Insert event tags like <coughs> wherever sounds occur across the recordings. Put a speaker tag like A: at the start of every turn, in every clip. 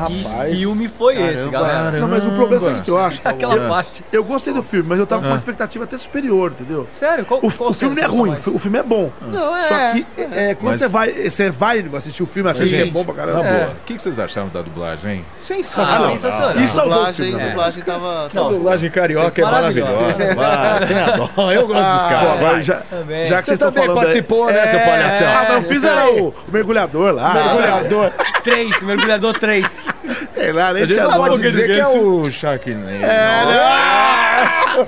A: Rapaz.
B: Que filme foi esse, galera?
A: Então Não, mas o problema é o seguinte, eu acho.
B: Aquela parte.
A: Eu gostei do filme, mas eu tava com uma expectativa até superior, entendeu?
B: Sério? Qual,
A: O,
B: qual
A: o filme não é
B: série
A: ruim,
B: você gosta
A: o filme é bom.
C: Não, é.
A: Só que é, quando
D: Mas-
A: você vai, você vai assistir o filme assim, que é bom pra caramba.
D: Na
A: É.
D: boa, o que que vocês acharam da dublagem, hein?
B: mais? Ah,
D: Sensacional.
B: sensacional.
A: Isso
C: a
A: é o bom
C: dublagem,
A: filme.
C: a
A: né?
C: dublagem tava.
E: <laughs>
B: Não.
C: tava-
D: dublagem carioca
B: é maravilhosa.
A: <laughs>
E: Ah,
D: Vai, tem a dó. Eu gosto dos
A: Pô,
D: caras.
A: Ah, agora, já,
B: Também.
A: já que
D: Você
A: vocês estão
D: também
A: falando...
D: participou, né, seu palhação?
A: Ah, mas eu fiz era o, o <laughs> mergulhador lá. mergulhador.
B: Três, mergulhador três.
A: Sei lá, nem
D: A gente
A: tinha
D: não
A: nome.
D: pode dizer que é
A: Vai
D: o Sharknado. É,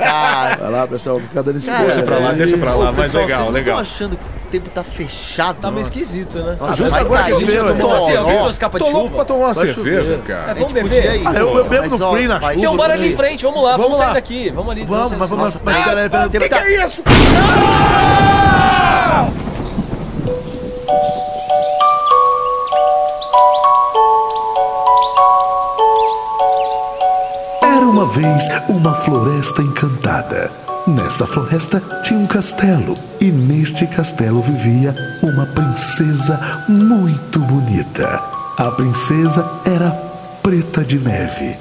C: Ah,
A: lá, pessoal, fica dando
C: Cara,
A: spoiler.
D: deixa pra lá,
A: aí.
D: deixa pra
C: Ô,
D: lá, mas
C: pessoal,
D: legal,
C: vocês
D: legal.
C: Não estão achando que o tempo tá fechado?
B: Tá meio esquisito, né?
C: Nossa,
A: justo
C: vai
A: agora
C: cair,
A: que choveu,
C: gente,
A: né?
C: eu tô
B: Tomar cerveja,
C: ó,
B: duas capas de
D: Tô louco pra
B: chuva.
D: tomar uma
A: Vai
D: cerveja,
A: chover.
B: É,
D: cara.
B: vamos
C: podia
B: beber?
C: ir.
A: Ah, eu- eu bebo
C: Mas,
A: no
C: ó,
A: free, na
C: vai
A: chuva.
B: Tem um bar ali
C: chover.
B: em frente, vamos lá, vamos,
A: Vamos
B: sair
A: lá.
B: daqui. Vamos ali.
A: Vamos, mas vamos...
B: vamos
A: Mas peraí, peraí, peraí.
C: Tempo tá-
F: Era uma vez uma floresta encantada. Nessa floresta tinha um castelo, e neste castelo vivia uma princesa muito bonita. A princesa era Preta de Neve.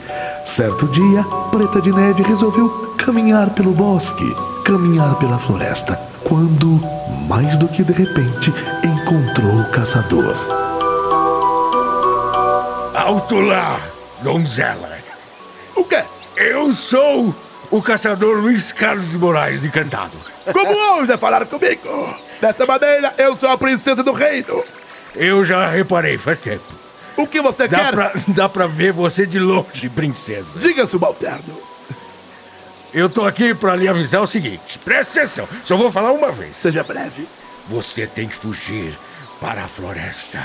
F: Certo dia, Preta de Neve resolveu caminhar pelo bosque, caminhar pela floresta, quando, mais do que de repente, encontrou o caçador.
G: Alto lá, donzela.
A: O quê?
G: Eu sou o caçador Luiz Carlos de Moraes Encantado.
A: Como ousa falar comigo? Dessa maneira, eu sou a princesa do reino.
G: Eu já reparei faz tempo.
A: O que você
G: Dá
A: quer?
G: pra, dá pra ver você de longe, princesa.
A: Diga, subalterno.
G: Eu tô aqui pra lhe avisar o seguinte. Presta atenção, só vou falar uma vez.
A: Seja breve.
G: Você tem que fugir para a floresta.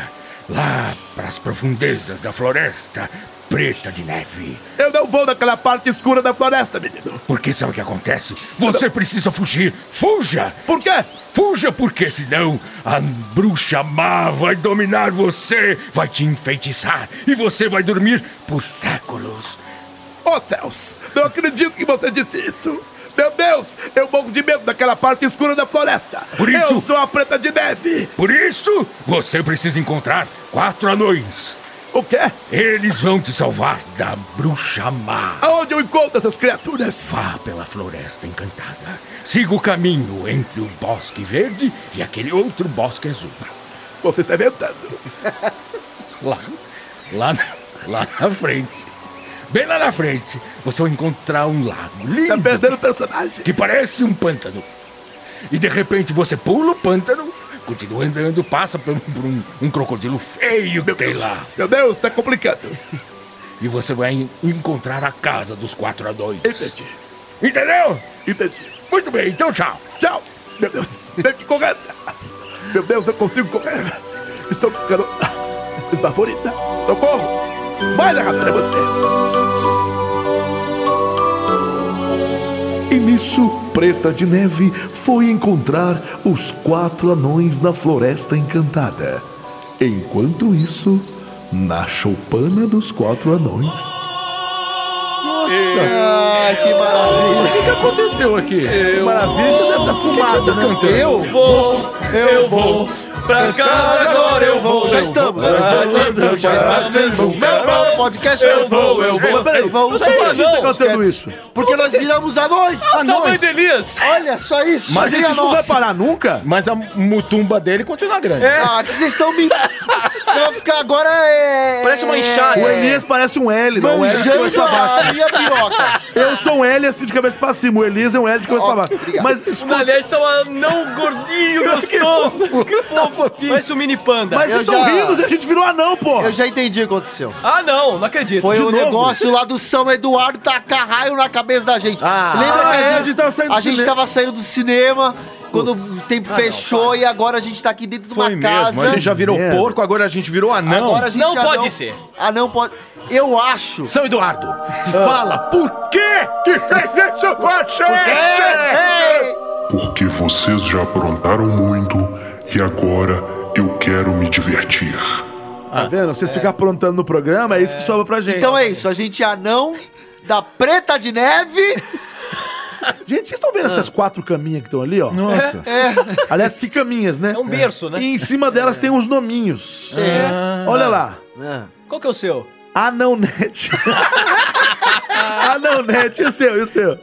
G: Lá, para as profundezas da floresta preta de neve.
A: Eu não vou naquela parte escura da floresta, menino.
G: Porque sabe o que acontece? Você precisa fugir. Fuja!
A: Por quê?
G: Fuja, porque senão a bruxa má vai dominar você, vai te enfeitiçar e você vai dormir por séculos.
A: Oh, céus, não acredito que você disse isso. Meu Deus, eu morro de medo daquela parte escura da floresta.
G: Por isso-
A: Eu sou a preta de neve.
G: Por isso, você precisa encontrar quatro anões.
A: O quê?
G: Eles vão te salvar da bruxa má.
A: Aonde eu encontro essas criaturas?
G: Vá pela floresta encantada. Siga o caminho entre o bosque verde e aquele outro bosque azul.
A: Você está inventando.
G: Lá, lá, na- lá na frente. Bem lá na frente, você vai encontrar um lago
A: Está
G: lindo.
A: Tá perdendo o personagem.
G: que parece um pântano. E de repente você pula o pântano, continua andando, passa por um, por um- um crocodilo feio que tem lá.
A: Meu Deus, está complicado.
G: E você vai en- encontrar a casa dos quatro anões.
A: Entendi,
G: Entendeu?
A: entendi.
G: Muito bem, então tchau.
A: Tchau. Meu Deus, tenho que correr. Meu Deus, não consigo correr. Estou ficando esbaforida. Socorro. Vai, narrador, é você.
F: E nisso, Preta de Neve foi encontrar os quatro anões na Floresta Encantada. Enquanto isso, na choupana dos quatro anões.
C: Ai, que maravilha.
D: O que aconteceu aqui?
A: Maravilha, você deve estar fumado, né?
C: Eu
B: Vou, eu vou. Pra casa agora eu vou. Tá
C: Já estamos. Já estamos. Já estamos. Não, podcast Eu vou, eu vou. Peraí, vamos
B: sei,
C: vamos-
B: não.
A: cantando isso.
C: Porque nós viramos anões.
B: Tamanho de Tá Elias.
C: Olha só isso.
A: Mas
C: Olha
A: gente, isso não vai
C: nossa.
A: parar nunca?
D: Mas a mutumba dele continua grande.
C: Ah, que vocês estão me. Vocês vão ficar agora é.
B: Parece uma enxada.
A: O
C: É.
A: Elias parece um L, não. Um L de
C: Manjando
A: cabeça pra baixo.
C: a minha piroca.
A: Eu sou um L assim de cabeça pra cima. O Elias é um L de cabeça
C: Ó,
A: pra baixo.
C: obrigado. é
A: Mas
B: O
A: escuta,
B: Galhete tá um anão gordinho, gostoso. Que fofo. Parece um mini panda.
A: Tá mas vocês
C: eu
A: estão
C: já-
A: rindo, gente, a gente virou anão, pô.
C: Eu já entendi o que aconteceu.
B: Ah, não, não acredito.
C: Foi
A: De
C: o
A: novo?
C: negócio lá do São Eduardo tacar raio na cabeça da gente. Lembra
A: Ah,
C: que
A: é,
C: a
A: a gente
C: gente, tá
A: tava saindo
C: a
A: do
C: gente
A: cinema.
C: tava saindo do cinema quando o tempo fechou e agora a gente tá aqui dentro de uma
D: Foi mesmo.
C: casa.
D: A gente já virou
A: Merda.
D: porco, agora a gente virou anão.
C: Agora a gente
B: Não
C: já
B: pode ser.
C: Ah, não pode. Eu acho.
D: São Eduardo, fala por
A: Tá
G: Que que fez isso com a gente?
C: Ei,
F: O porque vocês já aprontaram muito e agora eu quero me divertir.
A: Tá vendo? Vocês ficam aprontando no programa, é isso que sobra pra gente.
C: Então é isso, a gente é anão da Preta de Neve.
A: Gente, vocês estão
C: Ah.
A: vendo essas quatro caminhas que estão ali, ó? É.
E: Nossa.
A: Aliás, que caminhas, né?
B: É um berço, né?
A: E em cima delas tem uns nominhos. Olha lá.
C: É.
B: Qual que é o seu?
A: <laughs> Anãonete. Anãonete. E o seu? E o seu?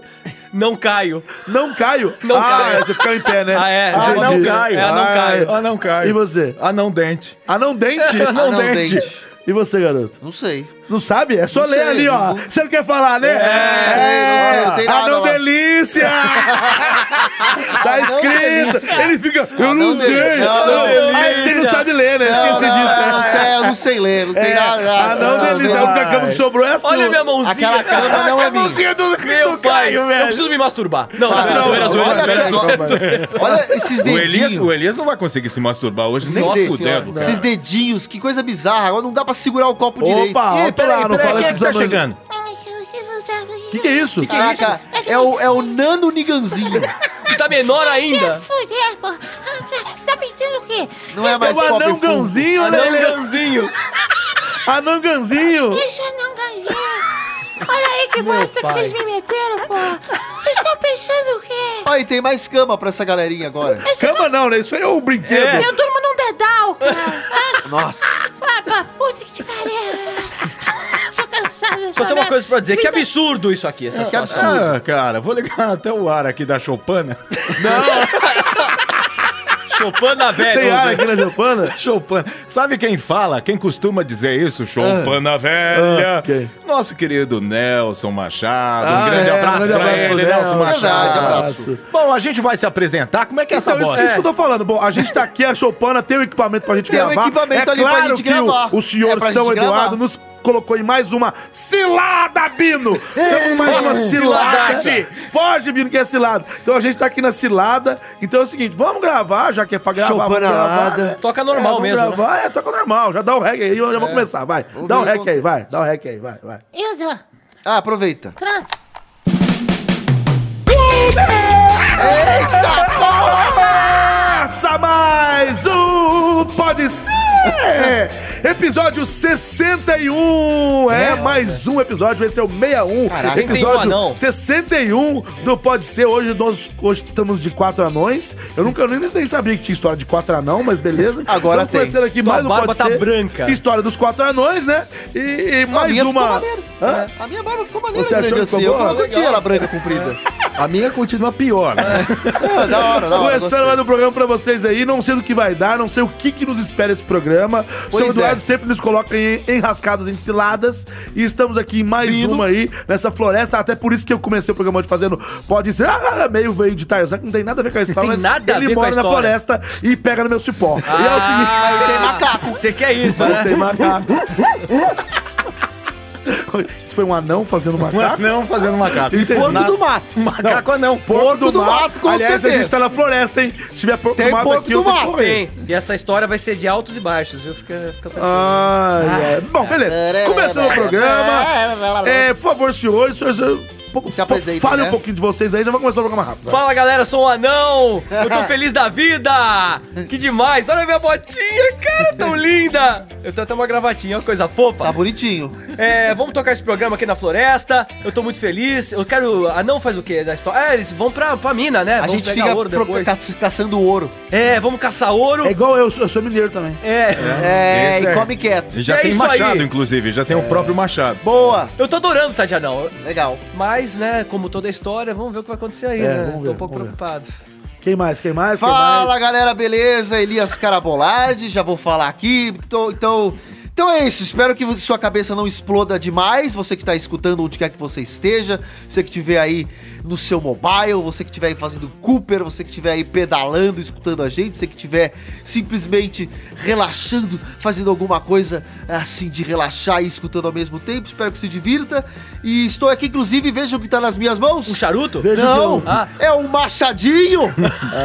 B: Não caio.
A: Não Caio?
B: Não
A: ah,
B: Caio.
A: É, você fica em pé, né?
B: Ah, é.
A: Entendi.
B: Ah, não Caio. É, não
A: Ah,
B: Caio.
E: Ah, não,
A: é. E
E: Caio.
A: você?
E: Ah, não, dente.
A: Anão Dente?
E: Anão
C: <laughs> Anão
E: dente.
C: dente.
A: E você, garoto?
C: Não sei.
A: Não sabe? É só
C: Não
A: ler
C: sei,
A: ali, ó.
C: não- É,
A: Você não quer falar, né?
C: não sei, não tem nada
A: Anão
C: lá. <laughs>
A: Delícia! tá escrito! Ele fica, eu não
C: Anão
A: sei!
C: Delícia. Não,
A: Não,
B: Delícia.
A: Ah, ele não sabe ler, né?
C: Não,
A: Esqueci
C: não,
A: disso,
C: eu, não
A: né?
C: sei, eu não sei ler, não tem
A: É,
C: nada.
A: Ah,
C: sei
A: não,
C: lá,
A: delícia. A
C: não.
A: única cama que sobrou é a sua.
B: Olha a minha mãozinha.
C: Aquela cama não é minha.
B: Meu pai, eu preciso me masturbar. Não,
C: Para,
B: não, zoeira,
C: olha
B: zoeira,
C: aquela-
B: zoeira, zoeira, zoeira.
C: Olha esses
E: O Elias,
C: dedinhos.
E: o Elias não vai conseguir se masturbar hoje,
C: Esses,
E: nem
C: de-
E: fudendo.
C: esses dedinhos, que coisa bizarra. Agora não dá pra segurar o copo direito.
A: Opa,
E: Ih,
A: alto lá, não fala
E: quem
A: isso
E: é que tá
A: pros amigos.
E: chegando?
A: O que, que é isso?
C: Caraca, é o, é o Nano Niganzinho.
B: E tá menor ainda.
H: Fuder, pô. Você tá pensando o quê?
C: Não é
A: É
C: mais
A: o
C: copo
A: anão
C: e fundo.
A: ganzinho,
B: Anão
A: Lele.
B: ganzinho.
A: <laughs> Anão ganzinho.
H: Deixa eu não ganhar. Olha aí que bosta que
B: pai.
H: vocês me meteram, pô. Vocês estão pensando o quê?
C: Olha, e tem mais cama pra essa galerinha agora.
A: Cama não, né? Isso aí é um brinquedo.
B: É.
H: Eu durmo num dedal, cara.
B: <laughs>
C: Nossa.
H: Ah, pra puta que pariu. Tô cansada.
B: Só tem uma coisa pra dizer, que absurdo isso aqui,
A: É,
B: essa
C: Que
B: situação.
C: absurdo.
E: Ah, cara, vou ligar até o ar aqui da Chopana.
B: Chopin na velha.
E: É
A: Tem
E: né?
A: ar aqui na
E: <laughs>
A: Japana?
E: Chopana. Tá Sabe quem fala? Quem costuma dizer isso? Chopana velha.
A: Ah, quem?
E: Nosso querido Nelson Machado.
A: Ah,
E: um grande
A: é, um
E: abraço
A: grande
E: pra
A: abraço
E: ele,
A: pro
E: Nelson
A: Nelson.
E: Machado.
C: Verdade,
A: abraço.
E: Bom, a gente vai se apresentar. Como é que é essa
A: Então, isso,
E: bosta?
A: isso que eu tô falando. Bom, a gente tá aqui, a Chopana tem o equipamento pra gente
C: Tem o
A: gravar.
C: equipamento
A: é
C: ali pra
A: claro
C: gente
A: que o-
C: gravar.
A: O,
C: É
A: senhor
C: pra
A: São
C: gente
A: Eduardo
C: gravar.
A: nos colocou em mais uma cilada, Bino! Então, mais uma cilada.
B: ciladaça.
A: Foge, Bino, que é cilada. Então, a gente tá aqui na cilada. Então, é o seguinte, vamos gravar, já que é pra gravar, vamos gravar.
C: Chopanalada.
B: Toca
A: É,
B: normal
A: vamos
B: mesmo. né? É.
A: gravar, é, toca normal, já dá o rec aí, eu já vou começar, vai. dá o
C: ver o
A: rec aí,
C: contexto.
A: vai, dá o rec aí, vai, vai.
H: Eu dou.
C: Ah, aproveita.
H: Pronto.
A: Começa mais um Pode Ser! Episódio 61! É, mais um episódio, esse é o 61.
B: Caraca, 61
A: episódio
B: anão.
A: 61 do Pode Ser. Hoje nós hoje estamos de quatro anões. Eu nunca nem, nem sabia que tinha história de quatro anão, mas beleza.
C: Agora
A: estamos
C: tem.
A: conhecendo aqui
B: Tua
A: mais um
B: barba
A: Pode
B: tá
A: Ser.
B: branca.
A: História dos quatro anões, né? E, e
C: A
A: mais
C: minha ficou
A: uma...
C: maneira.
A: Hã?
C: A minha barba ficou maneira,
A: Você
C: grande
A: achou que
C: assim.
A: ficou
C: Eu
A: boa?
C: eu curti ela branca comprida.
E: A minha continua pior. né?
C: Ah, da hora, da hora.
A: Começando mais
C: gostei.
A: um programa pra vocês aí, não sei do que vai dar, não sei o que que nos espera esse programa. O São
C: Pois
A: Eduardo
C: é.
A: sempre nos coloca em enrascadas, enfiladas, e estamos aqui em mais uma aí, nessa floresta, até por isso que eu comecei o programa de fazendo, pode ser, ah, meio veio de Tarzan, que não tem nada a ver com a história,
B: Tem
A: mas
B: nada a
A: ele
B: ver com a
A: mora na
B: história.
A: floresta e pega no meu cipó. E é o seguinte...
C: Aí tem macaco.
B: né? Você quer isso,
A: Mas tem <laughs>
B: né?
A: macaco. Isso foi um anão fazendo
E: Um
A: macaco?
E: anão fazendo macaco.
A: Entendi.
E: Porco
C: Porco
E: do
C: do mato.
E: macaco anão.
A: Porco do, mato,
C: com
A: Aliás, a
C: certeza.
A: gente tá na floresta, hein? Se tiver porco
C: Tem
A: do mato
C: porco
A: aqui,
C: do
A: eu tenho que
C: mato.
A: correr.
B: Tem. E essa história vai ser de altos e baixos, viu? Fica, fica tranquilo.
A: Ah, é. Bom, beleza. Começando o programa. É, por favor, senhores, senhores, eu- po-
C: Se apresentem,
A: fale
C: né?
A: um pouquinho de vocês aí, já vou começar o programa rápido.
B: Fala galera, sou um anão, eu tô feliz da vida, que demais, olha minha botinha, cara, tão linda. Eu tenho até uma gravatinha, ó, coisa fofa.
C: Tá bonitinho.
B: É, vamos tocar esse programa aqui na floresta. Eu tô muito feliz. Eu quero. Ah, não faz o quê da história? É, eles vão pra, pra mina, né?
C: A
B: vamos
C: gente fica
B: ouro
C: pro-
B: depois.
C: ca- caçando ouro.
B: É, vamos caçar ouro.
A: É igual eu, eu sou mineiro também.
B: É.
C: É,
E: Esse
C: e
E: é.
C: come quieto.
E: Já
B: É
E: tem
B: isso
E: machado,
B: aí.
E: inclusive. Já tem o próprio machado.
C: Boa.
B: Eu tô adorando, tá, de anão.
C: Legal.
B: Mas, né, como toda história, vamos ver o que vai acontecer aí,
A: É,
B: né?
A: vamos
B: tô
A: ver,
B: um pouco
A: vamos ver.
B: preocupado.
A: Quem mais? Quem mais? Quem mais?
C: Fala galera, beleza? Elias Carabolade, já vou falar aqui. Tô- então, então é isso, espero que sua cabeça não exploda demais. Você que tá escutando onde quer que você esteja, você que estiver aí no seu mobile, você que estiver aí fazendo Cooper, você que estiver aí pedalando, escutando a gente, você que estiver simplesmente relaxando, fazendo alguma coisa assim de relaxar e escutando ao mesmo tempo. Espero que se divirta. E estou aqui, inclusive, vejam o que tá nas minhas mãos.
B: Um charuto?
A: Veja
C: Não,
A: o
B: Ah.
C: é o Machadinho.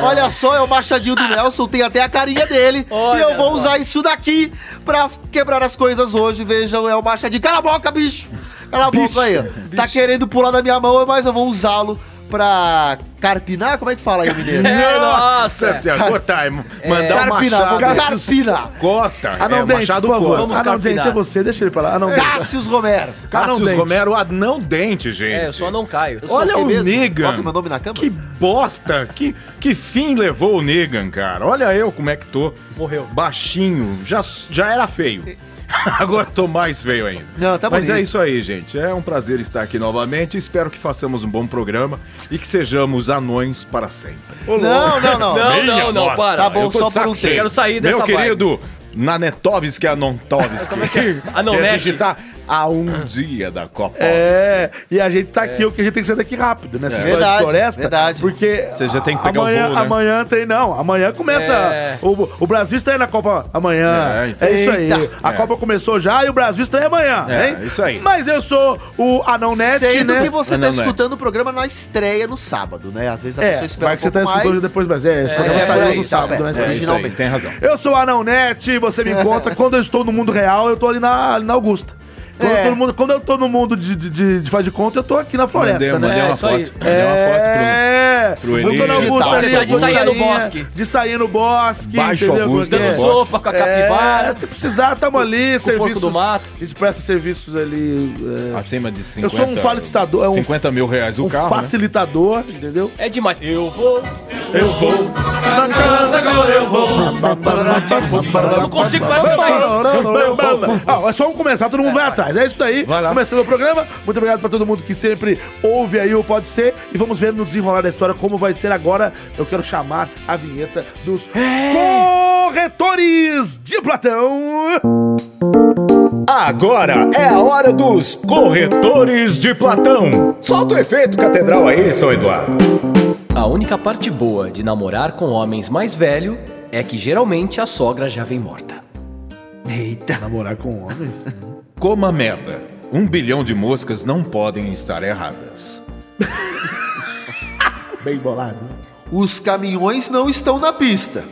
C: Olha só, é o Machadinho
E: Ah.
C: do Nelson, tem até a carinha dele.
B: Olha
C: e eu vou
B: só.
C: usar isso daqui pra quebrar as coisas hoje. Vejam, é o Machadinho. Cala a boca, bicho. Cala a boca aí. ó. Tá querendo pular da minha mão, mas eu vou usá-lo pra carpinar? Como é que fala aí, mineiro?
E: Nossa senhora, cortar, é, mandar um
C: Carpina,
E: machado.
C: vou- Carpina.
E: Corta.
A: Ah, não,
E: é,
A: dente, por
E: machado
A: favor.
E: corta.
B: Vamos
A: ah, não,
B: carpinar.
A: dente, é você, deixa ele pra lá. Ah, não, dente.
C: Cássius Romero.
E: Cássio
A: dente.
E: Romero, anão dente, gente.
B: É, eu só não caio.
C: Eu sou
E: Olha
C: quem
E: o
C: mesmo?
E: Negan.
C: Coloca meu nome na cama?
E: Que bosta! Que, que fim levou o Negan, cara? Olha eu como é que tô.
B: Morreu.
E: Baixinho. Já, já era feio. <laughs> Agora tô mais feio ainda.
C: Não, tá
E: Mas
C: bonito.
E: é isso aí, gente. É um prazer estar aqui novamente. Espero que façamos um bom programa e que sejamos anões para sempre.
C: Não, não, não.
B: Não,
E: Minha
B: não, não,
E: nossa,
B: para.
C: Tá bom,
E: eu tô
C: só
E: de saco
C: por um
E: cheio.
C: tempo.
B: Quero sair
E: Meu
B: dessa vibe.
E: querido Nanetovski Anontovski. Como é que é?
B: Anonete.
E: digitar a um dia da Copa.
A: É, e a gente tá aqui, o que a gente tem que sair daqui rápido, nessa história
C: Verdade,
A: de floresta.
C: verdade.
A: Porque.
E: Você já tem que pegar o
A: amanhã,
E: voo, né?
A: Amanhã tem, não. Amanhã começa.
B: É.
A: O, o Brasil estreia na Copa amanhã.
E: É,
A: É,
E: então.
A: isso aí.
C: Eita.
A: A
E: É.
A: Copa começou já e o Brasil estreia amanhã.
E: É,
A: hein?
E: isso aí.
A: Mas eu sou o Anão Net,
C: Sendo
A: né?
C: que você
E: Não,
C: tá
E: não é.
C: escutando o programa na estreia no sábado, né? Às vezes a
A: É,
C: pessoa espera um
A: mas você tá
C: pouco
A: escutando
C: mais.
A: depois, mas é, esse
C: Mas
A: programa
C: é,
A: saiu
C: por
A: no
C: aí,
A: sábado,
C: tá,
A: né?
C: é, originalmente.
E: tem razão.
A: Eu sou o Anãonete, você me encontra. quando eu estou no mundo real, eu tô ali na, ali na Augusta. Quando,
C: É.
A: eu tô no mundo, quando eu tô no mundo de, de, de, de faz de conta, eu tô aqui na floresta,
E: Mandei,
A: né?
E: mandei
B: É,
E: uma
B: isso aí.
E: foto. Mandei
A: É.
E: uma foto pro. pro
A: eu tô
E: Elias.
A: na Augusta
C: Digital.
A: um ali,
C: Você tá de
A: Augusta
C: sainha
B: no
A: Sainha,
B: bosque.
A: De sair no bosque,
E: Baixo Augusta,
A: Quando
E: né?
A: eu
B: Dando
E: gosto.
A: sou-
B: sopa com a
A: É,
B: capivara.
A: se precisar, tamo ali,
B: com o porco
A: serviços.
B: do mato.
A: A gente presta serviços ali. é,
E: Acima de 50.
A: Eu sou um facilitador, é um-
E: 50 mil reais o
A: um
E: Ah, carro. né?
A: facilitador, entendeu?
B: É demais. Eu vou.
E: Eu vou.
B: Eu não consigo mais cantar isso.
A: Ah, é só um começar, todo mundo vai atrás. É isso daí.
E: Vai lá.
A: Começando o programa. Muito obrigado pra todo mundo que sempre ouve aí o Pode Ser. E vamos ver no desenrolar da história como vai ser agora. Eu quero chamar a vinheta dos corretores de Platão.
E: Agora é a hora dos corretores de Platão. Solta o efeito catedral aí, São Eduardo.
B: A única parte boa de namorar com homens mais velho é que geralmente a sogra já vem morta.
A: Namorar com homens?
E: Coma merda. Um bilhão de moscas não podem estar erradas.
A: Bem bolado.
C: Os caminhões não estão na pista,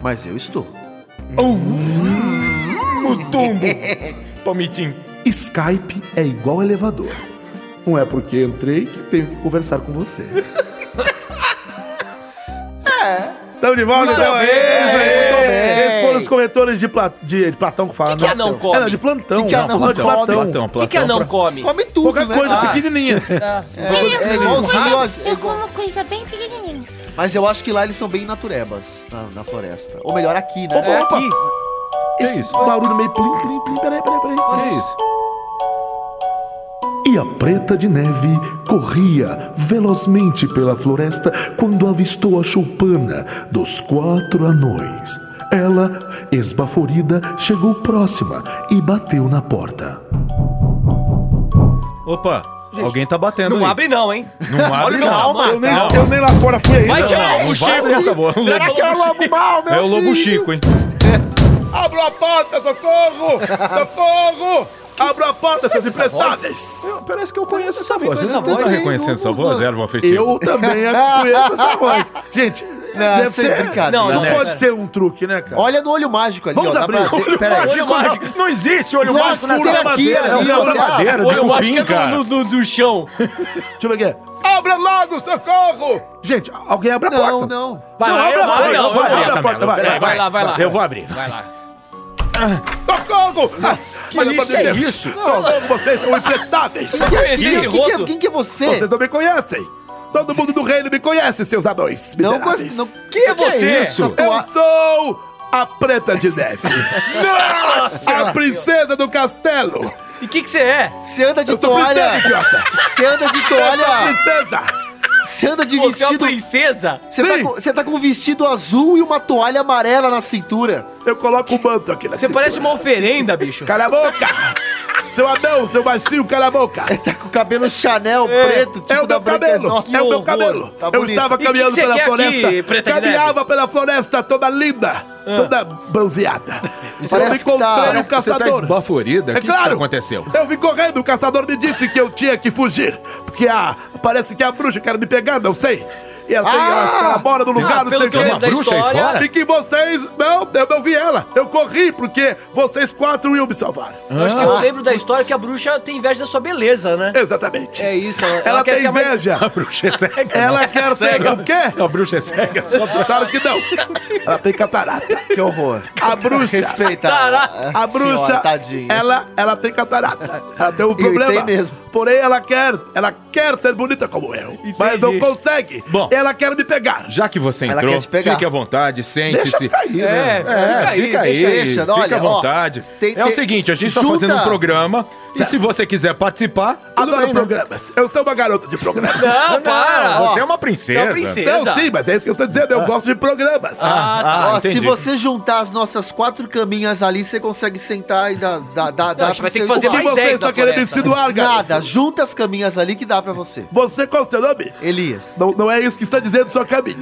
C: mas eu estou.
E: Mutumbo. Tomitim.
A: Skype é igual elevador. Não é porque entrei que tenho que conversar com você. é. Tamo de volta, então.
B: Maravilha,
A: É isso
C: muito bem.
A: aí. Esses foram os corretores de, pla- de- de Platão que falam.
B: Que que
A: né?
B: anão come?
A: É, não, de plantão.
C: Que que anão
A: não, de
C: come?
A: Platão.
E: Platão,
B: O que,
E: Platão.
B: que anão
E: pra-
B: come?
C: Come tudo,
A: Pouca
C: né?
A: coisa
C: Ah,
A: pequenininha.
C: é, é
B: um
C: igualzinho, ó, é
H: Eu
C: igual-
H: como coisa bem pequenininha.
C: Mas eu acho que lá eles são bem naturebas, na, na floresta. Ou melhor, aqui, né?
A: Opa, opa.
E: Que
A: Esse
E: isso?
A: barulho meio plim, plim, plim. Peraí, peraí, peraí.
E: Que isso?
F: E a Preta de Neve corria velozmente pela floresta quando avistou a choupana dos quatro anões. Ela, esbaforida, chegou próxima e bateu na porta.
E: Opa, alguém tá batendo
B: Não
E: aí.
B: abre não, hein?
E: Não abre
B: meu
E: não.
C: Calma,
A: Eu nem,
C: calma.
A: eu nem lá fora fui ainda.
B: Vai que
E: não,
B: é
E: não
B: o
E: vai abrir essa bola.
B: Chico. Será que é o lobo?
C: mal,
E: É o Lobo Chico, hein?
A: Abra É. a porta, socorro! Socorro! Abra a porta, seus imprestáveis!
E: Parece que eu conheço essa voz.
B: Você
E: Você
B: não
E: não tá
B: tá
E: reconhecendo essa voz, é, erva afetiva?
A: Eu também conheço essa voz. Gente,
E: Tá
A: deve
C: sem
A: ser...
C: brincadeira.
A: Não, não
B: né?
A: pode
B: Pera.
A: ser um truque, né, cara?
C: Olha no olho mágico ali,
A: Vamos
C: ó. dá
A: abrir
C: pra-
A: o olho
C: Pera aí.
B: Olho mágico.
E: Não existe olho
C: Zé
E: mágico na
C: Fura
E: terra.
C: aqui,
E: madeira. É um
C: ali,
E: olho
C: olha.
E: madeira,
B: Olho
E: do cupim,
B: mágico é
E: cara.
B: do, do, do, do chão.
A: Deixa eu ver aqui. Abra logo, socorro! Gente, alguém abre a
C: Não,
A: porta.
C: não.
E: Vai lá, eu
B: Não,
E: vou abrir.
B: não,
E: eu vou
B: não,
E: abrir
B: não,
E: essa
A: não,
E: merda.
A: não,
E: Peraí,
B: vai lá, vai lá.
E: Eu vou abrir.
B: Vai lá.
A: Socorro! Mas
E: isso é isso?
A: Socorro, vocês são imprestáveis!
C: Quem,
B: Esse
C: quem, quem,
B: rosto.
C: quem, quem que é você?
A: Vocês não me conhecem! Todo mundo do reino me conhece, seus anões!
C: Não
A: miseráveis.
C: gosto- não-
B: Quem é você?
E: isso?
C: Essa tua-
A: Eu sou a Preta de Neve. Nossa! A princesa do castelo.
B: E o que, que você é?
C: Você anda
A: tá-
C: de
A: Eu sou princesa,
C: toalha.
A: idiota.
C: Você anda de
A: Olha!
C: toalha.
A: Princesa.
C: Você anda de
B: Você é uma
C: vestido.
B: princesa?
C: Você tá,
A: Sim.
C: com, você tá com um vestido azul e uma toalha amarela na cintura.
A: Eu coloco o manto aqui na
B: Você
A: cintura.
B: parece uma oferenda, bicho.
A: Cala a boca. Seu anão, seu baixinho, cala a boca.
C: Tá com o cabelo Chanel preto, tipo
A: é o
C: da
A: meu cabelo, é
C: Branca de
A: o
C: Nós.
A: meu
B: horror.
A: cabelo.
C: Tá
A: eu
C: bonito.
A: estava
C: E
B: que
A: caminhando
B: que você
A: pela
B: quer
A: floresta.
B: aqui, Preta de
A: Caminhava pela floresta toda linda, toda bronzeada. eu
C: Parece que tá-
A: encontrei o
C: parece
E: Você tá
A: caçador.
E: esbaforida. O
A: É
E: que que
A: claro!
E: aconteceu? <laughs>
A: Eu vim correndo, o caçador me disse que eu tinha que fugir. Porque a. Parece que a bruxa quer me pegar, não sei. E ela tem ela
C: Ah!
A: ela mora no lugar, não sei
B: pelo
A: o
B: que eu lembro é da
A: quê.
F: bruxa aí
B: história,
F: fora?
A: E que vocês. Não, eu não vi ela. Eu corri porque vocês quatro iam me salvar.
B: eu acho que eu
C: Ah.
B: lembro da história que a bruxa tem inveja da sua beleza, né?
A: Exatamente.
B: É isso. Ela,
A: Ela,
B: quer
A: tem
B: ser a mais-
A: inveja.
E: <laughs> A bruxa é cega.
A: Ela quer ser o quê?
E: A bruxa é cega. Só
A: Claro que não. Ela tem catarata.
C: Que horror.
A: A bruxa.
C: Respeita.
B: Caraca.
A: A bruxa,
C: senhora, tadinha.
A: ela, ela tem catarata. Ela tem um problema.
C: tem mesmo.
A: Porém, ela quer, ela quer ser bonita como eu. Mas não consegue.
E: Bom.
A: Ela quer me pegar.
E: Já que você
C: Ela
E: entrou,
C: quer te pegar.
E: fique à vontade, sente-se.
A: cair,
B: É,
E: É,
B: fica aí,
E: fica aí,
B: deixa aí.
C: deixa,
E: fica
C: olha,
E: à
C: ó,
E: vontade.
C: tem-
E: é o
C: tem-
E: seguinte, a gente tá
C: junta.
E: fazendo um programa, e se você quiser participar, tudo
A: Adoro
E: bem, né?
A: programas. Eu sou uma garota de programas.
B: Não, para!
E: Você é uma
B: Você
E: princesa.
B: é uma princesa.
A: Não, sim, mas é isso que eu estou dizendo. Eu gosto de programas.
E: Ah,
C: Ó,
E: entendi.
C: se você juntar as nossas quatro caminhas ali, você consegue sentar e dá, dá, dá, dá
B: a gente vai ter que fazer
A: o que
B: mais
A: você
B: 10
A: está
B: na
A: querendo
B: floresta.
C: né?
A: insinuar, garota?
C: Nada, junta as caminhas ali que dá pra você.
A: Você qual é o seu nome?
C: Elias.
A: Não, não é isso que está dizendo sua <laughs> caminha.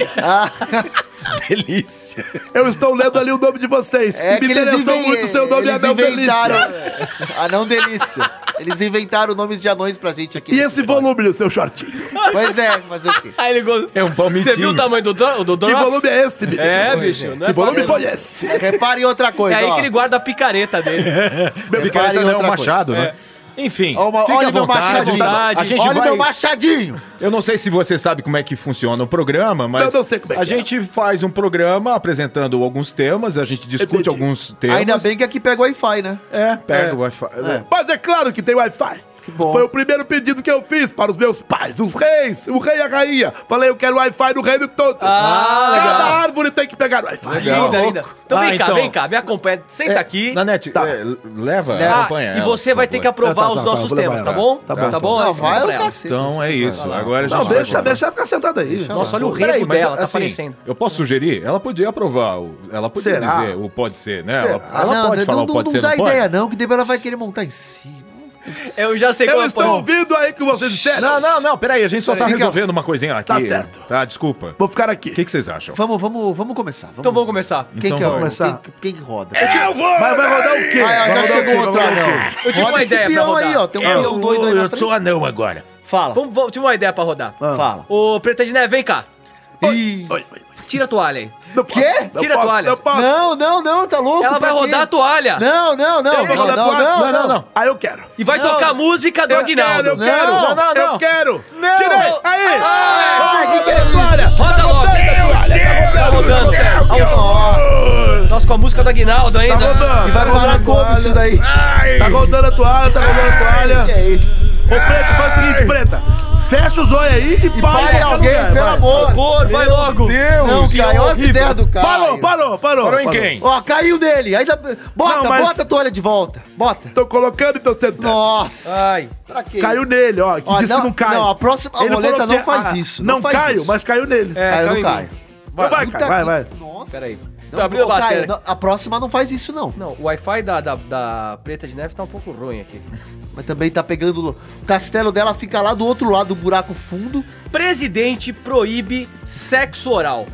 E: Delícia.
A: Eu estou lendo ali o nome de vocês.
C: É
A: e me interessou
C: inven-
A: muito o seu nome,
C: eles
A: Adão Delícia.
C: <laughs> Anão Delícia. Eles inventaram nomes de anões pra gente aqui.
A: E esse volume do seu shortinho?
C: Pois é, fazer o quê?
B: Aí ele go-
E: É um palmitinho.
B: Você viu o tamanho do, dro- do
A: Que
B: Drops?
A: volume é esse, menino?
B: É, bicho. Não é
A: Que volume
B: fácil,
A: foi esse?
C: Reparem outra
B: não. É
C: coisa,
B: aí
C: ó.
B: que ele guarda a picareta dele.
E: Picareta
C: Reparem
E: não é um
C: outra coisa.
E: machado, né? Enfim,
C: Ó, uma-
E: fique
C: olha
E: à
C: meu
E: vontade.
C: machadinho.
E: A gente
C: Olha o
E: vai...
C: meu machadinho!
E: Eu não sei se você sabe como é que funciona o programa, mas
A: Eu não sei como é
E: a
A: que é.
E: gente faz um programa apresentando alguns temas, a gente discute
A: Entendi.
E: alguns temas.
C: Ainda bem que aqui pega o Wi-Fi, né?
E: É, pega
C: É.
E: o Wi-Fi.
C: É.
A: Mas é claro que tem Wi-Fi.
C: bom.
A: Foi o primeiro pedido que eu fiz para os meus pais, os reis, o rei e a rainha. Falei, eu quero Wi-Fi no reino todo.
B: Ah,
A: Cada
B: legal.
A: árvore tem que pegar Wi-Fi.
E: Legal.
B: Linda, linda. Então
E: Ah,
B: vem cá,
E: então.
B: vem cá. Me acompanha. Senta aqui.
E: Nanete,
A: Tá.
E: é, leva,
C: Ah,
E: acompanha.
B: e
E: ela,
B: você
E: por
B: vai
E: favor.
B: ter que aprovar
A: Tá, tá,
B: os
A: tá,
B: nossos
A: vou levar
B: temas, tá
A: ela.
B: bom?
A: Tá
B: Tá,
A: bom.
B: bom?
C: Não,
B: Alisson?
C: vai
B: Pra
C: o
B: ela.
C: cacete.
E: Então é isso. Agora a gente
A: Não,
E: vai
A: deixa,
E: falar.
A: deixa ela ficar sentada aí.
B: Nossa, olha o
E: Peraí,
B: rego
E: mas,
B: dela, tá
E: assim,
B: aparecendo.
E: Eu posso sugerir? Ela podia aprovar. o- Ela podia
A: Será?
E: dizer o pode ser, né?
A: Será?
E: Ela,
C: Ah,
E: ela pode falar o pode ser,
C: dá
E: não pode?
C: ideia não, que depois ela vai querer montar em cima.
B: Eu já sei
A: Eu
B: qual é o
A: estou
B: ponto.
A: ouvindo aí que vocês disseram.
E: Não, não, não, peraí, a gente só tá
C: Peraí,
E: resolvendo uma coisinha aqui.
A: Tá certo.
E: Tá, desculpa.
A: Vou ficar aqui.
E: O que, que vocês acham?
C: Vamos, vamos, vamos começar. Vamos.
B: Então vamos começar.
C: Quem
E: Então
C: que é o...
E: vamos
C: Quem,
A: começar.
C: quem que roda?
F: Eu vou!
A: Mas vai rodar o quê?
C: Ah,
A: Vai
C: já
A: rodar o
C: chegou
A: quê?
C: outro
A: Vai rodar o
C: anão.
A: quê?
B: Eu tive
C: Roda
B: uma
C: esse
B: ideia pra
C: peão
B: rodar.
C: aí, ó. Tem um
F: Eu,
C: peão doido aí na
F: eu
C: frente.
F: sou anão agora.
C: Fala,
B: Vamos, vamos, tive uma ideia pra rodar.
C: fala.
B: Ô, Preta de Neve, vem cá.
A: Oi,
C: Ih.
A: oi, oi.
B: Tira a toalha aí.
A: Não
C: Quê?
A: posso, não
B: Tira a
A: posso,
B: toalha.
A: Não posso.
C: Não, não, não, tá louco?
B: Ela vai
C: pra quê?
B: rodar a toalha.
C: Não, não, não.
A: Eu vou
C: Não,
A: rodar
C: não,
A: pro ar.
C: não, não,
A: Aí Ah, eu quero.
B: E vai
C: Não.
B: tocar a música do
A: Eu quero, eu
B: Aguinaldo.
A: quero.
C: Não,
E: não, não.
A: Eu quero. Tirei. Aí.
C: Ai, que que é isso?
B: Ah, Roda logo. Tá rodando. Nossa, com a música do Aguinaldo ainda.
A: Tá rodando.
C: E vai parar como isso daí?
A: Tá rodando a toalha, tá rodando a toalha.
C: Que é isso?
A: Ô, Preta, faz o seguinte, Preta. Fecha os olhos aí e,
C: E
A: para.
C: pare
A: em qualquer
C: alguém,
A: lugar,
C: pelo
A: é vai.
C: amor.
B: Cor, vai logo.
C: Não, caiu as ideias do cara.
A: Parou, parou, parou.
E: Parou em quem?
C: Ó, caiu dele. Ainda... Bota,
A: Não, mas-
C: bota a toalha de volta. Bota.
A: Tô colocando e tô sentando.
C: Nossa.
B: Ai.
C: Pra que
A: Caiu
C: isso?
A: nele, ó. Que
C: Ó,
A: disse
C: não-
A: que não cai.
C: não, a próxima- a roleta
A: falou que
C: não faz
A: ah,
C: isso,
A: Não,
C: não faz
A: caiu,
C: isso.
A: mas caiu nele.
B: É,
C: Caiu,
B: em
C: não caiu.
B: mim.
A: Então vai, Caio, vai, vai.
C: Nossa.
B: Peraí.
C: Não,
B: Tá abrindo a
C: ô, Caio,
B: bateria.
C: não, a próxima não faz isso, não.
B: Não, o Wi-Fi da, da, da Preta de Neve tá um pouco ruim aqui.
C: Mas também tá pegando. O castelo dela fica lá do outro lado do buraco fundo.
B: Presidente proíbe sexo oral.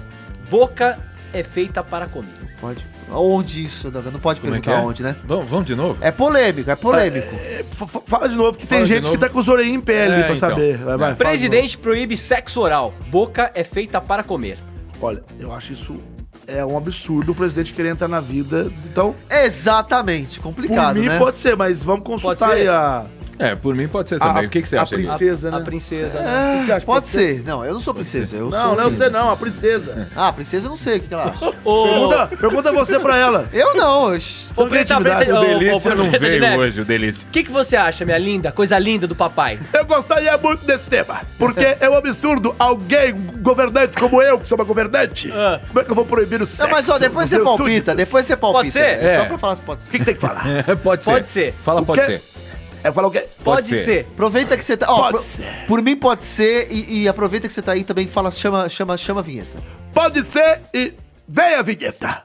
B: Boca é feita para comer.
C: Pode. Onde isso? Não não pode
E: Como é que
C: perguntar
E: é?
C: onde, né?
E: Vamos, vamos de novo?
C: É polêmico, é polêmico.
A: F- f- Fala de novo, que tem
E: Fala de
A: gente que
E: novo.
A: tá com os orelhinhos em pé ali
E: É,
A: pra
E: então.
A: saber. Vai, vai. fala de
B: Presidente proíbe sexo oral. Boca é feita para comer.
A: novo. Olha, eu acho isso é um absurdo o presidente querer entrar na vida. Então,
C: Exatamente,
A: por
C: complicado,
A: mim
C: né?
A: pode ser, mas vamos consultar
B: ser?
A: aí a,
E: É, por mim pode ser
A: a,
E: também. o que, que você
A: a
E: acha disso?
A: princesa,
B: A
A: né?
E: É,
B: princesa. né?
C: Ah,
A: O que você acha?
C: pode ser. Não, eu não sou princesa. Eu
A: Não,
C: sou
A: não é você
C: príncipe.
A: não, a princesa.
C: Ah, princesa eu não sei o que que ela acha.
A: <laughs>
B: Ô,
A: Pergunta, pergunta você pra ela.
C: Eu não. eu-
B: ô, Preta, Preta,
E: O
B: ô,
E: <laughs> Delícia
B: ô, <laughs>
E: não
B: Preta de
E: veio
B: Neve,
E: hoje, o
B: <laughs>
E: Delícia.
B: O que, que você acha, minha linda? Coisa linda do papai.
A: Eu gostaria muito desse tema, <laughs> porque é um absurdo alguém, um governante como eu, que sou uma governante,
B: Ah.
A: como é que eu vou proibir o sexo?
C: Não, mas ó, depois
A: dos
C: você
A: meus
C: palpita,
A: súditos?
C: depois você palpita.
B: Pode ser?
C: É só
E: É.
C: pra falar se pode
A: O
C: ser.
A: que, que tem que <laughs> falar?
E: É, pode ser.
B: Pode ser.
E: Fala,
A: O
E: pode
A: quê?
E: ser.
A: É falar o quê?
B: Pode,
E: ser.
B: ser.
C: Aproveita que você tá. Ó,
A: Pode
C: pro-
A: ser.
C: Por mim pode ser e, e aproveita que você tá aí também fala, chama, chama, chama a vinheta.
A: Pode ser e vem a vinheta.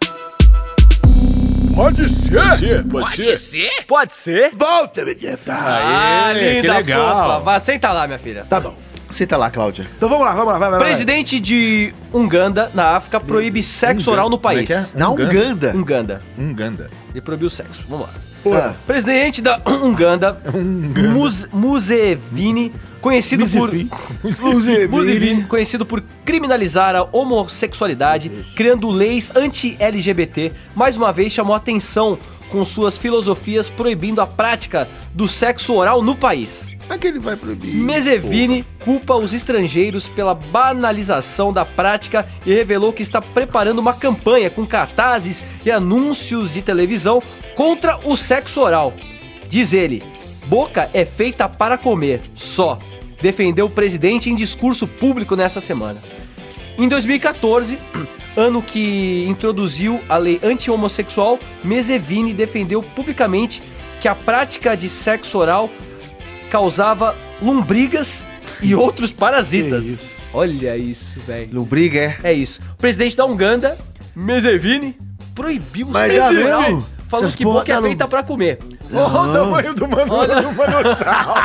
F: Pode ser! Pode ser!
B: Pode ser?
A: Volte a vinheta.
B: Ah,
E: que
B: linda,
E: legal.
B: fofa. Vai, senta lá, minha filha.
A: Tá bom.
C: Senta lá, Cláudia.
A: Então vamos lá, vamos lá, vai, vai.
B: Presidente de Uganda, na África, proíbe sexo oral no
E: Como é
B: país.
E: que é?
C: Na
E: Uganda.
C: Uganda.
B: Uganda.
E: Um ganda.
B: Ele proibiu o sexo. Vamos lá. O
C: Ah,
B: presidente da Uganda, Muse- Museveni, conhecido por <laughs> Museveni, conhecido por criminalizar a homossexualidade, criando leis anti-LGBT, mais uma vez chamou atenção com suas filosofias proibindo a prática do sexo oral no país.
C: Como é que ele vai proibir?
B: Mesevini culpa os estrangeiros pela banalização da prática e revelou que está preparando uma campanha com cartazes e anúncios de televisão contra o sexo oral. Diz ele: boca é feita para comer, só. Defendeu o presidente em discurso público nessa semana. Em 2014, ano que introduziu a lei anti-homossexual, Mesevini defendeu publicamente que a prática de sexo oral causava lombrigas e outros parasitas. Olha isso, velho.
C: Lombriga, é?
B: É isso. O presidente da Uganda, Mesevini, proibiu o
E: Mas
B: sexo
E: já viu?
B: oral, falando
E: Essas
B: que
E: porra
B: boca é
E: da
B: feita pra comer.
E: Olha o tamanho do mano,
B: Olha.
E: do manossauro.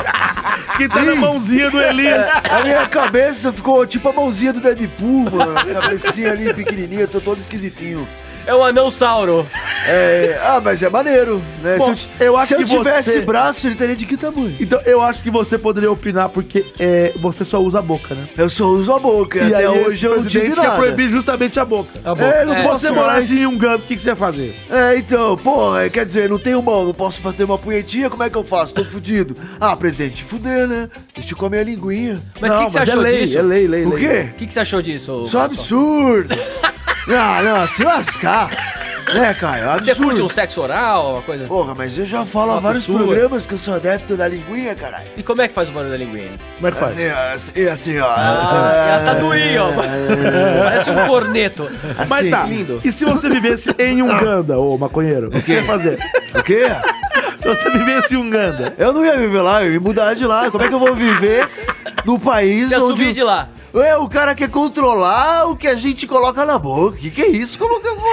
A: <laughs> Que tá na mãozinha <laughs> do Elias.
I: A minha cabeça ficou tipo a mãozinha do Deadpool, mano. A cabecinha ali pequenininha, tô todo esquisitinho.
B: É um anão-sauro.
I: É, ah, mas é maneiro, né?
A: Bom,
I: se eu, ti-
A: eu acho
I: se eu
A: que
I: tivesse
A: você-
I: braço, ele teria de que tamanho?
A: Então, eu acho que você poderia opinar porque é, você só usa a boca, né?
I: Eu só uso a boca, e até hoje eu não tive
A: presidente é
I: nada.
A: quer proibir justamente a boca.
I: boca.
A: É, não
I: É,
A: pode você
I: sim,
A: morar
I: mas-
A: assim em um gangue, o que, que você ia fazer?
I: É, então, porra, quer dizer, não tenho mão, não posso bater uma punhetinha, como é que eu faço? Tô fudido. Ah, presidente, fuder, né? Deixa eu comer a linguinha.
B: Mas o que, que você
A: mas
B: achou
A: é lei,
B: disso?
A: É lei, lei,
I: O
A: lei.
I: quê?
B: O que, que você achou disso?
I: Isso é um
B: Marcelo?
I: absurdo. ah, não, se lascar. Né, Caio?
B: Você curte um
I: Absurdo.
B: sexo oral, uma coisa?
I: Porra, mas eu já falo há
B: Uma
I: vários
B: absurdo.
I: programas que eu sou adepto da linguinha, caralho.
B: E como é que faz o barulho da linguinha?
A: Como é que faz?
I: Assim, ó, assim, assim, ó. É,
B: Ah, ela tá doinha, ó. Parece um corneto.
I: Assim.
A: Mas tá,
B: Lindo.
A: e se você
I: <laughs>
A: vivesse em Uganda, ô maconheiro, o que você ia fazer?
I: O quê?
A: Se você vivesse em um Uganda,
I: Eu não ia viver lá, eu ia mudar de lá. Como é que eu vou viver num país
B: Se eu
I: onde...
C: um
B: subir de lá.
I: Ué, o cara quer controlar o que a gente coloca na boca. Que que é isso? Como que eu vou...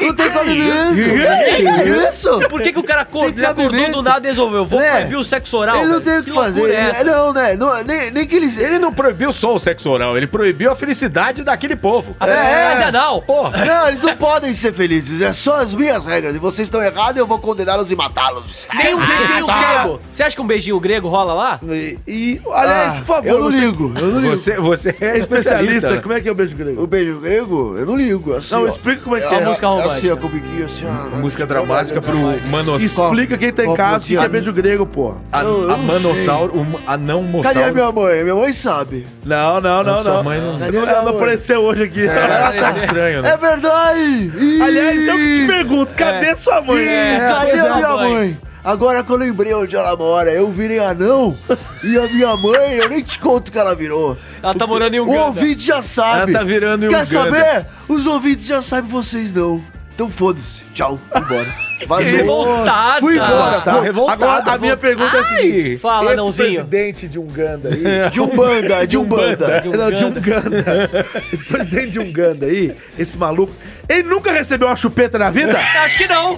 I: não tem cabimento. Que É isso?
B: Por que, que o cara acor-
I: Tem
B: ele acordou
I: cabimento.
B: do nada e resolveu? Vou
I: Né?
B: proibir o sexo oral.
I: Ele não
B: velho.
I: tem o que fazer.
B: loucura é essa?
I: Não, né? Não, nem, nem que eles... Ele não...
E: proibiu só o sexo oral, ele proibiu a felicidade daquele povo.
B: A felicidade
I: É.
B: anal.
E: Porra.
I: Não, eles não podem ser felizes. É só as minhas regras. E vocês estão errados, eu vou condená-los e matá-los.
B: Nem um beijinho grego. Você acha que um beijinho grego rola lá?
A: e, e- aliás,
I: Ah,
A: por favor,
I: eu não
A: você-
I: ligo. Eu não ligo.
E: Você, você é especialista.
A: especialista,
E: né?
A: como é que é o beijo grego?
I: O beijo grego, eu não ligo. Assim,
A: Não,
I: ó.
A: explica como é que
I: É,
A: é.
B: a música romântica.
I: Assim, ó, com o biquinho, assim, ó.
E: Música dramática pro
I: é um
E: manossauro.
A: Explica quem tá em
I: Ó,
A: casa o que que é
I: bloqueado.
A: beijo grego, porra.
E: A,
I: Eu- eu
E: a
I: não
E: manossauro, o anão moçal.
I: Cadê a minha mãe? Minha mãe sabe.
A: Não, não, não,
E: Sua
A: não.
E: mãe não.
I: Cadê
A: Ela não
I: mãe?
A: apareceu hoje aqui.
E: Ela tá estranho, né?
I: É verdade! Ih,
A: Aliás, eu que te pergunto, cadê sua mãe?
B: É.
I: cadê
B: pois é,
I: a minha
B: mãe.
I: mãe? Agora que eu lembrei onde ela mora, eu virei anão e a minha mãe, eu nem te conto o que ela virou.
B: Ela tá morando em
I: O
B: Uganda.
I: ouvinte já sabe.
C: É,
E: Ela tá virando em Uganda.
I: Quer saber? Os ouvintes já sabem, vocês não. Então foda-se. Tchau. Fui embora. Vazou.
B: Revoltada.
I: Fui embora.
A: Tá
I: Fui-
A: revoltado. Agora, a minha pergunta é a seguinte.
B: Fala,
A: esse
B: anãozinho.
A: presidente de Uganda aí...
C: É.
I: De Umbanda, de Umbanda.
A: Não, de Uganda. Esse presidente de Uganda aí, esse maluco, ele nunca recebeu uma chupeta na vida?
B: Acho que não.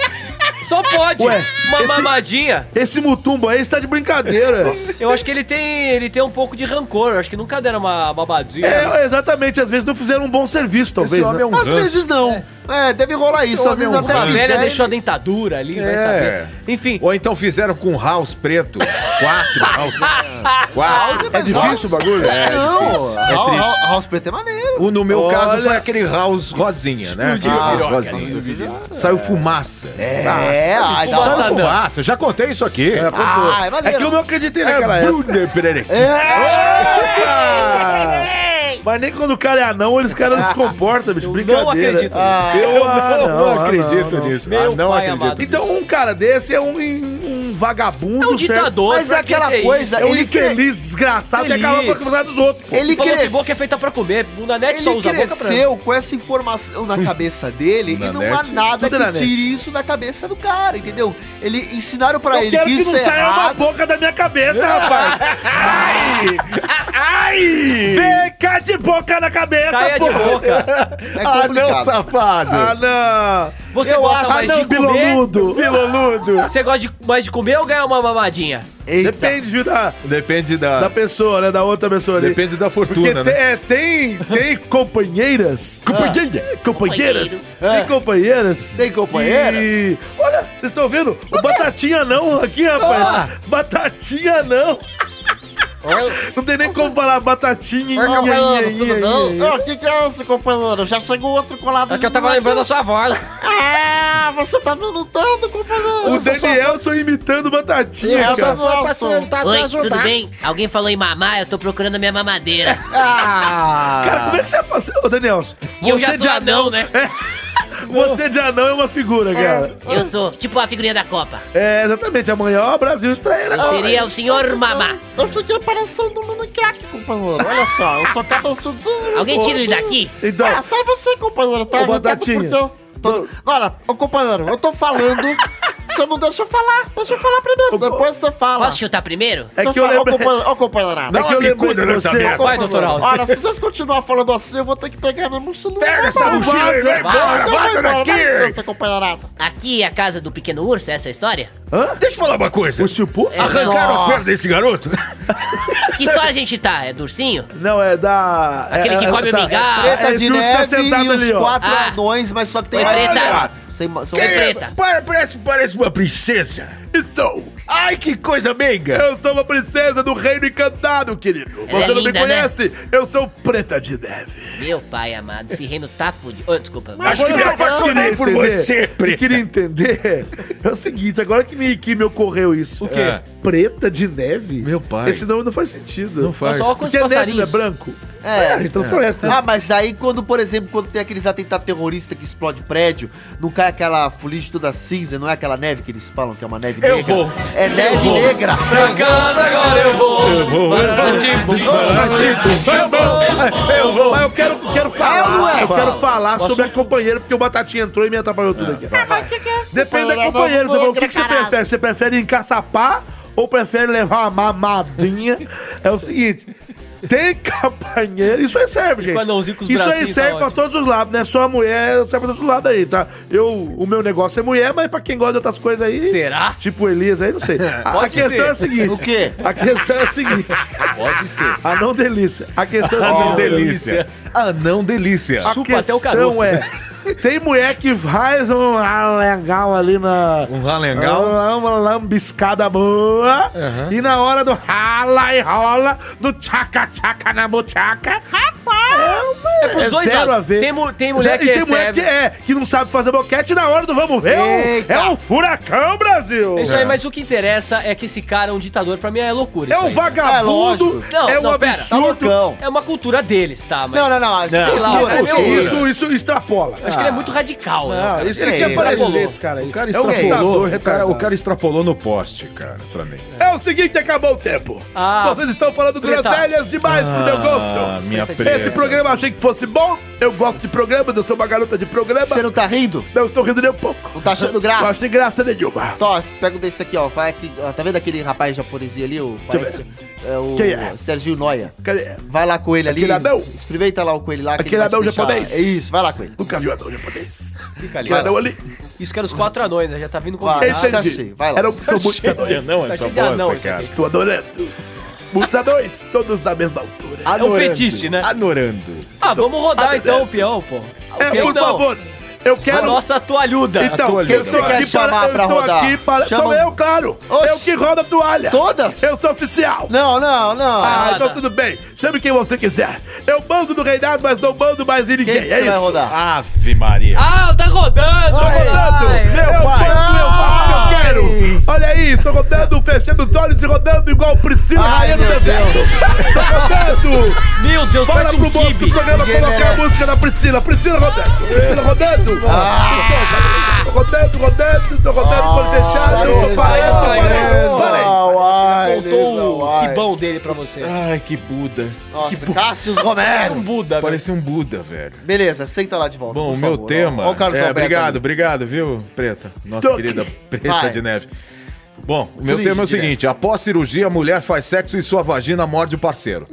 B: Só pode.
A: Ué,
B: Uma
A: esse-
B: mamadinha.
A: Esse mutumbo aí está de brincadeira.
B: Eu acho que ele tem, ele tem um pouco de rancor. Eu acho que nunca deram uma babadinha.
A: É, exatamente, às vezes não fizeram um bom serviço, talvez.
E: Esse homem
A: né?
E: é um
C: Às
E: ranço.
C: vezes não. É, deve rolar isso. Às vezes até
B: é um A
C: fizer
B: velha
C: e-
B: deixou a dentadura ali, vai
E: É.
B: saber. Enfim,
E: Ou então fizeram com house preto. Quatro house. Quatro.
C: É difícil o
E: bagulho? É,
C: Não,
E: difícil. É
C: House-
E: triste.
C: House- House Preto é maneiro.
E: O, no meu
A: Olha.
E: caso foi aquele house rosinha, né? Aquele
C: Ah,
E: house
C: rosinha.
E: rosinha. Saiu fumaça. É,
C: É, ai, dá
E: saiu
C: uma-
E: fumaça. Já contei isso aqui. É,
A: É
C: Ah, é
A: que eu
C: maneiro. É,
A: não acreditei naquela época.
E: Brunner <laughs> Pereira.
A: Mas nem quando o cara é anão, eles caras não se comportam, bicho. Brincadeira.
B: não acredito.
C: Ah,
E: Eu não,
A: ah, não,
E: não
A: ah, não,
E: acredito
A: não.
E: nisso.
B: Meu
E: ah, não
B: pai
E: acredito.
B: amado.
A: Então um cara desse é um, um vagabundo.
B: É um
A: certo?
B: ditador.
C: Mas é
B: pra que
C: aquela
B: ser
C: coisa,
A: É um
C: ele, cre-
A: infeliz, desgraçado, que
B: Feliz.
A: acaba com a capacidade dos outros. pô.
C: ele,
B: Ele falou
C: cres-
B: que boca é feita pra comer. Bunda net só
C: ele
B: usa a boca é pra...
C: cresceu com essa informação na cabeça dele
E: Na
C: e não
E: net.
C: há nada
A: Tudo na
C: que
A: net.
C: tire isso da cabeça do cara, entendeu? Ele ensinaram pra
A: Eu
C: ele
A: quero
C: que
A: que
C: isso
A: não
C: é
A: saia uma
C: errado.
A: boca da minha cabeça, rapaz. Ai! Ai! Vem cá de boca na cabeça,
B: Caia de
A: porra.
B: boca.
C: É
E: Ah, não,
C: complicado.
E: safado.
A: Ah, não!
B: Você
C: Eu
B: gosta
C: acho-
B: mais
C: Ah, não,
B: de comer?
C: biloludo. Biloludo.
B: Você gosta de, mais de comer ou ganhar uma mamadinha?
A: Depende, viu, da,
E: Depende da...
A: da pessoa, né? Da outra pessoa ali.
E: Depende da fortuna,
A: Porque tem,
E: né?
A: é, tem, tem companheiras.
E: Companheira.
A: Ah. Companheiras.
C: Ah.
A: Tem companheiras.
C: Tem companheiras?
A: que- Olha, vocês estão vendo? O Batatinha não aqui, rapaz.
C: Ah.
A: Batatinha não. Não tem nem como falar batatinha.
F: Oi,
C: tá
F: companheiro, tudo bem? Ô,
A: Não,
F: O que, que é isso, companheiro? Já chegou outro colado.
B: É que eu
F: de
B: tava
F: mim
B: lembrando
C: então.
B: a
F: aqui.
B: sua voz.
F: Ah, você tá me lutando, companheiro.
A: O Danielson imitando
C: É,
A: batatinha,
F: Eu
A: cara.
F: sou pra tentar te
J: Oi,
F: ajudar.
J: tudo bem? Alguém falou em mamar, eu tô procurando a minha mamadeira.
A: Cara, como é que você é parceiro? Ô, Danielson.
J: E eu
A: você
J: já sou anão, né?
A: <laughs> Você de anão é uma figura, cara.
J: Eu sou tipo a figurinha da Copa.
A: É, exatamente. Amanhã ó, o Brasil né? extrairá.
J: Eu seria o senhor mamá.
F: Eu fiquei parecendo um mini crack, companheiro. Olha só, eu sou cabeçudinho.
J: Alguém tira ele daqui?
A: Então.
F: Ah, sai você, companheiro, tá?
A: Ô,
F: Eu não entendo
A: Batatinha.
F: por quê. Tô- Olha, ô, companheiro, eu tô
A: <laughs>
F: falando. Você não deixa eu falar. Deixa eu falar primeiro. Depois você fala.
J: Posso chutar primeiro?
A: É
F: Você
A: que eu
F: fala,
A: lembrei-
F: Ô, companheiro, ô, companheirada.
A: É que eu lembrei de você.
J: Vai, doutor Alves.
F: Olha, se vocês continuarem falando assim, eu vou ter que pegar minha mochila.
K: Pega essa mochila aí,
A: né?
K: vai embora, bota
F: Então, Dá
K: daqui.
F: licença, companheirada.
J: Aqui é a casa do pequeno urso, essa é a história?
K: Deixa eu falar uma coisa.
A: O Chupu?
J: É,
K: Arrancaram as
J: não.
K: pernas desse garoto?
J: Que história a gente tá? É do ursinho?
A: Não, é da.
J: Aquele
A: é-
J: que
A: é-
J: come o mingau.
A: É,
C: Preta
A: é,
C: de
A: esse urso
C: neve
A: tá sentado
C: e os
A: ali, ó.
C: quatro
J: Ah.
C: anões, mas só que tem
J: Oi,
C: mais
J: Preta. é
C: quatro. Sem, são
J: Oi,
C: quatro.
J: preta.
K: Pa- Parece, parece uma princesa.
A: Isso!
K: Ai, que coisa meiga.
A: Eu sou uma princesa do reino encantado, querido.
J: Ela
A: Você
J: é
A: não me
J: linda,
A: conhece? Eu sou Preta de Neve.
J: Meu pai amado, esse reino tá fudido. Ô, desculpa.
K: Acho que me
A: Agora, eu queria
K: apaixonei por
A: entender-
K: você,
A: Eu queria
K: preta.
A: entender. É o seguinte, agora que me, que me ocorreu isso. O
E: quê?
A: Preta de Neve?
E: Meu pai.
A: Esse nome não faz sentido.
E: Não faz.
B: Nossa, olha quantos
A: Porque neve não é
B: passarinhos.
A: branco?
C: É.
A: então floresta. né?
C: Ah, mas aí quando, por exemplo, quando tem aqueles atentados terroristas que explode prédio, não cai aquela fuligem toda cinza, não é aquela neve que eles falam que é uma neve
K: Eu
C: negra?
K: vou.
C: É neve
K: vou.
C: negra.
A: É
B: Pra casa agora eu vou.
K: Eu vou, eu vou. Eu vou, eu vou.
A: Mas eu quero, eu quero
B: É
A: falar, eu quero falar sobre a companheira, porque o Batatinha entrou e me atrapalhou tudo aqui. Depende da
F: companheira?
A: companheira, você
F: Não,
A: falou, o que, que você
F: caralho.
A: prefere? Você prefere encaçapar ou prefere levar uma mamadinha? É o seguinte, tem companheira, isso aí serve, gente.
B: com anãozinho com os
A: isso aí
B: bracinhos, tá
A: serve pra
B: ótimo.
A: todos os lados, né? Só a mulher, serve pra todos os lados aí, tá? Eu, o meu negócio é mulher, mas pra quem gosta de outras coisas aí...
B: Será?
A: Tipo Elias aí, não
B: <laughs>
A: sei. A, a
B: Pode
A: questão
B: ser.
A: é a seguinte...
C: O quê?
A: A questão é a seguinte... Pode ser. A não delícia. A questão é a seguinte...
E: Não delícia. Ah, não delícia.
A: A
B: Chupa até
A: questão
B: o caroço.
A: é, tem mulher que faz um legal ali na...
E: Um ralengal?
A: Uma, uma lambiscada boa. E na hora do rala e rola, do tchaca-tchaca na buchaca. Rapaz! É,
B: pros dois
A: zero
B: lados.
A: a ver.
B: Tem mu- tem mulher
A: Zero- e
B: que
A: tem mulher
B: recebe.
A: que é, que não sabe fazer boquete e na hora do vamos ver, é um- é um furacão, Brasil!
B: É isso aí, mas o que interessa é que esse cara é um ditador, pra mim é loucura.
A: É
B: isso
A: um
B: aí.
C: É
A: vagabundo,
C: lógico.
B: Não,
A: é um
B: não, pera.
C: Tá
A: absurdo.
C: loucão.
B: É uma cultura deles, tá? Mas
C: Não, não, não.
B: Sei lá,
C: cultura,
B: o cara é meio
C: cultura.
B: louco.
A: isso, isso extrapola.
B: acho que ele é muito radical, né?
A: Ah,
B: cara?
A: isso, ele
C: que
A: quer
C: isso?
A: parecer
B: Extrapolou.
A: esse cara aí.
E: O cara
A: É um
E: extrapolou,
A: ditador
E: o cara, o
A: retardado.
E: cara extrapolou no poste, cara, pra mim.
A: É o seguinte, acabou o tempo.
B: Ah.
A: Vocês estão falando
B: Preta.
A: groselhas demais pro meu
E: Ah,
A: gosto.
E: minha
B: Esse
E: preta.
A: Esse programa eu achei que fosse bom. Eu gosto de programas, eu sou uma garota de programa.
C: Você não tá rindo?
A: Não estou rindo nem um pouco.
C: Não tá achando
A: Não
C: graça?
A: achei graça nenhuma.
C: Só, pega um desse aqui, ó. Vai aqui, ó, Tá vendo aquele rapaz japonesinho ali? O, parece, é o
A: Quem é?
C: Serginho Noia.
A: Cadê?
C: Vai lá com ele ali.
A: Aquele anão?
C: Experimenta lá com ele lá. que ele
A: Aquele
C: vai te
A: anão
C: deixar-
A: japonês?
C: É isso, vai lá com ele.
A: Nunca vi o anão japonês.
B: Fica ali.
A: Que anão ali.
B: Isso que era os quatro anões, né? Já tá vindo com
C: Vai. Ah, tá
A: Entendi.
C: cheio, vai lá.
A: Eram, são muitos anões.
E: não,
B: Tá cheio de anão isso aqui.
A: Estou adorando. Muitos anões, todos da mesma altura.
C: Ah,
B: É um fetiche, né?
E: Anorando.
B: Ah, vamos rodar então o peão, pô.
A: É,
B: Eu
A: por
C: então.
B: não.
A: favor. Eu
B: A
A: quero
B: Ah, nossa toalhuda.
A: Então,
E: toalha.
A: quem você
C: Você
A: quer para,
C: quer chamar
A: eu
C: pra
A: estou
C: rodar?
A: aqui para. Sou
C: Chama-
A: eu, claro!
C: Oxi.
A: Eu que rodo a toalha!
C: Todas?
A: Eu sou oficial!
C: Não, não, não.
A: Ah,
B: Roda.
A: então tudo bem. Chame quem você quiser. Eu mando do reinado, mas não mando mais em
C: Quem
A: ninguém.
C: que
A: é
C: você vai
A: isso.
C: rodar?
E: Ave Maria.
B: Ah, tá rodando!
A: Tô rodando!
B: Ai.
A: eu
E: pai.
A: mando, eu faço o que eu quero! Olha aí, estou rodando, fechando os olhos e rodando igual Priscila
C: Ai,
A: Rainha do
C: meu
A: Deserto! Estou
C: Ah,
A: rodando!
B: Meu Deus,
A: Fala
B: parece
A: pro
B: um
A: moço do
B: kibe.
A: programa
C: um Ninguém
A: colocar a
C: merece.
A: música da Priscila. Priscila rodando. Priscila rodando.
C: Ah.
A: Tô rodando, rodando, tô rodando, tô fechado, tô parando, tô parando.
B: Deus.
A: Parei.
B: Faltou
A: um
B: o quibão dele pra você.
E: Ai, que Buda.
C: Nossa, Cássius Romero.
B: Um Buda, velho.
E: Parecia um Buda, velho.
C: Beleza, senta lá de volta.
E: Bom,
C: por
E: o meu
C: favor.
E: tema.
C: Ó, o Carlos
E: é,
C: Alberto
E: obrigado,
C: ali.
E: obrigado, viu, Preta? Nossa
A: Tô
E: querida
A: aqui.
E: Preta
C: Vai.
E: de Neve. Bom, o meu
C: Feliz
E: tema é o
C: direto.
E: seguinte: após cirurgia, a mulher faz sexo e sua vagina morde o parceiro.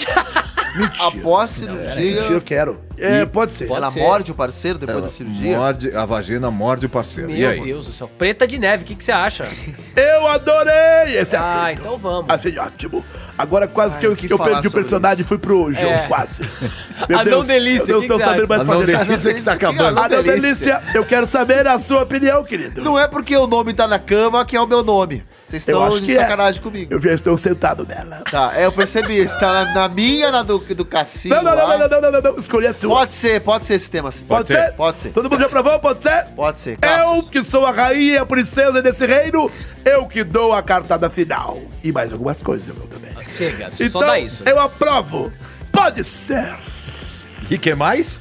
C: Após cirurgia.
A: Eu Tá quero.
L: É, pode ser.
C: Ela morde o parceiro depois da cirurgia? <laughs>
E: Morde, a vagina morde o parceiro. e aí?
B: Meu Deus do céu. Preta de neve, o que, que você
C: <laughs>
B: acha?
A: Eu adorei esse é
C: Tá
B: Ah,
A: assunto.
B: então vamos.
A: Achei ótimo. Agora quase
B: Ai,
A: que eu,
B: o que
A: que eu
B: falar
A: perdi o
B: sobre
A: personagem e fui pro jogo,
B: É.
A: quase.
B: Anão Delícia,
A: eu
B: o que
A: não
B: que você
A: sabendo mais
E: acha? Anão
A: fazer.
E: Delícia que tá acabando.
A: Anão
E: Anão
A: Delícia, eu quero saber a sua opinião, querido.
C: Não é porque o nome tá na cama que é o meu nome. Vocês
A: Eu
C: estão
A: acho
C: de
A: que é.
C: sacanagem comigo.
A: Eu já estou sentado nela.
C: Tá, é, eu percebi. Você tá na, na minha, na do, do cassino.
A: Não, não, não,
C: lá.
A: não, não, não, não, não, não, escolhi a sua.
C: Pode ser, pode ser esse tema sim.
A: Pode ser? É
C: Pode ser.
A: Todo mundo já aprovou? Pode ser?
C: Pode ser.
A: Eu, que sou a rainha e a princesa desse reino, eu que dou a cartada final. E mais algumas coisas, meu também.
J: Ah,
B: Chega, só
A: Então,
B: dá isso.
A: eu aprovo. Pode ser.
E: E que mais?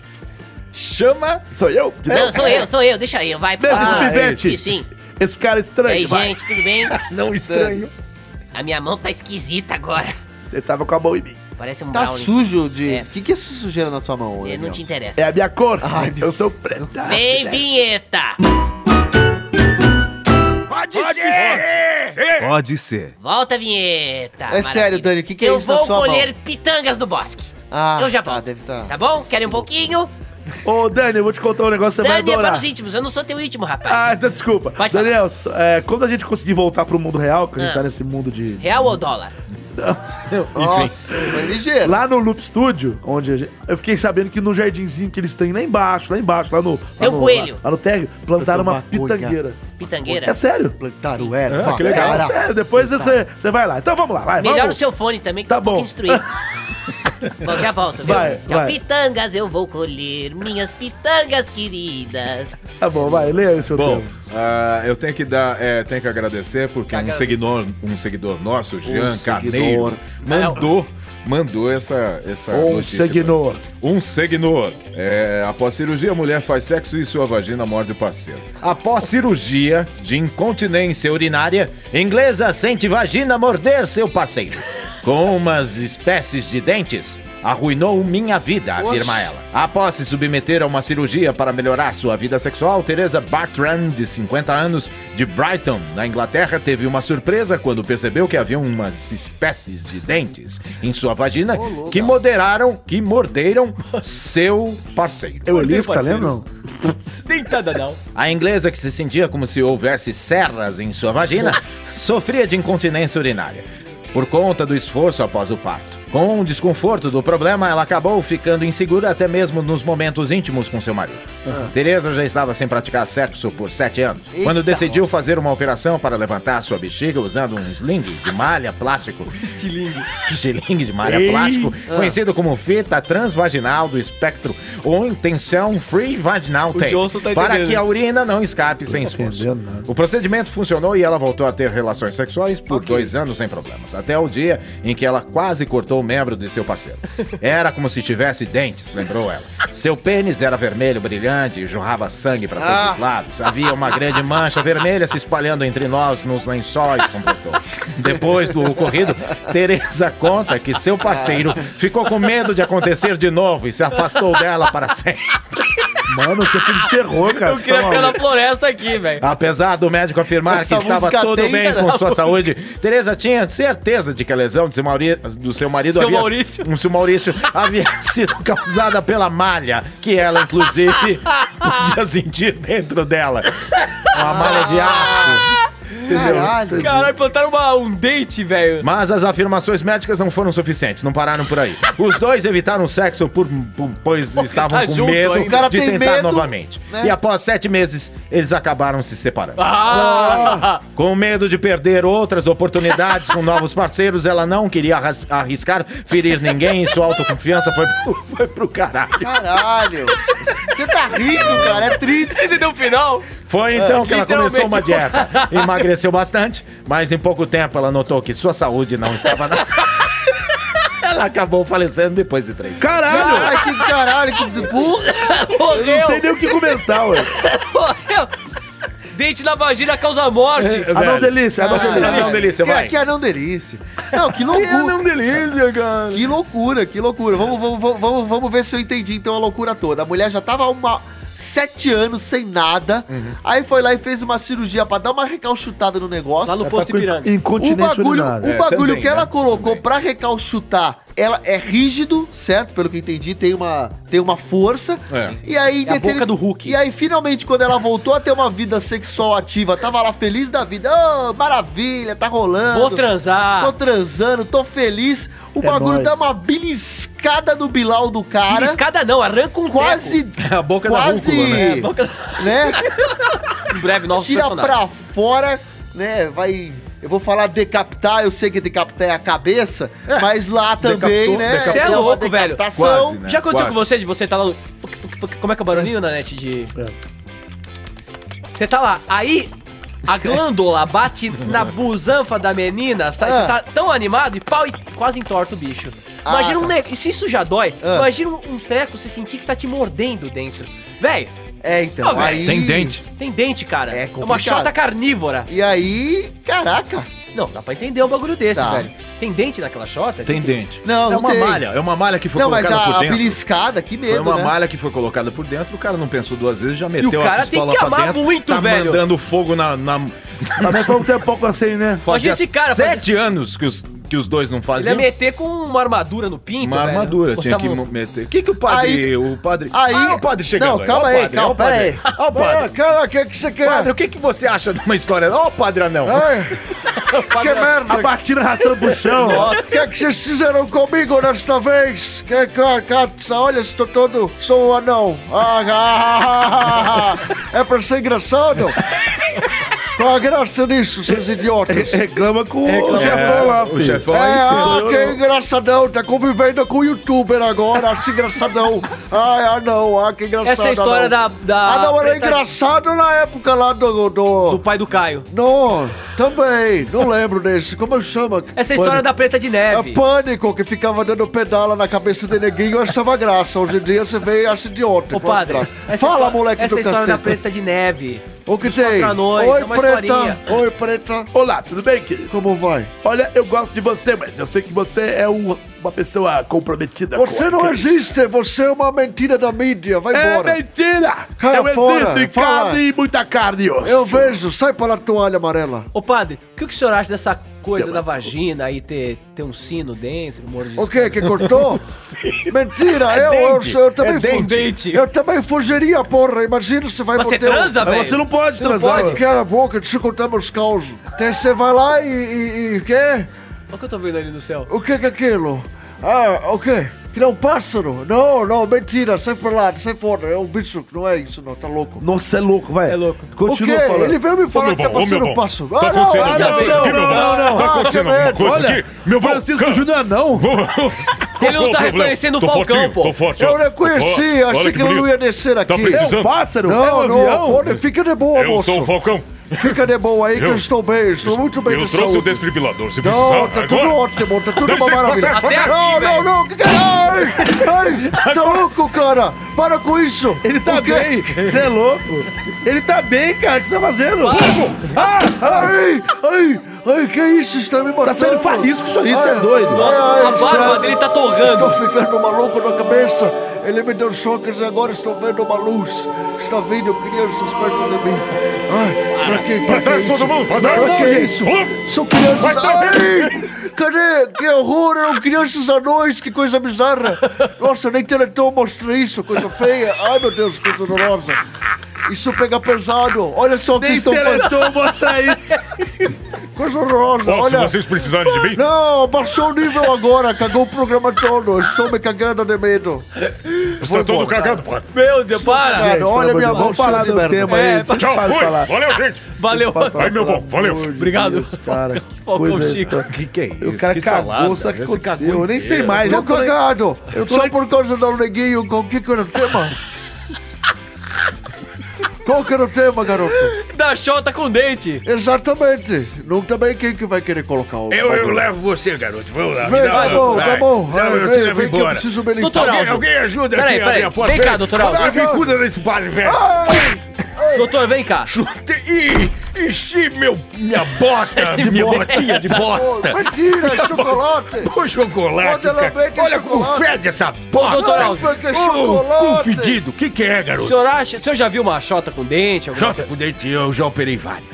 E: Chama.
A: Sou eu? de
J: Não,
A: novo?
J: sou eu, sou eu, deixa eu, vai.
A: Mesmo
J: Ah,
A: esse pivete.
J: aqui, sim.
A: Esse cara
J: E
A: estranho,
J: aí,
A: vai.
J: gente, tudo bem?
E: Não estranho.
J: A minha mão tá esquisita agora.
A: Você estava com a mão em mim.
J: Parece um
C: Tá
J: brownie.
C: sujo de. O que, que é essa sujeira na sua mão,
J: É, não
C: Daniel?
J: te interessa.
A: É a minha cor. eu sou preta.
J: Vem, vinheta! Pode, ser!
E: Pode ser.
J: Volta a vinheta!
C: É sério, Dani, o que, que é
J: Eu
C: isso na
J: vou
C: sua
J: colher
C: mão?
J: pitangas do bosque.
C: Ah,
J: eu já
C: tá,
J: volto.
C: deve tá.
J: Tá bom? Querem um pouquinho?
A: Ô, Dani, eu vou te contar um negócio, você vai
J: Dani é para
A: adorar.
J: os íntimos, eu não sou teu íntimo, rapaz.
A: Ah, então desculpa.
J: Pode falar.
A: Daniel, é, quando a gente conseguir voltar pro mundo real, que a gente
J: Ah.
A: tá nesse mundo de...
J: Real ou dólar?
C: Nossa, foi ligeiro.
A: Lá no Loop Studio, onde a gente- eu fiquei sabendo que no jardinzinho que eles têm lá embaixo, lá embaixo, lá no. Lá
J: Tem um
A: no-
J: coelho.
A: Lá, lá no térreo, plantaram uma pitangueira.
J: Pitangueira.
A: É sério?
C: Plantaram
A: É,
C: erva.
A: que legal. É
C: era.
A: sério, depois você, você vai lá. Então vamos lá, vai.
J: Melhor o
A: vamos.
J: seu fone também, que tá,
A: Tá
J: um pouquinho
A: bom.
J: destruído. bom, já volto,
A: <laughs>
J: viu?
A: Vai,
J: Tchau,
A: vai.
J: pitangas, eu vou colher minhas pitangas queridas.
A: Tá bom, vai, lê aí o seu
E: Bom,
A: tema.
E: ah, eu tenho que dar, é, tenho que agradecer porque um
B: Agradecer.
E: seguidor, um seguidor nosso, Jean
C: seguidor.
E: Carneiro, mandou, mandou essa essa
A: Um
E: notícia.
A: seguidor.
E: Um seguidor. É, após cirurgia, a mulher faz sexo e sua vagina morde o parceiro. Após cirurgia de incontinência urinária, inglesa sente vagina morder seu parceiro. Com umas espécies de dentes, arruinou minha vida, afirma ela. Após se submeter a uma cirurgia para melhorar sua vida sexual, Teresa Bartrand, de 50 anos, de Brighton, na Inglaterra, teve uma surpresa quando percebeu que havia umas espécies de dentes em sua vagina que moderaram, que morderam seu parceiro.
A: Eu li isso, tá lendo? Não.
B: Nem nada não.
E: A inglesa, que se sentia como se houvesse serras em sua vagina, sofria de incontinência urinária. Por conta do esforço após o parto. Com o desconforto do problema, ela acabou ficando insegura até mesmo nos momentos íntimos com seu marido. Tereza já estava sem praticar sexo por sete anos, quando decidiu fazer uma operação para levantar sua bexiga usando um sling de malha plástico.
B: Estilingue.
E: <laughs> Estilingue de malha plástico, conhecido como fita transvaginal do espectro ou intenção free vaginal tape,
B: Johnson tá
E: para
B: entendendo.
E: que a urina não escape sem esforço. O procedimento funcionou e ela voltou a ter relações sexuais por dois anos sem problemas, até o dia em que ela quase cortou o membro de seu
B: <laughs>
E: parceiro. Era como se tivesse dentes, lembrou ela. Seu pênis era vermelho brilhante e jorrava sangue para todos
B: Ah.
E: os lados. Havia uma grande mancha vermelha se espalhando entre nós nos lençóis, completou. Depois do ocorrido, Tereza conta que seu parceiro ficou com medo de acontecer de novo e se afastou dela para sempre.
A: Mano, você é foi desterrou, cara.
B: Eu
A: Você
B: queria
A: tá
B: ficar na
A: maluco.
B: floresta aqui, velho.
E: Apesar do médico afirmar
C: Essa
E: que estava
C: música
E: tudo
C: tem né?
E: bem
C: essa
E: com sua saúde, Tereza tinha certeza de que a lesão de seu Mauri- do seu marido
B: Seu
E: havia,
B: Maurício.
E: um seu Maurício
C: <laughs>
E: havia sido causada pela malha, que ela, inclusive, podia sentir dentro dela. Uma malha de aço.
C: Caralho.
B: Caralho, plantaram uma- um date, velho.
E: Mas as afirmações médicas não foram suficientes, não pararam por aí. Os dois evitaram o sexo por, por- pois estavam
B: tá
E: com
B: junto
E: medo
B: ainda.
E: de
B: O
C: cara tem
E: tentar
C: medo,
E: novamente.
C: né?
E: E após sete meses, eles acabaram se separando.
B: Ah!
E: Com medo de perder outras oportunidades com novos parceiros, ela não queria arras- arriscar ferir ninguém e sua autoconfiança foi pro, foi pro caralho.
C: Caralho. Você tá rindo, cara. É triste.
B: Esse deu final?
E: Foi então que ela começou uma
B: Literalmente.
E: dieta. Emagreceu bastante, mas em pouco tempo ela notou que sua saúde não estava na. <laughs> Ela acabou falecendo depois de três.
A: Caralho!
C: Ai, que caralho. Que burro.
A: Eu não sei
B: Morreu!
A: nem o que comentar, ué.
B: Morreu! Dente na vagina causa
C: É,
B: morte!
A: Ah, não,
E: Velho.
A: delícia, ah, não, delícia.
E: Ah, não, delícia,
C: Que, é,
E: vai.
C: que anão delícia. Não, que loucura.
E: delícia, cara.
C: Que loucura, que loucura. Vamos, vamos, vamos- vamos, vamos ver se eu entendi então a loucura toda. A mulher já tava há uma sete anos sem nada. Aí foi lá e fez uma cirurgia pra dar uma recalchutada no negócio.
B: Tá Lá no posto Ipiranga.
C: o
A: Incontinência
C: bagulho,
B: É,
A: urinária.
C: o bagulho
E: também,
C: que ela
E: né?
C: colocou pra recalchutar ela é rígido, certo? Pelo que eu entendi, tem uma, tem uma força.
E: É.
C: E aí,
B: É a
C: deter-
B: boca do Hulk.
C: E aí, finalmente, quando ela voltou a ter uma vida sexual ativa, tava lá feliz da vida. Ô, maravilha, tá rolando.
B: Vou transar.
C: Tô transando, tô feliz. O
B: É
C: bagulho
B: nóis.
C: dá uma beliscada no bilau do cara.
B: Beliscada não, arranca um
C: Quase.
E: A boca
C: quase,
B: É, a boca da-
C: né?
B: Em breve, novos
C: Tira
B: personagens.
C: pra fora, né? Vai. Eu vou falar decapitar, eu sei que decapitar é a cabeça, mas lá também,
B: Decapitou-
C: né?
B: Você é
C: tem uma
B: louco, velho.
C: decapitação.
B: Quase, né? Já aconteceu com você de você estar lá no. fuc, fuc, fuc, como é que é o barulhinho na net de. Você tá lá, aí a glândula bate <laughs> na busanfa da menina, sabe?
C: Ah.
B: Você tá tão animado e pau e quase entorta o bicho. Imagina um
C: tá.
B: negócio. Se isso já dói,
C: Ah.
B: imagina um, um treco você sentir que tá te mordendo dentro. Véi.
C: É, então. aí- Tem dente.
B: Tem dente, cara. É, uma
C: complicado.
B: chota carnívora.
C: E aí, caraca.
B: Não, dá pra entender um bagulho desse,
E: Tá.
B: velho. Tem dente naquela chota?
E: Tem dente.
C: Não,
E: é
C: não
E: uma
C: tem.
E: malha, é uma malha que foi
C: Não, mas
E: colocada
C: a-
E: por
C: a
E: dentro.
C: beliscada, que
E: Foi
C: medo,
E: uma
C: né?
E: malha que foi colocada por dentro, o cara não pensou duas vezes, já meteu
A: cara
E: a
A: tem
E: pistola
A: que
E: pra
A: amar
E: dentro.
A: muito,
E: tá
A: velho.
E: mandando fogo na. na...
A: Mas foi um tempão assim, né?
E: Fazia Sete anos que os, que os dois não
B: Ele ia
A: é
M: um
E: faziam.
B: meter com uma armadura no pinto,
E: Uma
B: velho.
E: armadura,
B: Botar
E: tinha
A: tá
E: que
B: um-
E: mo- meter. O que que o padre...
B: Aí-
E: o padre...
B: aí-
E: Ah, o padre chegando
B: Não, calma
E: Ó o
B: aí,
E: padre,
B: calma,
E: ó o padre.
B: pera aí.
E: Ó o padre.
B: Ô,
E: Ah, Cara, o que que você quer? Ah, é? Padre, o que que você acha de uma história? Ó o padre anão.
C: Ah,
M: Que merda!
A: A batida arrastando pro chão.
M: O que, é que vocês fizeram comigo desta vez? Que carcaça, olha, estou todo. Sou um anão. Ah, ah, ah, ah, ah. É pra ser engraçado? Qual a graça nisso, seus idiotas?
A: É, Reclama com
B: É,
A: o
M: chefão lá,
E: filho. chefão
M: é,
E: aí,
M: ah,
E: senhor.
M: que engraçadão, tá convivendo com o youtuber agora, assim, engraçadão. Ai, ah, não, ah, que engraçado.
B: Essa é a história
M: ah, não.
B: da- da-
M: Ah, não, era
B: preta-
M: engraçado na época lá do... Do,
B: do pai do Caio.
M: Não, também, não lembro desse, como chama?
B: Essa é a história da Preta de Neve.
M: É pânico que ficava dando pedala na cabeça do neguinho, achava graça. Hoje em dia você vê e acha idiota.
B: Ô,
M: qual
B: padre.
M: graça.
B: essa
M: Fala,
B: histó-
M: moleque
B: Essa é
M: do
B: história
M: cacete.
B: da Preta de Neve.
M: O que
B: Os
M: tem?
B: Contra nós,
M: Oi,
B: é uma
M: preta.
B: historinha.
M: Oi, preta.
N: Olá, tudo bem, querido?
M: Como vai?
N: Olha, eu gosto de você, mas eu sei que você é um- uma pessoa comprometida
M: Você
N: com
M: não é existe, você é uma mentira da mídia, vai
N: É
M: embora.
N: mentira!
M: Cai
N: eu
M: fora,
N: existo em
M: fala.
N: carne e muita carne e osso.
M: Eu vejo, sai pela toalha amarela.
B: Ô, padre, o que o senhor acha dessa coisa da vagina aí ter, ter um sino dentro, um moro de
M: O que que
B: <laughs>
M: cortou? Mentira,
B: É
M: eu, eu,
B: dente,
M: eu, também
B: é
M: fu-
B: dente.
M: Eu também fugiria, porra. Imagina se vai
B: Mas você
M: manter um-
B: transa, Mas velho? você não pode Você não transar. pode.
M: Cala é a boca, deixa eu contar meus causos. Então você vai lá e. e, e quê?
B: Olha o que eu tô vendo ali no céu.
M: O que que é aquilo? Ah, o quê? Que não é um pássaro? Não, não, mentira, sai pra lá, sai fora. É um bicho, não é isso, não, tá louco.
A: Nossa, é louco, vai. É louco. Continua
M: o quê?
A: falando.
M: Ele veio me falar
A: meu
M: que tá
A: bom, ô, meu
M: passando
A: bom.
M: um pássaro.
A: Tá acontecendo alguma coisa aqui, meu bom? Tá
M: Ah, que
A: acontecendo alguma
M: merda.
A: coisa
M: Olha,
A: aqui? Meu Francisco Júnior não.
B: Ele não
G: é
B: tá reconhecendo o Falcão, pô.
M: Eu reconheci, achei que ele não ia descer aqui.
A: precisando? É um pássaro?
M: Não,
A: É um
M: não,
A: avião? É um
M: pode- fica de boa,
G: Eu
M: moço.
G: sou o Falcão.
M: Fica de boa aí que
G: Eu-
M: eu estou bem, estou muito bem
G: eu
M: de
G: trouxe o
M: saúde.
G: desfibrilador, se precisar.
M: Não, tá tudo
G: agora.
M: ótimo, tá tudo
G: Dá
M: uma
G: licença,
M: maravilha.
G: até aqui,
M: não, não,
G: velho.
M: não, que caralho! Ai, tá louco, cara? Para com isso!
A: Ele tá bem, você é louco. Ele tá bem, cara, o que você tá fazendo?
M: Ah, ai, ai, ai, que isso? Está me matando.
A: Tá saindo faísca isso aí,
M: Ah,
A: você é doido. Nossa, a barba
M: está-
A: dele tá torrando.
M: Estou ficando maluco na cabeça. Ele me deu choques e agora estou vendo uma luz. Está vindo crianças perto de mim. Ai, pra que, pra
G: Pra trás,
M: que
G: todo
M: isso?
G: mundo, pra trás.
M: que
G: Vai,
M: isso?
G: gente.
M: São crianças...
G: Vai, tá
M: Ai, cadê? Que horror, eram crianças anões, que coisa bizarra. Nossa, nem Teleton mostra isso, coisa feia. Ai, meu Deus, coisa horrorosa. Isso pega pesado. Olha só o que
A: Nem
M: vocês estão
A: Teleton mostra isso.
M: Coisa horrorosa,
G: Ó, se
M: olha.
G: vocês precisarem de mim,
M: Não, baixou o nível agora, cagou o programa todo. Eu Estou me cagando de medo.
G: está todo cagado, pô.
B: Meu Deus, para!
M: Cara, olha minha mão
A: Vamos falar
M: cheia de
A: do
M: merda.
A: tema aí. vocês
G: Tchau,
A: podem
G: fui.
A: falar.
G: Valeu, gente.
B: Valeu,
G: Aí, meu bom, valeu.
B: Obrigado. <laughs>
A: Cara,
B: Falcão
A: coisa
B: Chico.
A: estranha.
E: Que que é isso?
A: O cara
E: Que salada,
A: cagou, sabe o que
E: esse
A: aconteceu?
E: cagou
A: Eu nem sei
E: inteiro.
A: mais.
M: Tô
A: eu tô <laughs> nem-
M: cagado.
A: É, eu tô
M: Só
A: nem-
M: por causa do neguinho, com que que era o tema? Qual que era
C: É,
M: o tema, garoto?
B: Da chota tá com dente.
M: Exatamente. Não também quem que vai querer colocar o...
G: Eu, eu
M: bagulho?
G: levo você, garoto. Vamos lá. me
M: Vem,
G: dá uma-
M: tá bom,
G: vai.
M: tá bom.
G: Não,
M: Ai,
G: eu te
M: vem,
G: levo
M: vem que eu
G: embora.
M: preciso me limpar.
B: Doutor
G: Alguém,
B: Alzo.
G: alguém ajuda
B: Peraí,
G: aqui a
B: peraí.
G: minha porta.
B: Vem cá, doutor Alzo.
G: Alguém cuida desse padre, velho.
M: Ah.
B: Doutor, vem cá.
G: Chutei. Ih, enchi meu, minha
B: <laughs>
G: bota,
B: De
G: minha
B: bosta.
G: botinha de bosta.
M: Mentira, é chocolate.
G: Pô, chocolate,
M: Bota ela bem
G: cara.
M: que é
G: Olha como
M: chocolate.
G: fede essa bota.
B: Doutor Alzo.
M: Porque é
G: Ô, cu
M: chocolate.
G: fedido. O que que é,
B: O
G: garoto?
B: senhor acha. O senhor já viu uma chota com dente? alguma
G: Jota com dente, eu já operei várias.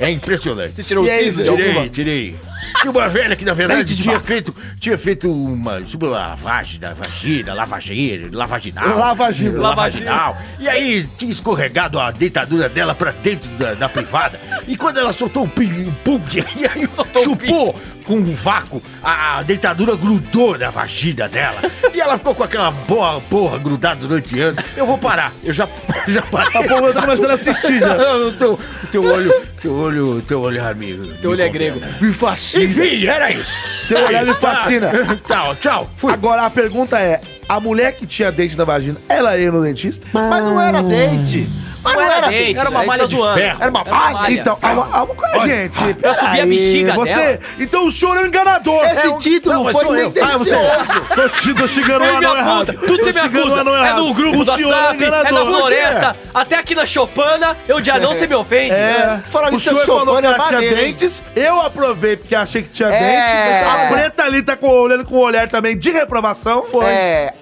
E: É impressionante. Você
M: tirou o siso de alguma?
E: Tirei, tirei. Tinha uma velha que, na
M: Leite
E: verdade,
M: de
E: tinha
M: vaca.
E: feito, tinha feito uma tipo, lavagem da vagina, lavageira, lavaginal.
M: Lavagina.
E: Lavaginal. E aí tinha escorregado a dentadura dela pra dentro da, da privada. E quando ela soltou um ping, um pug, <laughs> e aí chupou com um vácuo, a, a dentadura grudou na vagina dela. E ela ficou com aquela boa porra grudada durante anos. Eu vou parar.
G: <laughs>
E: Eu já, já parei.
A: A porra tá começando a assistir já.
B: <laughs>
E: O teu, o teu olho, teu olho, teu olhar amigo.
A: Teu olho é grego.
E: Me fascina. Enfim, era isso.
A: Teu
E: Era
A: olhar me
E: isso.
A: fascina.
E: Tchau, tchau.
A: Agora a pergunta é: a mulher que tinha dente na vagina, ela ia no dentista?
C: Mas não era dente. Mas não, era dente.
A: Era uma
B: tá
A: malha de ferro.
C: Era uma malha.
A: Então, calma, calma com a gente.
C: eu subi a
A: Peraí,
C: bexiga
A: você...
C: dela.
A: Então o senhor é um enganador.
C: Esse
A: É um-
C: título
A: mas
C: foi
A: sou eu. Ah, você.
C: tendencioso.
A: Tô, xi- tô xingando
B: Ele
A: o
B: me
A: anão errado.
B: aponta. Tudo
A: Tô
B: você me
A: xingando o
B: acusa.
A: anão
B: É
A: errado.
B: no grupo
A: O
B: do
A: senhor um
B: WhatsApp, é na
A: enganador.
B: floresta, até aqui na Chopana, eu de anão você me ofende.
A: É.
B: Fala
A: o
B: isso,
A: senhor
B: Chopana
A: falou que
B: é
A: ela tinha
B: maneiro, hein?
A: dentes. Eu aprovei porque achei que tinha
B: É.
A: dente. A preta ali tá com, olhando com o olhar também de reprovação. Foi. É.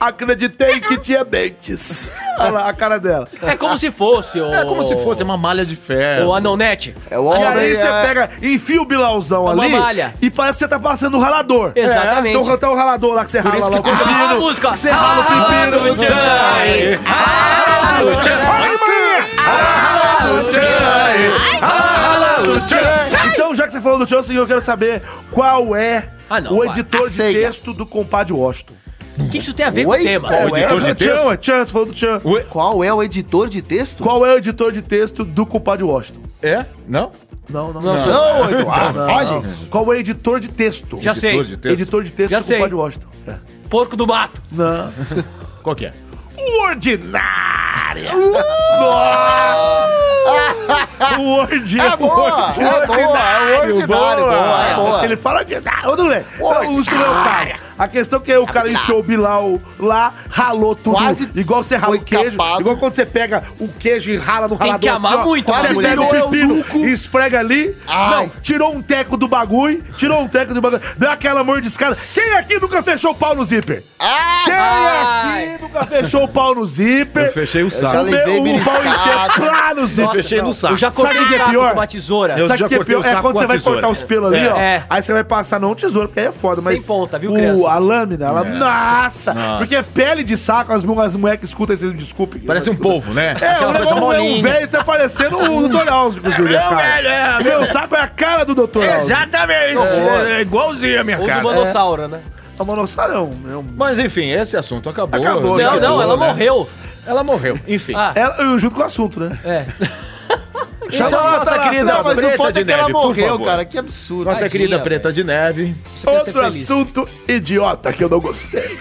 A: Acreditei que tinha dentes. <laughs> Olha lá a cara dela.
B: É como se fosse, ô.
A: É como se fosse
E: uma malha de ferro.
B: Ô, anonete.
A: É o e aí você pega, enfia o bilauzão
B: É uma
A: ali
B: malha. É,
A: e parece que você tá passando um ralador.
B: Exatamente.
A: então cantar o ralador lá que você rala lá o pepino.
B: Ah, a música.
A: Você rala o
B: Rala
A: pepino.
B: no Jai.
A: Ah,
B: Rala no Jai.
A: Rala no Jai. Rala no Jai. Então, já que você falou do Chelsea, eu quero saber qual é
B: Ah, não,
A: o
B: vai.
A: editor
B: A
A: de
B: ceia.
A: texto do compadre Washington.
B: O que que isso tem a ver com o tema?
A: Qual é? o Tchan, é Tchan, você falou do Tchan.
C: Qual é o editor de texto?
A: Qual é o editor de texto do compadre Washington?
E: É? Não?
A: Não, não,
C: Não,
A: não.
C: não, Eduardo, olha isso.
A: Qual é o editor de texto?
B: Já sei.
A: Editor de texto, editor de texto
B: Já
A: do
B: sei.
A: compadre Washington.
B: Porco do mato.
A: Não.
E: Qual que é?
A: O ordinária! Nossa! o ordinário!
C: É boa, é boa, é ordinário, boa, é boa.
A: Ele fala de nada, tudo bem. Então, o instrumento é o cara. A questão é que o cara enfiou o Bilal lá, ralou tudo.
C: Quase
A: igual você rala o queijo. Igual quando você pega o queijo e rala no
B: Tem
A: ralador.
B: que amar
A: assim, ó.
B: muito pra
A: Você
B: mulher,
A: pega o
B: né?
A: pepino, esfrega ali. Não, tirou um teco do bagulho, tirou um teco do bagulho. Deu aquela mordiscada. Quem aqui nunca fechou o pau no zíper?
C: Ah,
A: Quem aqui nunca fechou o pau no zíper?
E: Eu fechei o saco.
A: O, meu- o é pau inteiro lá no zíper.
E: Eu fechei no saco.
B: Eu já cortei
A: Sabe o que é
B: saco
A: pior?
B: com uma tesoura.
A: Eu Sabe o que é pior? É quando você vai cortar os pelos ali,
B: É.
A: ó.
B: É.
A: Aí você vai passar não tesoura, porque aí é foda, mas.
B: Sem ponta, viu,
A: o-
B: crianças?
A: A lâmina, ela.
B: É.
A: Nossa!
B: Nossa.
A: Porque é pele de saco, as, mu- as mulheres que escutam esses desculpe.
E: Parece um polvo, né?
A: É, o
E: Aquela
A: negócio
E: coisa
A: é um
E: molinha.
A: velho tá parecendo o Dr. House, inclusive.
E: É,
A: a cara.
E: velho,
A: Meu
E: é, velho.
A: saco é a cara do Dr. House.
E: <laughs> Exatamente. É igualzinho a minha
A: Ou do
E: cara.
A: manossauro,
B: né?
A: É o manossauro, é um- é um
E: Mas enfim, esse assunto acabou.
A: Acabou,
E: né?
A: não, não, ela morreu.
E: Ela morreu, enfim.
C: Ah,
A: Ela- É, eu junto com o assunto, né?
B: É.
A: Chama tá a nossa querida
C: mas o
E: Preta
C: foda
E: Ah,
C: é
E: de
C: que ela
E: Neve, por
C: morreu,
E: favor.
C: cara. Que absurdo.
E: Nossa
C: Tadinha,
E: querida
C: velho.
E: Preta de Neve.
A: Outro assunto idiota que eu não gostei.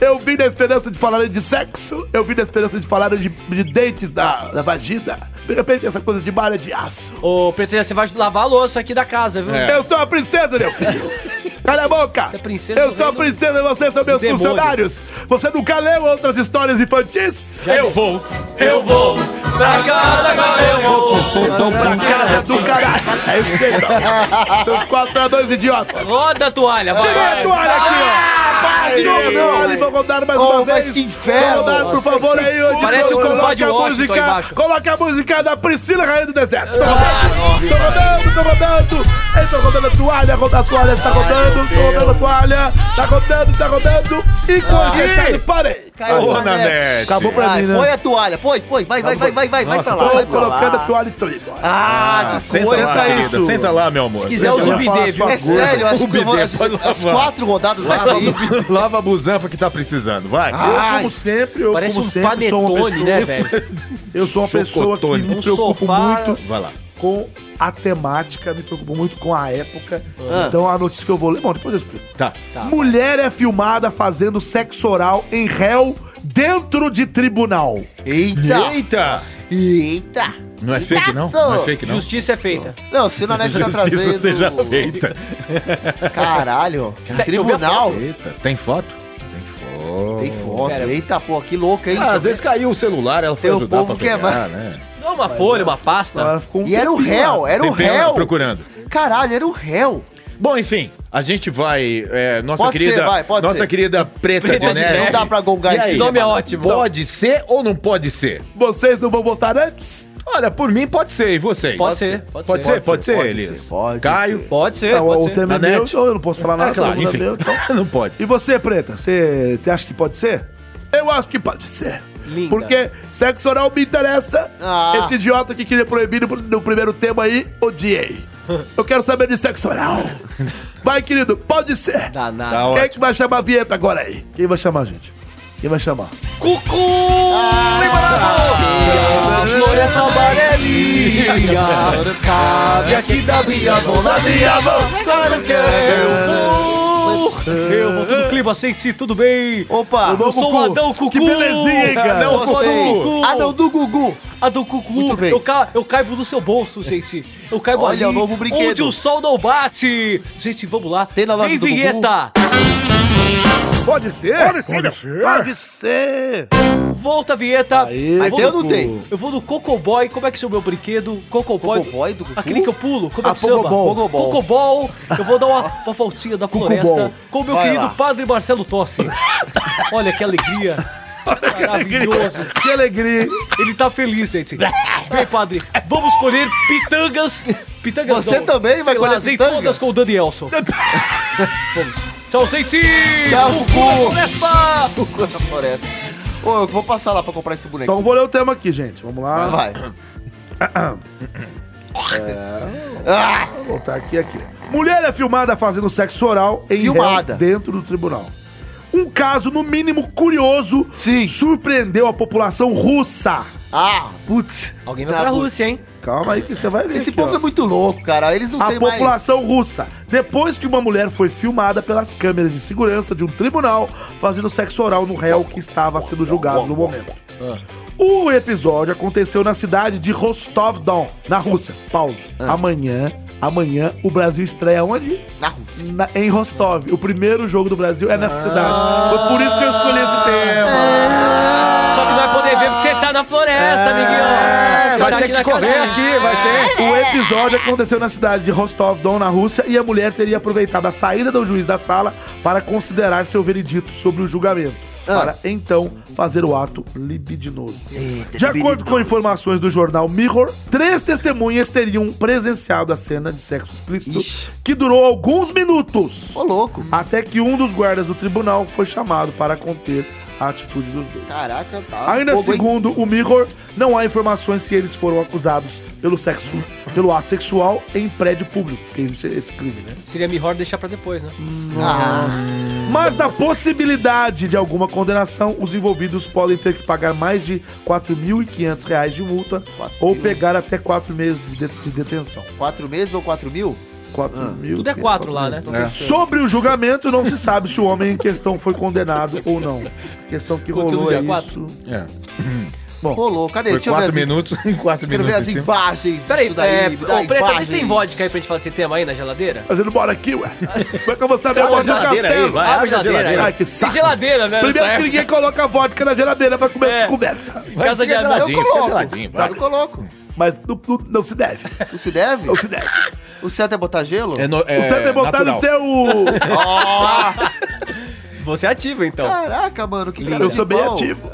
A: Eu vim na esperança de falar de sexo, eu vim na esperança de falar de, de dentes da, da vagina. De repente, essa coisa de malha de aço.
B: Ô, Petrinha, você vai lavar a louça aqui da casa, viu?
A: Eu sou a princesa, meu filho. Cala a boca!
B: princesa
A: eu
B: do
A: sou a
B: reino
A: princesa e vocês são meus
B: do demônio.
A: funcionários! Você nunca leu outras histórias infantis?
E: eu vou!
A: Eu vou!
B: Pra casa agora eu vou!
A: Então pra casa do caralho! É isso aí, então. Seus quatro a dois idiotas!
B: Roda a toalha, vai!
A: Tirei a toalha aqui, ó! Vai, de novo, meu olho, vou rodar mais uma vez!
C: que inferno!
A: Vou rodar, por favor, aí, ô,
B: Parece
A: editor,
B: o compadre
A: coloca a
B: Washington
A: música-
B: aí embaixo.
A: Coloca a música da Priscila Rainha do Deserto! Tô rodando, tô rodando, tô rodando! Eu tô rodando a toalha, roda a toalha, está rodando, tô rodando a toalha, tá rodando, tá rodando! E com a fechada, parei!
C: Caiu na net.
A: Acabou pra
C: Vai,
A: mim, né?
C: Põe a toalha, põe, põe, vai, vai, vai, vai, vai, vai pra lá.
A: Tô
C: vai pra
A: colocando
C: lá.
A: a toalha e tô indo.
C: Ah, que
E: senta
C: coisa
E: lá, querida,
C: isso.
E: senta lá, meu amor.
C: Se quiser, usa o bidê, viu? É sério, acho que eu vou- acho que as quatro rodadas vai
E: lava,
C: ser isso.
E: Lava a busanfa que tá precisando, vai.
A: Eu, como sempre, eu
B: Parece
A: como
B: um
A: sempre, sou uma pessoa-
B: panetone, né, velho?
A: Eu sou uma pessoa que
E: Chocotone.
A: me
E: Um
A: preocupo
B: sofá.
A: muito
E: Vai lá.
A: com a temática, me preocupo muito com a época.
E: Ah.
A: Então a notícia que eu vou ler, bom, depois eu explico.
E: Tá.
A: Mulher é filmada fazendo sexo oral em réu dentro de tribunal.
C: Eita!
E: Eita!
C: Eita!
E: Não é
C: Eitaço!
E: fake, não? Não é fake, não.
B: Justiça é feita.
C: Não, se
E: <laughs>
C: na net tá
E: Justiça
C: trazendo.
E: seja feita.
C: Caralho!
B: Sério,
C: Tribunal?
E: Eita, tem foto? Tem foto.
C: Tem foto. Eita, pô, que louca, hein?
E: Ah, às vezes caiu o celular, ela foi
C: Tem o
E: ajudar
C: povo
E: pra
C: que é
E: pegar,
C: mais-
E: né?
B: Não, uma folha, uma pasta.
A: um
C: E era o réu, era o
E: Tem pena
C: réu.
E: procurando.
C: Caralho, era o réu.
E: Bom, enfim, a gente vai. é, nossa
C: Pode ser,
E: querida.
C: vai, pode
E: nossa
C: ser.
E: querida preta,
C: Preta
E: de
C: de
E: neve.
C: Neve. Não dá pra gongar
E: E
C: esse
E: aí?
B: nome é ótimo.
E: Pode ser ou não pode ser?
A: né? Vocês não vão votar antes?
E: Olha, por mim pode ser, e você?
B: Pode ser,
E: Pode, ser, pode ser, Elias.
C: Pode
E: Caio.
B: Pode ser,
A: Não,
B: pode
A: o
B: ser.
A: tema é
E: Nanete.
A: meu, então eu não posso falar nada.
E: É claro,
A: todo mundo
E: enfim.
A: meu, então.
E: <laughs> não pode.
A: E você, Preta, você, você acha que pode ser? Eu acho que pode ser.
B: Linda.
A: Porque sexo oral me interessa.
C: Ah.
A: Esse idiota que queria proibir no, no primeiro tema aí,
C: <laughs>
A: odiei. Eu quero saber de sexo oral. Vai, querido, pode ser.
E: Tá
C: Tá
B: Danado.
A: Quem é que vai chamar a vinheta agora aí? Quem vai chamar, gente? Quem vai chamar?
B: Cucu!
I: A floresta amarelinha Cabe aqui da minha mão, da minha mão Claro que eu vou
B: Eu vou tudo clima, sente tudo bem.
C: Opa,
B: eu sou o Adão Cucu.
A: Que belezinha, hein, cara?
B: Adão
C: Gostei.
B: Cucu.
C: Adão do Gugu.
B: Adão Cucu.
C: Muito bem.
B: Eu, ca... eu caibo no seu bolso, gente. Eu caibo
C: Olha,
B: ali
C: o novo brinquedo.
B: onde o sol não bate. Gente, vamos lá. Tem
C: na loja
B: Tem
C: do Gugu?
B: vinheta.
A: Pode ser? Pode ser. Pode ser.
B: Volta a vinheta.
A: Aí,
B: Eu vou
C: tem ou
B: no-
C: não tem?
B: Eu vou no Cocoboy. Como é que chama o meu brinquedo? Cocoboy.
C: Cocoboy do Gugu?
B: Aquele que eu pulo. Como é
A: Ah,
B: que chama?
A: Pogobol.
C: Pogobol.
B: Cocobol. Eu vou dar uma, uma voltinha da floresta
A: Cocobol.
B: com o meu
C: Vai
B: querido
C: lá.
B: padre Marcelo Tossi. Olha que alegria. Maravilhoso.
A: Que alegria.
B: Ele tá feliz, gente. Vem, padre. Vamos colher pitangas. Pitangas
C: Você
B: não.
C: também vai
B: Sei lá,
C: colher
B: azeitonas
C: pitanga?
B: com
C: <laughs>
B: o Danielson. Vamos. Tchau, gente.
C: Tchau, Gugu.
B: Floresta.
C: Gugu da floresta. Ô, eu vou passar lá pra comprar esse boneco.
A: Então eu vou ler o tema aqui, gente. Vamos lá.
C: Vai.
A: Vou botar aqui, aqui. Mulher é filmada fazendo sexo oral em
C: Filmada.
A: réu dentro do tribunal. Um caso, no mínimo, curioso
C: Sim.
A: surpreendeu a população russa.
C: Ah, putz.
B: Alguém vai pra
C: Ah, putz.
B: Rússia, hein?
A: Calma aí que você vai ver
C: Esse
A: aqui,
C: povo
A: ó.
C: é muito louco, cara. Eles não
A: A
C: têm mais...
A: população russa. Depois que uma mulher foi filmada pelas câmeras de segurança de um tribunal fazendo sexo oral no réu que estava sendo julgado no momento. O episódio aconteceu na cidade de Rostov-Don, na Rússia. Paulo,
C: Ah.
A: amanhã, amanhã o Brasil estreia onde?
C: Na Rússia.
A: Na- em Rostov. O primeiro jogo do Brasil é nessa cidade. Foi por isso que eu escolhi esse tema.
B: Só que não vai poder ver porque você tá na floresta, amiguinho. Você tá aqui na casa-
A: vai ter. O episódio aconteceu na cidade de Rostov-Don, na Rússia, e a mulher teria aproveitado a saída do juiz da sala para considerar seu veredito sobre o julgamento. Para então fazer o ato libidinoso. De acordo com informações do jornal Mirror, três testemunhas teriam presenciado a cena de sexo explícito
C: Ixi.
A: que durou alguns minutos.
C: Ô, louco.
A: Até que um dos guardas do tribunal foi chamado para conter a atitude dos dois.
C: Caraca, tá.
A: Ainda
C: fogo, hein?
A: segundo o Mirror, não há informações se eles foram acusados pelo sexo, pelo ato sexual em prédio público, que existe esse crime, né?
B: Seria melhor deixar pra depois, né?
C: Ah,
A: Mas na possibilidade de alguma condenação, os envolvidos podem ter que pagar mais de R$ 4.500 reais de multa ou pegar até quatro meses de, de- de detenção.
C: quatro meses ou quatro mil?
A: 4 mil,
B: Tudo é quatro lá, né?
A: Sobre o julgamento, não se sabe se o homem em questão foi condenado ou não. A questão que
B: Aconteceu no
A: rolou é
B: dia
A: isso.
B: quatro?
E: É.
C: Rolou. Cadê?
E: Por
C: Deixa eu ver
E: quatro
C: as,
E: minutos, <laughs> em quatro
C: quero ver
E: minutos.
C: as
E: assim.
C: imagens
B: Peraí,
C: disso daí.
B: é,
C: me dá
B: ô, Preta, vê se tem
C: imagens.
B: vodka aí pra gente falar desse tema aí na geladeira?
A: Fazendo bora aqui, ué. Como é que eu vou saber
B: Abre a
A: onde é o
B: geladeira aí,
A: castelo?
B: vai. Abre a geladeira aí.
A: Ai, que saco.
B: Tem geladeira, né?
A: Primeiro
B: nessa
A: que ninguém coloca vodka na geladeira pra comer
B: É.
A: conversa.
B: época. Casa de
E: Fica
B: anão.
E: geladinho,
C: Eu
E: fica
C: coloco.
E: geladinho. vai.
C: Eu coloco.
A: Mas não, não- não se deve.
C: Não se deve?
A: Não se deve.
C: O certo é botar gelo?
E: É no, é
A: o certo é botar no
E: natural.
A: seu.
B: Você ativa, então.
C: Caraca, mano, que cara
A: Eu sou bem
C: bom.
A: ativo.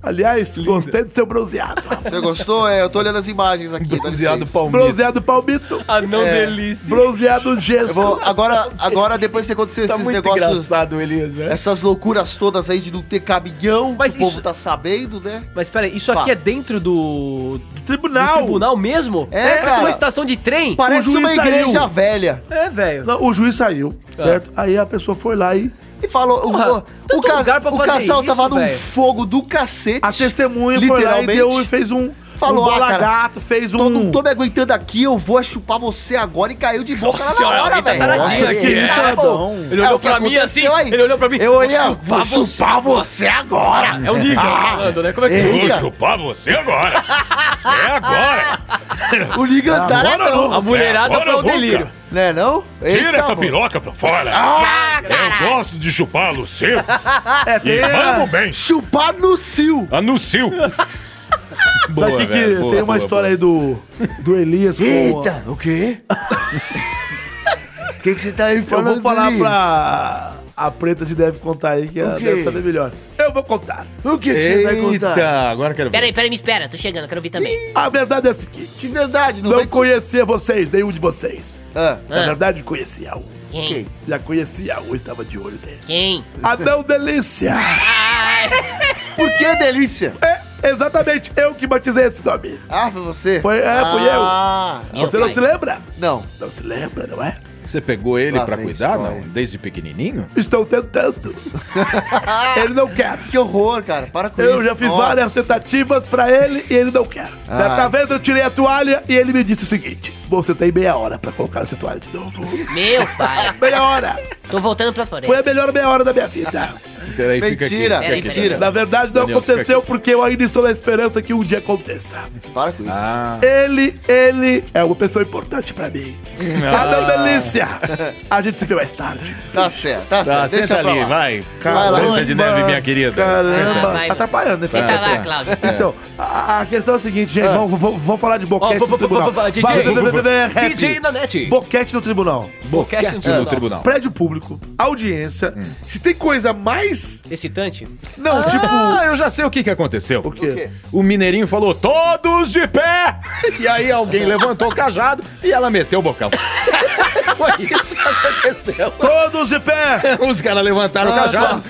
A: Aliás, gostei do seu bronzeado.
C: Você gostou? É, eu tô olhando as imagens aqui. dá
E: Bronzeado
C: licença.
E: palmito.
A: Bronzeado palmito.
B: Ah, não
C: É.
B: delícia.
A: Bronzeado gesso.
C: Eu vou- agora, agora, depois que aconteceu
A: Tá
C: esses negócios,
E: Elias, velho.
C: essas loucuras todas aí de não ter caminhão, Mas
B: Mas
C: o povo
B: isso-
C: tá sabendo, né?
B: Mas peraí, isso aqui
C: Fala.
B: é dentro do, do
A: Tribunal.
B: tribunal mesmo?
C: É,
B: Parece uma
C: cara.
B: estação de trem?
C: Parece
A: juiz
C: uma
A: saiu.
C: igreja velha.
B: É, velho.
A: Não, o juiz saiu, certo? Aí a pessoa foi lá e
C: E falou, o-
B: Porra,
C: o, o,
B: tanto
C: ca-
B: lugar pra
C: o
B: fazer
C: casal
B: isso,
C: tava num
B: velho.
C: fogo do cacete.
A: a testemunha foi lá e
C: Literalmente.
A: deu e fez um.
C: Falou,
A: um
C: ah, cara,
A: gato, fez um.
C: Tô, não tô me aguentando aqui, eu vou é chupar você agora e caiu de boca
B: Nossa
C: lá na
B: senhora,
C: hora,
B: alguém tá
C: velho.
B: taradinho
C: Nossa,
B: aqui,
C: que
B: hein?
C: cara, pô.
B: Ele
C: É,
B: olhou
C: o que
B: pra mim assim,
C: aconteceu aí?
B: ele olhou pra mim.
C: Eu olhei, ó,
B: vou
C: vou
B: chupar você agora. É o Niga falando, né? Como é que
C: Ei,
B: você...
C: Liga.
G: Vou chupar você agora. É agora.
C: O Liga taradão.
B: A mulherada
G: Agora
B: foi um
G: nunca.
B: delírio.
C: Né, não?
G: Tira
C: Eita,
G: essa
C: mano.
G: piroca pra fora. Eu gosto de chupar no seu.
A: É, tem,
G: E
E: um
G: vamos bem.
C: Chupar no cio.
G: A no seu.
A: Sabe
E: Boa,
A: que, que
E: velho, boa,
A: tem uma
E: boa,
A: história aí do, do Elias com. <laughs>
C: Eita, o quê? O que que você tá aí
A: Eu
C: falando?
A: vou falar
C: Luiz?
A: pra A preta te deve contar aí, que
M: O
A: ela
M: quê?
A: deve saber melhor. Eu vou contar.
C: O
M: que que você vai contar? Eita,
A: agora quero
K: Peraí, peraí, me espera, tô chegando, quero ouvir também.
A: A verdade é a seguinte.
C: De verdade,
A: não Não conhecia vocês, nenhum de vocês. Na
K: Ah.
A: verdade, conhecia um.
K: Quem?
A: Já conhecia um, estava de olho nele.
K: Quem?
A: Adão Delícia.
C: Por que Delícia?
A: É, exatamente, eu que batizei esse nome.
C: Ah, foi você?
A: Foi, é, fui
C: Ah,
A: eu. Você não
E: pai.
A: se lembra?
C: Não.
A: Não se lembra, não é?
E: Você pegou ele
A: Lá
E: pra
A: vem
E: cuidar,
A: história.
E: não? Desde pequenininho?
A: Estou tentando. ele não quer.
C: Que horror, cara. Para com
A: eu
C: isso.
A: já fiz
C: Nossa.
A: várias tentativas pra ele e ele não quer.
C: Ah.
A: Certa vez eu tirei a toalha e ele me disse o seguinte: Você tem meia hora pra colocar essa toalha de novo.
K: Meu pai.
A: Meia hora.
K: Tô voltando pra floresta.
A: Foi a melhor meia hora da minha vida.
E: Peraí,
K: fica aqui, Mentira, fica aqui, mentira. Daniel.
A: Na verdade, não
E: Daniel, fica
A: aconteceu porque eu ainda estou na esperança que um dia aconteça.
C: Para com isso.
E: Ah.
A: Ele, ele é uma pessoa importante pra mim.
C: Ah.
A: Ah, não, delícia! A gente se vê mais tarde.
C: Tá certo, tá,
E: ah,
C: certo. Deixa pra lá.
E: Branca de neve, minha querida.
A: Caramba,
E: Vai, vai.
A: atrapalhando, né?
E: Vai,
A: Fernando?
E: vai tá lá, Cláudio.
A: É. Então, a, a questão é a seguinte,
B: Ah.
A: gente, vamos, vamos- vamos falar de boquete no tribunal. Vai, vai, vai, vai, vai, rap.
B: DJ na net.
A: Boquete no tribunal.
B: Boquete no tribunal.
A: Prédio público, audiência.
B: Hum.
A: Se tem coisa mais...
B: Excitante?
A: Não,
E: tipo. Ah, eu já sei o que, que aconteceu. O
A: quê?
E: O mineirinho falou, todos de pé! <laughs> E aí alguém levantou o cajado e ela meteu o bocão. Foi isso que aconteceu.
A: Todos de pé!
E: Os caras levantaram o cajado.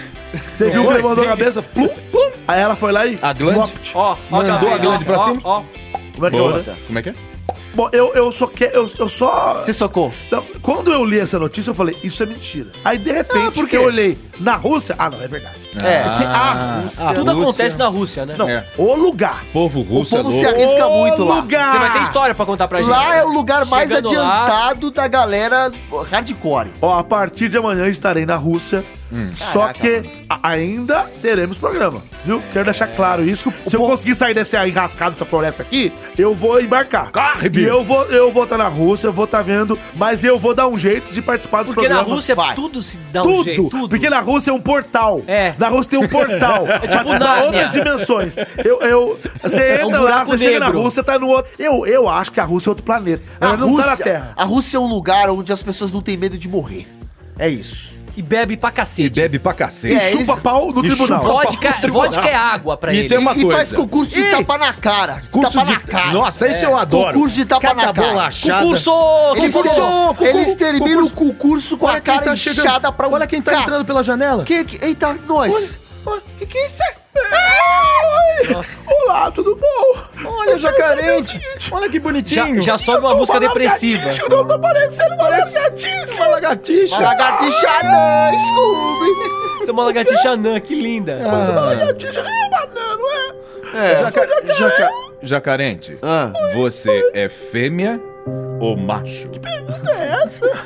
A: Teve um
E: Não
A: que
E: foi?
A: levantou a cabeça, plum, plum. Aí ela foi lá e... A glande?
B: Ó,
E: ó, Mandou a ó, glande ó, pra ó, cima.
B: Ó,
A: Como é que
E: Boa.
A: é? né?
E: Como é que é?
A: Bom, eu, eu só que eu, eu só. Você
C: socou?
A: quando eu li essa notícia, eu falei, isso é mentira. Aí de
B: Ah,
A: repente, porque eu olhei na Rússia. Ah, não, é verdade.
B: É.
A: Porque a Rússia.
B: Ah, Tudo acontece na Rússia, né?
A: Não,
B: É.
A: o lugar.
E: O povo russo
C: povo é se louco. arrisca muito lá.
A: lugar.
B: Você vai ter história pra contar pra gente.
C: Lá é o lugar mais
B: Chegando lá-
C: adiantado da galera hardcore.
A: Ó, a partir de amanhã estarei na Rússia.
C: Hum.
A: Só que a- ainda teremos programa, viu? Quero deixar claro isso. Se eu conseguir sair desse enrascado dessa floresta aqui, eu vou embarcar. Corre, e
B: Bia.
A: eu vou eu vou estar na Rússia, eu vou estar vendo, mas eu vou dar um jeito de participar dos
B: Porque na
A: programas.
B: Rússia tudo se dá um
A: tudo,
B: jeito.
A: Porque na Rússia é um portal. É. Na Rússia tem um portal.
B: É tipo
A: pra- pra
B: Nárnia.
A: outras dimensões. Eu, eu, você
C: É um
A: entra lá,
C: buraco
A: você chega na
C: negro.
A: Rússia, tá no outro. Eu, eu acho que a Rússia é outro planeta. Ela
C: A
A: não
C: Rússia,
A: tá na Terra.
C: a Rússia é um lugar onde as pessoas não têm medo de morrer. É isso.
B: E bebe pra cacete.
E: E bebe pra cacete.
C: É, eles- E chupa pau
B: Vodka,
C: no tribunal.
B: vodka é água pra
E: E
B: eles.
E: tem uma
C: E
E: coisa.
C: faz concurso de tapa na cara.
E: Curso
C: tapa
E: de-
C: na cara. É.
E: Nossa, esse eu adoro.
C: Concurso de tapa
E: Cada
C: na cara.
E: bolachada.
C: Eles,
E: Concurso,
C: ter-
E: concurso,
C: eles terminam o concurso com a
E: quem
C: cara
E: tá
C: inchada
E: chegando.
C: pra um
E: um Olha quem tá entrando
C: pela janela. Que, que, eita, nós.
J: Que que é isso?
A: Olá, tudo bom?
E: Olha,
A: Eu quero
E: jacarente.
A: saber o seguinte.
E: Olha que
B: bonitinho. Já- já sobe uma
A: Eu tô
B: música
A: lagartixa,
B: depressiva.
A: Eu tô parecendo uma lagartixa. Uma
E: lagartixa.
C: Uma lagartixa anã, Scooby.
B: Você é uma lagartixa anã, que linda.
E: Mas uma
A: lagartixa é banana,
C: é?
E: É, jaca- jaca- Jacarente, você é fêmea ou macho?
A: pergunta é essa?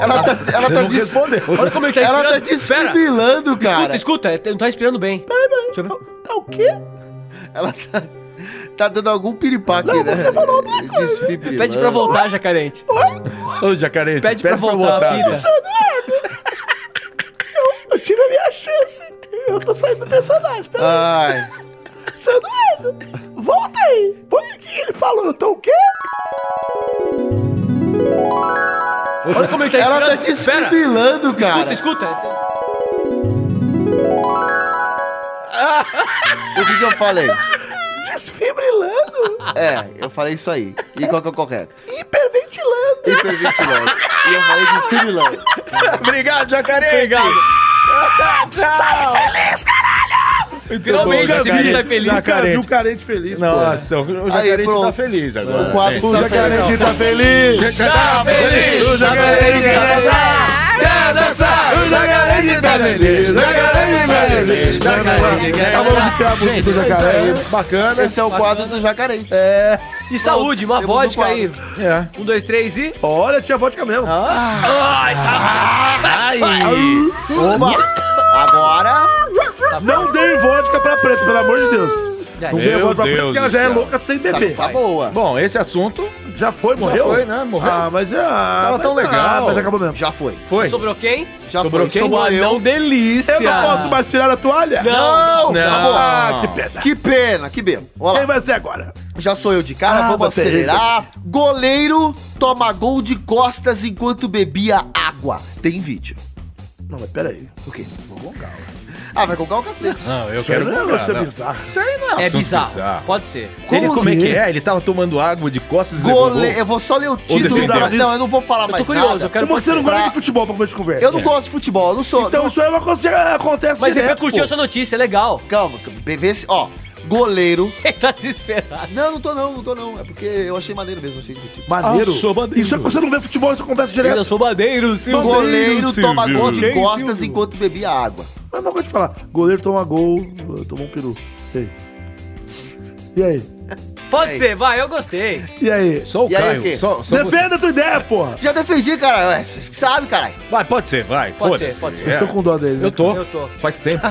C: Ela tá, ela
B: Você
C: tá
B: não
C: dis-
B: respondeu. Olha como ele tá
C: Ela tá
B: respirando.
C: desfibrilando,
B: Pera.
C: cara.
B: Escuta, escuta, não tá respirando bem.
A: Peraí, peraí.
B: Deixa eu ver.
A: Tá o quê?
C: Ela tá, tá dando algum piripaque,
A: Não,
C: né?
A: você falou outra
C: coisa.
B: Pede pra voltar, jacarente.
E: Ô, jacarente,
B: Pede pra voltar, filha.
A: Seu Eduardo! Eu, eu tive a minha chance. Eu tô saindo do personagem. Peraí.
C: Ai.
A: Seu Eduardo, volta aí. Põe aqui. Ele falou, eu tô o quê?
B: Olha como ele tá
C: Ela tá
B: respirando. Pera.
C: desfibrilando, cara.
B: Escuta, escuta.
C: O que, que eu falei?
A: Desfibrilando.
C: É, eu falei isso aí. E qual que é o correto?
A: Hiperventilando.
C: Hiperventilando. E eu falei desfibrilando.
E: Obrigado, jacarente.
C: Obrigado.
A: Sai feliz, caralho!
E: Finalmente, esse vídeo tá feliz.
A: Jacarente.
E: Jacarente.
A: o carente feliz. pô.
E: Nossa, o- o jacarente
A: Aí, pronto.
E: tá feliz agora.
A: O quadro
E: É.
A: está feliz.
C: tipo,
A: Tá feliz.
E: O jacarente quer dançar.
A: Quer dançar. O jacarente tá feliz. O jacarente tá feliz.
B: Jacarente quer
A: Acabamos de ter a música do jacaré.
E: Bacana.
C: Esse é o quadro do jacarente.
A: É.
B: E saúde, uma
C: Temos um
B: vodka aí.
E: É.
B: Um, dois, três e...
A: Olha, tinha vodka mesmo.
B: Ai, tá... Ai.
C: Oba! Agora.
A: Não dei vodka pra preto, pelo amor de Deus. Não dei
E: Meu
A: vodka pra preto
E: Deus
A: porque ela
E: do
A: já é
E: céu.
A: louca sem beber.
C: Tá boa.
E: Bom, esse assunto
A: Já foi, morreu?
E: foi, né? Morreu.
A: Ah, mas é. ah,
E: Tava tão legal.
A: mas acabou mesmo.
C: Já foi.
E: foi.
B: Sobrou quem? Ah,
C: Já
E: Sobrou
C: foi.
E: quem?
C: Sobrou
E: O
C: eu.
B: Não, delícia.
A: Eu não posso mais tirar a toalha?
C: Não,
E: Não.
C: acabou.
A: Ah, que pena.
C: Que pena, que bem. Olha
A: Quem
C: lá.
A: vai ser agora?
C: Já sou eu de cara,
A: Ah,
C: vamos
A: você-
C: acelerar. Goleiro toma gol de costas enquanto bebia água. Tem vídeo.
A: Não, mas peraí.
C: O quê? Ah, vai colocar o cacete.
E: Não, eu
C: Isso
E: quero
C: aí não é
E: colocar,
C: você
E: não.
C: bizarro. Isso aí não é,
E: É
C: assunto
E: bizarro.
B: Pode ser.
E: ele, como é
C: que
E: que é? Ele tava tomando água de costas e levou
C: Gole...
E: gol.
C: Eu vou só ler o título.
E: defendeu.
C: Pra... Não, eu não vou falar
E: Eu tô
C: mais
E: curioso,
C: nada.
E: eu quero
C: Como que você não gosta de
A: futebol pra gente conversa?
C: Eu não
A: É.
C: gosto de futebol, eu não sou.
A: Então isso é uma coisa que acontece
C: Mas
A: direto,
C: ele curtiu
A: pô.
C: a sua notícia, é legal. Calma, bebê, ó, goleiro.
B: Ele tá desesperado.
C: Não, não tô não, não tô não. É porque eu achei maneiro mesmo, achei divertido.
E: Ah,
A: Maneiro. Isso é que você não vê futebol, isso acontece direto.
C: Eu sou
B: maneiro,
C: sim. Goleiro toma gol de costas enquanto bebia água.
A: Mas não vou te falar. Goleiro toma gol, tomou um peru. E aí? E aí?
B: Pode ser, vai, eu gostei.
A: E aí?
E: Só é, o
C: E aí, Caio, o quê? só- só
A: Defenda a tua ideia, porra!
C: Já defendi, cara. Ué, Vocês que sabem, caralho.
E: Vai, pode ser, vai.
C: Pode
E: foda-se. É.
C: ser, pode ser.
A: Vocês estão com dó dele, né?
E: Eu tô.
A: Eu
B: tô.
E: Faz tempo.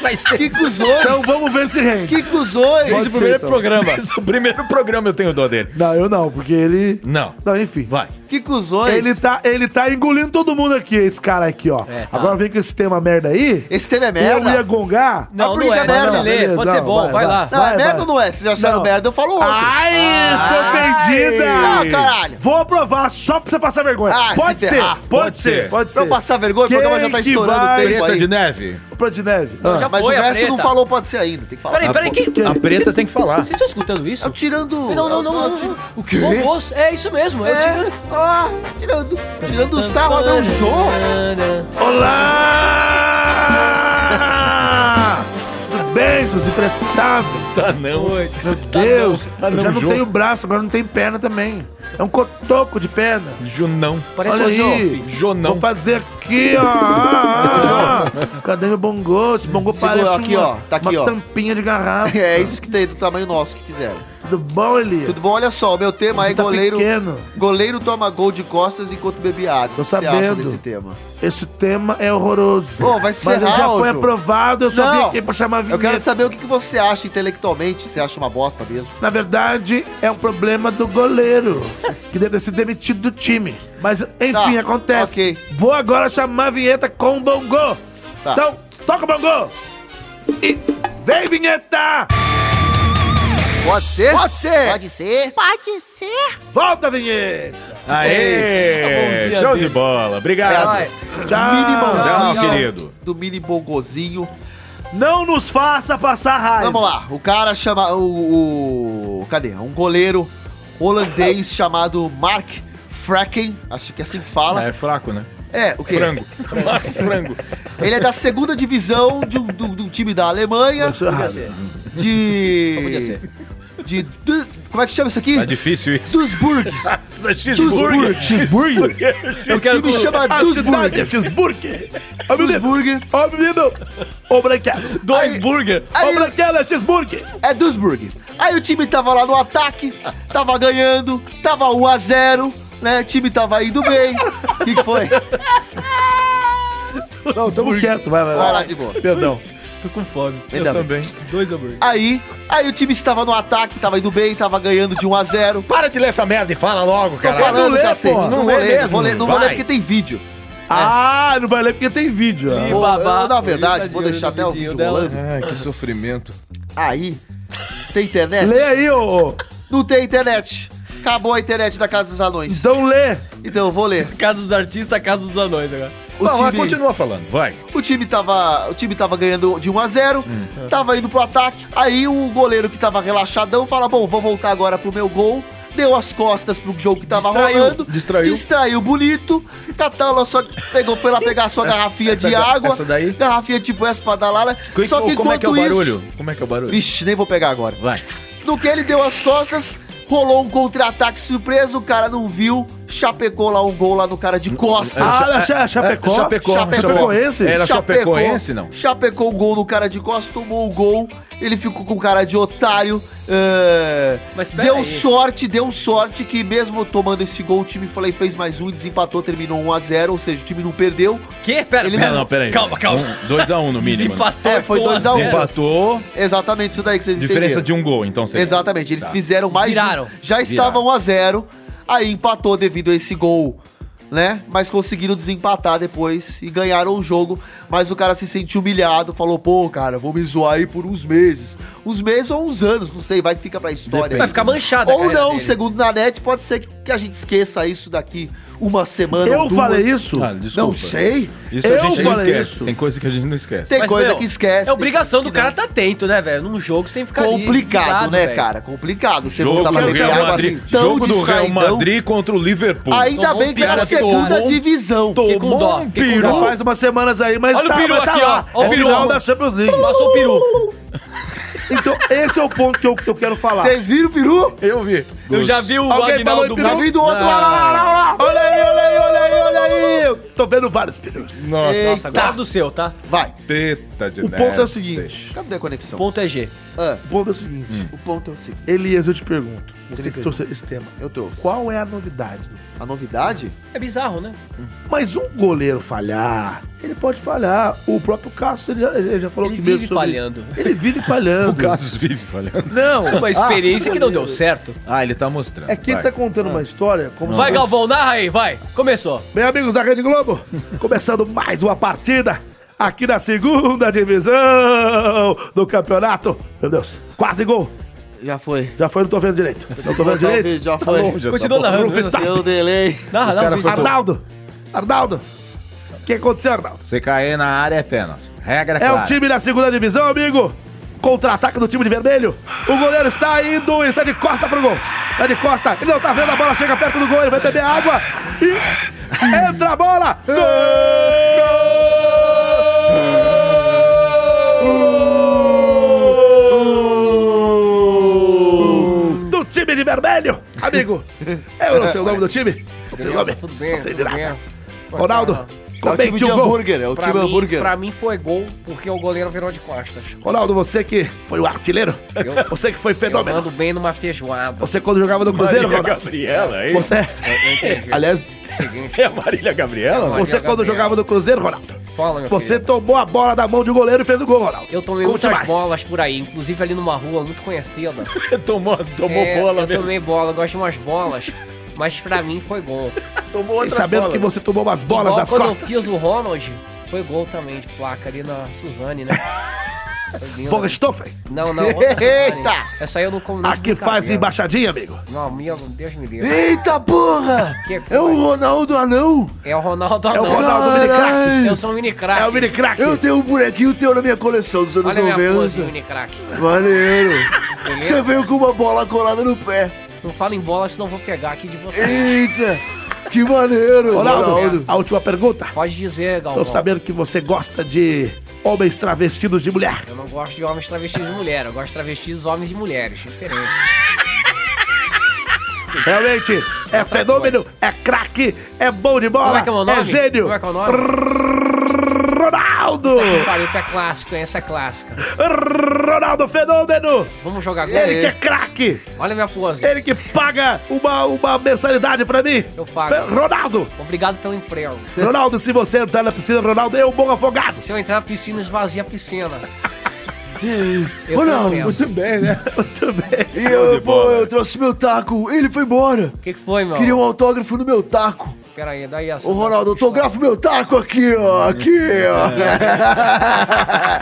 C: Mas que cuzões.
A: Então vamos ver se rende.
C: Que cuzões.
E: Desde o primeiro programa. Desde é o primeiro programa eu tenho dó dele.
A: então. Não, eu não, porque ele...
E: Não.
A: Não, enfim.
E: Vai.
C: Que cuzões.
A: Ele tá, ele tá engolindo todo mundo aqui, esse cara aqui, ó.
C: É, tá.
A: Agora vem com esse tema merda aí.
C: Esse tema é
A: Eu
C: merda?
A: ia gongar.
C: Não, Mas por não que é, é merda? pode ler,
A: beleza,
C: pode ser bom, vai lá. Não, é merda ou não é? Vocês acharam merda, eu falo outro.
A: Ai,
C: Ai.
A: tô ofendida.
C: Não, caralho.
A: Vou aprovar só pra você passar vergonha.
C: Ah,
A: pode,
C: se
A: ser,
C: ferrar.
A: pode, ser, pode ser.
C: Pra eu passar vergonha, o programa já tá estourando o tempo aí.
E: de neve.
A: Pra de neve.
C: Não,
A: Ah.
C: já Mas foi o a resto preta. não falou pode ser ainda, tem que falar.
B: Peraí, peraí,
C: A-
B: que...
C: a preta
E: tem que
B: <laughs>
E: falar.
B: Vocês estão escutando isso? Eu
C: tirando...
B: Não, não, não, não. não,
C: O quê?
B: Bom gosto, é isso mesmo. Eu
C: É.
B: tirando...
C: Ah, tirando, tirando o sarro, é um jogo.
A: Olá! Tudo bem, seus imprestáveis?
E: Tá não.
A: Meu
C: Tá
A: Deus,
E: não. Ah, não,
A: eu já não
E: Jô.
A: tenho braço, agora não tem perna também. É um cotoco de perna.
E: Junão.
C: um
A: Olha aí.
E: Jonão.
A: Vou fazer aqui, ó.
C: <laughs>
A: Ah, ah. Cadê meu bongô? Esse bongô
C: Segura
A: parece
C: aqui,
A: uma,
C: ó. Tá aqui,
A: uma
C: ó.
A: tampinha de garrafa.
C: <laughs> É isso que tem do tamanho nosso que fizeram.
A: Tudo bom, Elias?
C: Tudo bom? Olha só, o meu tema
A: Você
C: é
A: tá
C: goleiro.
A: pequeno.
C: Goleiro toma gol de costas enquanto bebe água. Tô
A: sabendo.
C: desse tema?
A: Esse tema é horroroso.
C: Pô, vai se
A: Mas ele
C: ferrar,
A: já foi
C: Ju.
A: aprovado, eu só vim
C: Não.
A: aqui pra chamar a
C: Eu
A: vinheta.
C: quero saber o que que você acha intelectualmente. Você acha uma bosta mesmo?
A: Na verdade, é um problema do goleiro, que deve ter sido demitido do time. Mas, enfim,
C: Tá,
A: acontece. Vou agora chamar a vinheta com o Bongo.
C: Tá.
A: Então, toca o Bongo! E vem, vinheta!
C: Pode ser? Pode
A: ser!
C: Pode ser?
J: Pode ser?
A: Volta a vinheta!
E: Aê!
C: Isso, a mãozinha
E: Show
C: dele.
E: de bola. Obrigado.
C: Obrigado.
A: Tchau.
C: mini mãozinha
E: Tchau, querido.
C: É Do mini bongozinho.
A: Não nos faça passar raiva.
C: Vamos lá. O cara chama. O, o- Cadê? Um goleiro <laughs> holandês chamado Mark Fracken. Acho que é assim que fala.
E: Ah, é fraco, né?
C: É, o quê? <laughs>
E: Frango. Frango.
C: Ele é da segunda divisão de um- do, do time da Alemanha.
A: Sou errado.
C: De.
B: podia ser.
C: De. Du- Como é que chama isso aqui?
E: Tá difícil <laughs> Tá isso.
C: Duisburg.
E: Nossa,
C: Duisburg.
A: Cheeseburger? <laughs>
C: O time chama
A: A cidade é
C: Duisburg.
A: Cheeseburger. Ô, menino.
C: Duisburg.
A: Ô, menino. Ô, branquelo.
E: Dois burger.
A: Ô,
C: Aí-
A: branquelo é Cheeseburger.
C: É Duisburg. Aí o time tava lá no ataque, tava ganhando, tava 1x0, né? O time tava indo bem. O que, que foi?
A: Não, tamo quieto. Vai, vai,
C: Vai lá de boa.
A: Perdão.
B: Tô com fome.
E: Eu
C: Ainda bem.
E: também.
B: Dois hambúrgueres.
C: Aí, aí o time estava no ataque, tava indo bem, tava ganhando de 1 a 0
E: Para de ler essa merda e fala logo,
C: Tô
E: cara.
C: falando,
A: lê,
C: cacete.
A: porra.
C: Não,
E: Não
C: vou
E: lê
C: ler, não
E: mesmo,
C: vou ler, não vou
E: vai.
C: ler porque tem vídeo.
A: Ah, não vai ler porque tem vídeo. ó.
C: Vou,
B: babá.
C: eu, na verdade,
B: Ele tá
C: vou
B: de
C: deixar
B: olho no
C: até o
B: vidinho
C: vídeo
B: dela.
C: rolando.
E: Ai, que sofrimento.
C: Aí, tem internet?
A: Lê aí, ô. ô.
C: Não tem internet. Acabou a internet da Casa dos Anões.
A: Então lê.
C: Então, eu vou ler.
B: Casa dos artistas, casa dos anões agora.
C: O
E: Não, mas
C: time-
E: continua falando, vai.
C: O time tava, o time tava ganhando de 1 a 0,
E: Hum.
C: tava indo pro ataque. Aí o goleiro que tava relaxadão fala: "Bom, vou voltar agora pro meu gol". Deu as costas pro jogo que tava
E: Distraiu,
C: rolando.
E: distraiu.
C: Distraiu bonito. Catala só pegou, foi lá pegar a sua garrafinha de
E: <laughs> Essa-
C: água.
E: essa daí?
C: Garrafinha tipo essa pra dar lá. né? só que
E: como é que é o
C: enquanto
E: barulho?
C: isso,
E: Como é que é o barulho?
C: vixe, nem vou pegar agora.
E: Vai.
C: No que ele deu as costas, rolou um contra-ataque surpresa, o cara não viu, chapecou lá um gol lá no cara de costas.
A: Ah,
E: é-
A: na Cha- Chapecó?
E: é- Chapecó.
A: Chapecoense?
E: Era
C: Chapecou-
E: Chapecoense, não?
C: Chapecou o gol no cara de costas, tomou o gol. Ele ficou com cara de otário. é,
B: Mas pera
C: deu
B: aí.
C: sorte, deu sorte que mesmo tomando esse gol, o time falei, fez mais um, desempatou, terminou 1x0, ou seja, o time não perdeu.
B: Que? Pera,
C: Ele
B: pera.
E: É, Não, não, peraí.
B: Calma, calma. então,
E: 2x1 um, no mínimo. né?
B: Desempatou.
C: É, foi
B: ficou
C: 2 a 1.
B: zero.
E: Empatou.
C: Exatamente, isso daí que vocês
E: Diferença de um gol, então. seria.
C: Exatamente, eles
E: Tá.
C: fizeram mais
B: Viraram.
C: um. Já estava
E: Viraram.
C: 1x0, aí empatou devido a esse gol né? Mas conseguiram desempatar depois e ganharam o jogo. Mas o cara se sentiu humilhado, falou: pô, cara, vou me zoar aí por uns meses. Uns meses ou uns anos, não sei, vai que fica pra história.
B: assim, Vai ficar manchada a
C: Ou
B: carreira
C: não,
B: dele.
C: segundo na net, pode ser que a gente esqueça isso daqui uma semana
A: Eu
C: ou duas.
A: falei isso?
E: Ah, desculpa.
C: Não sei.
E: Isso
C: Eu
E: a gente não
C: falei
E: esquece.
C: isso.
E: Tem coisa que a gente não esquece.
C: Tem coisa que esquece,
B: É
C: tem
B: obrigação do cara estar tá atento, né, velho? Num jogo você tem que ficar ali,
C: Complicado,
B: ligado,
C: né,
B: velho.
C: cara? Complicado. Você
E: Jogo,
C: voltar pra
E: do Real
C: Real
E: Madrid,
C: Madrid assim, tão
E: jogo do Real
C: distraidão.
E: Madrid contra o Liverpool.
C: Ainda
E: Tomou
C: bem
E: um
C: que era a
E: piada,
C: segunda
E: tomou um
C: divisão.
E: Tomou um
A: Já
E: peru.
A: faz umas semanas aí, mas
B: Olha o
A: tá,
B: peru
A: mas tá
B: aqui,
A: lá.
B: ó. Ó
A: é
B: o peru.
A: final da Champions League.
B: Passou o peru.
A: Então, esse é o ponto que eu, que eu quero falar.
C: Vocês viram o peru?
E: Eu vi.
B: Eu já vi o
A: Alguém falou em
B: Agnaldo...
A: peru?
C: Tá vindo outro lá, lá, lá, lá, lá.
A: Olha aí, olha aí, olha aí, olha aí. Eu tô vendo vários perus.
B: Nossa, guarda o seu, tá?
C: Vai.
E: Peta de
A: O
C: tá
A: ponto é o seguinte.
C: Cadê a conexão?
B: Ponto é G.
C: Ah,
A: O ponto é o seguinte.
C: o ponto é o seguinte.
A: Elias, eu te pergunto. Você
C: me
A: que
C: pergunta.
A: trouxe esse tema.
C: Eu trouxe.
A: Qual é a novidade?
C: A novidade?
B: É bizarro, né?
A: Mas um goleiro falhar, ele pode falhar. O próprio Cássio, ele já, ele já falou
B: Ele
A: que mesmo
B: vive
A: sobre-
B: falhando.
A: Ele vive falhando.
E: O Cassius vive falhando.
A: Não,
B: Uma experiência que não deu certo.
E: Ah, ele tá mostrando.
A: É que ele
E: Vai.
A: tá contando uma história como se
B: Vai,
A: fosse-
B: Galvão, narra aí, vai. Começou.
A: Bem, amigos da Rede Globo, começando mais uma partida aqui na segunda divisão do campeonato. Meu Deus, quase gol.
C: Já foi.
A: Já foi, não tô vendo direito. Não tô vendo
C: Voltar o
A: direito.
C: vídeo, Já foi.
E: longe essa
B: Continua
E: porra.
B: narrando. né?
C: Tá Seu delay.
E: Tá
B: Narra, narra. o vídeo.
A: Arnaldo, Arnaldo, o que aconteceu, Arnaldo?
E: Você cair na área é pênalti. Regra
A: É
E: clara.
A: o time da segunda divisão, amigo. Contra-ataque do time de vermelho. O goleiro está indo, ele está de costa pro gol. Está de costa, ele não tá vendo a bola, chega perto do gol, ele vai beber água. E entra a bola. Gol! Do time de vermelho, amigo. Eu não sei o nome do time. Não sei o nome.
B: Tudo bem,
A: Não sei de
B: tudo
A: nada.
B: bem.
A: Ronaldo,
C: É o time
A: comente
C: de
A: o gol.
C: hambúrguer. É o
B: Pra
C: time
B: mim,
C: hambúrguer.
B: pra mim foi gol porque o goleiro virou de costas.
A: Ronaldo, você que foi o artilheiro,
B: Eu-
A: você que foi
B: Eu
A: fenômeno.
B: mando bem numa feijoada.
A: Você quando jogava no Cruzeiro,
B: é
E: Marília
A: Ronaldo.
E: Gabriela, aí.
A: Você, É,
B: Eu entendi.
A: aliás,
B: Seguinte,
E: É a Marília Gabriela?
B: Maria
A: você quando
B: Gabriela.
A: jogava no Cruzeiro, Ronaldo.
B: Fala, meu
A: Você
B: filho.
A: tomou a bola da mão de goleiro e fez o gol, Ronaldo.
B: Eu tomei
A: Conte
B: muitas
A: mais.
B: bolas por aí, inclusive ali numa rua muito conhecida.
E: <laughs> tomou tomou
B: É,
E: bola
B: Eu
A: né?
E: mesmo.
B: tomei bola, eu gosto de umas bolas, mas pra mim foi gol.
E: Tomou
A: E sabendo que você tomou umas bolas
B: Igual
A: nas
B: quando
A: costas.
B: eu fiz o Ronald, foi gol também de placa ali na Suzane, né? Foi lindo.
A: Von Stoffen,
B: Não, não.
K: <laughs>
B: outra
C: <laughs>
B: Suzane.
C: Eita!
B: Essa aí eu não como
A: a que faz
B: cabelo.
A: embaixadinha, amigo.
B: Não, amigo, Deus me livre.
I: Eita porra!
B: Que foi?
I: É o Ronaldo Anão?
B: É o Ronaldo
A: É o
B: Anão.
A: Ronaldo mini craque.
B: Eu sou um mini craque.
A: É o mini craque.
I: Eu tenho um bonequinho teu na minha coleção dos anos
B: Olha minha pose, um
I: 90.
B: mini craque.
I: Maneiro.
B: Beleza?
I: Você veio com uma bola colada no pé.
B: Não fala em bola, senão eu vou pegar aqui de você.
A: É.
I: Eita! Que maneiro,
A: Ronaldo,
I: Ronaldo.
A: a última pergunta.
B: Pode dizer, Galvão.
A: Tô sabendo que você gosta de homens travestidos de mulher.
B: Eu não gosto de homens travestis de mulher, eu gosto de travestis homens de mulheres. Diferente.
A: Realmente, é fenômeno, é craque, é bom de bola,
B: Como é que é o meu nome?
A: gênio.
B: Como é que é o nome?
A: Ronaldo!
B: Parece é clássico, hein? essa é clássica.
A: Ronaldo Fenômeno!
B: Vamos jogar agora?
A: Ele que é craque!
B: Olha minha pose.
A: Ele que paga uma, uma mensalidade pra mim!
B: Eu pago.
A: Fe- Ronaldo!
B: Obrigado pelo emprego.
A: Ronaldo, se você entrar na piscina, Ronaldo, eu morro afogado!
B: Se eu entrar na piscina, esvazia a piscina. Eu
I: Ronaldo,
B: tenho pressa.
A: Muito bem.
I: E eu, pô, eu trouxe meu taco. Ele foi embora.
B: O que, que foi, meu?
I: Queria um autógrafo no meu taco.
B: Pera aí, daí assim. essa.
I: Ô, Ronaldo, autografa meu taco aqui, ó. Aqui, ó.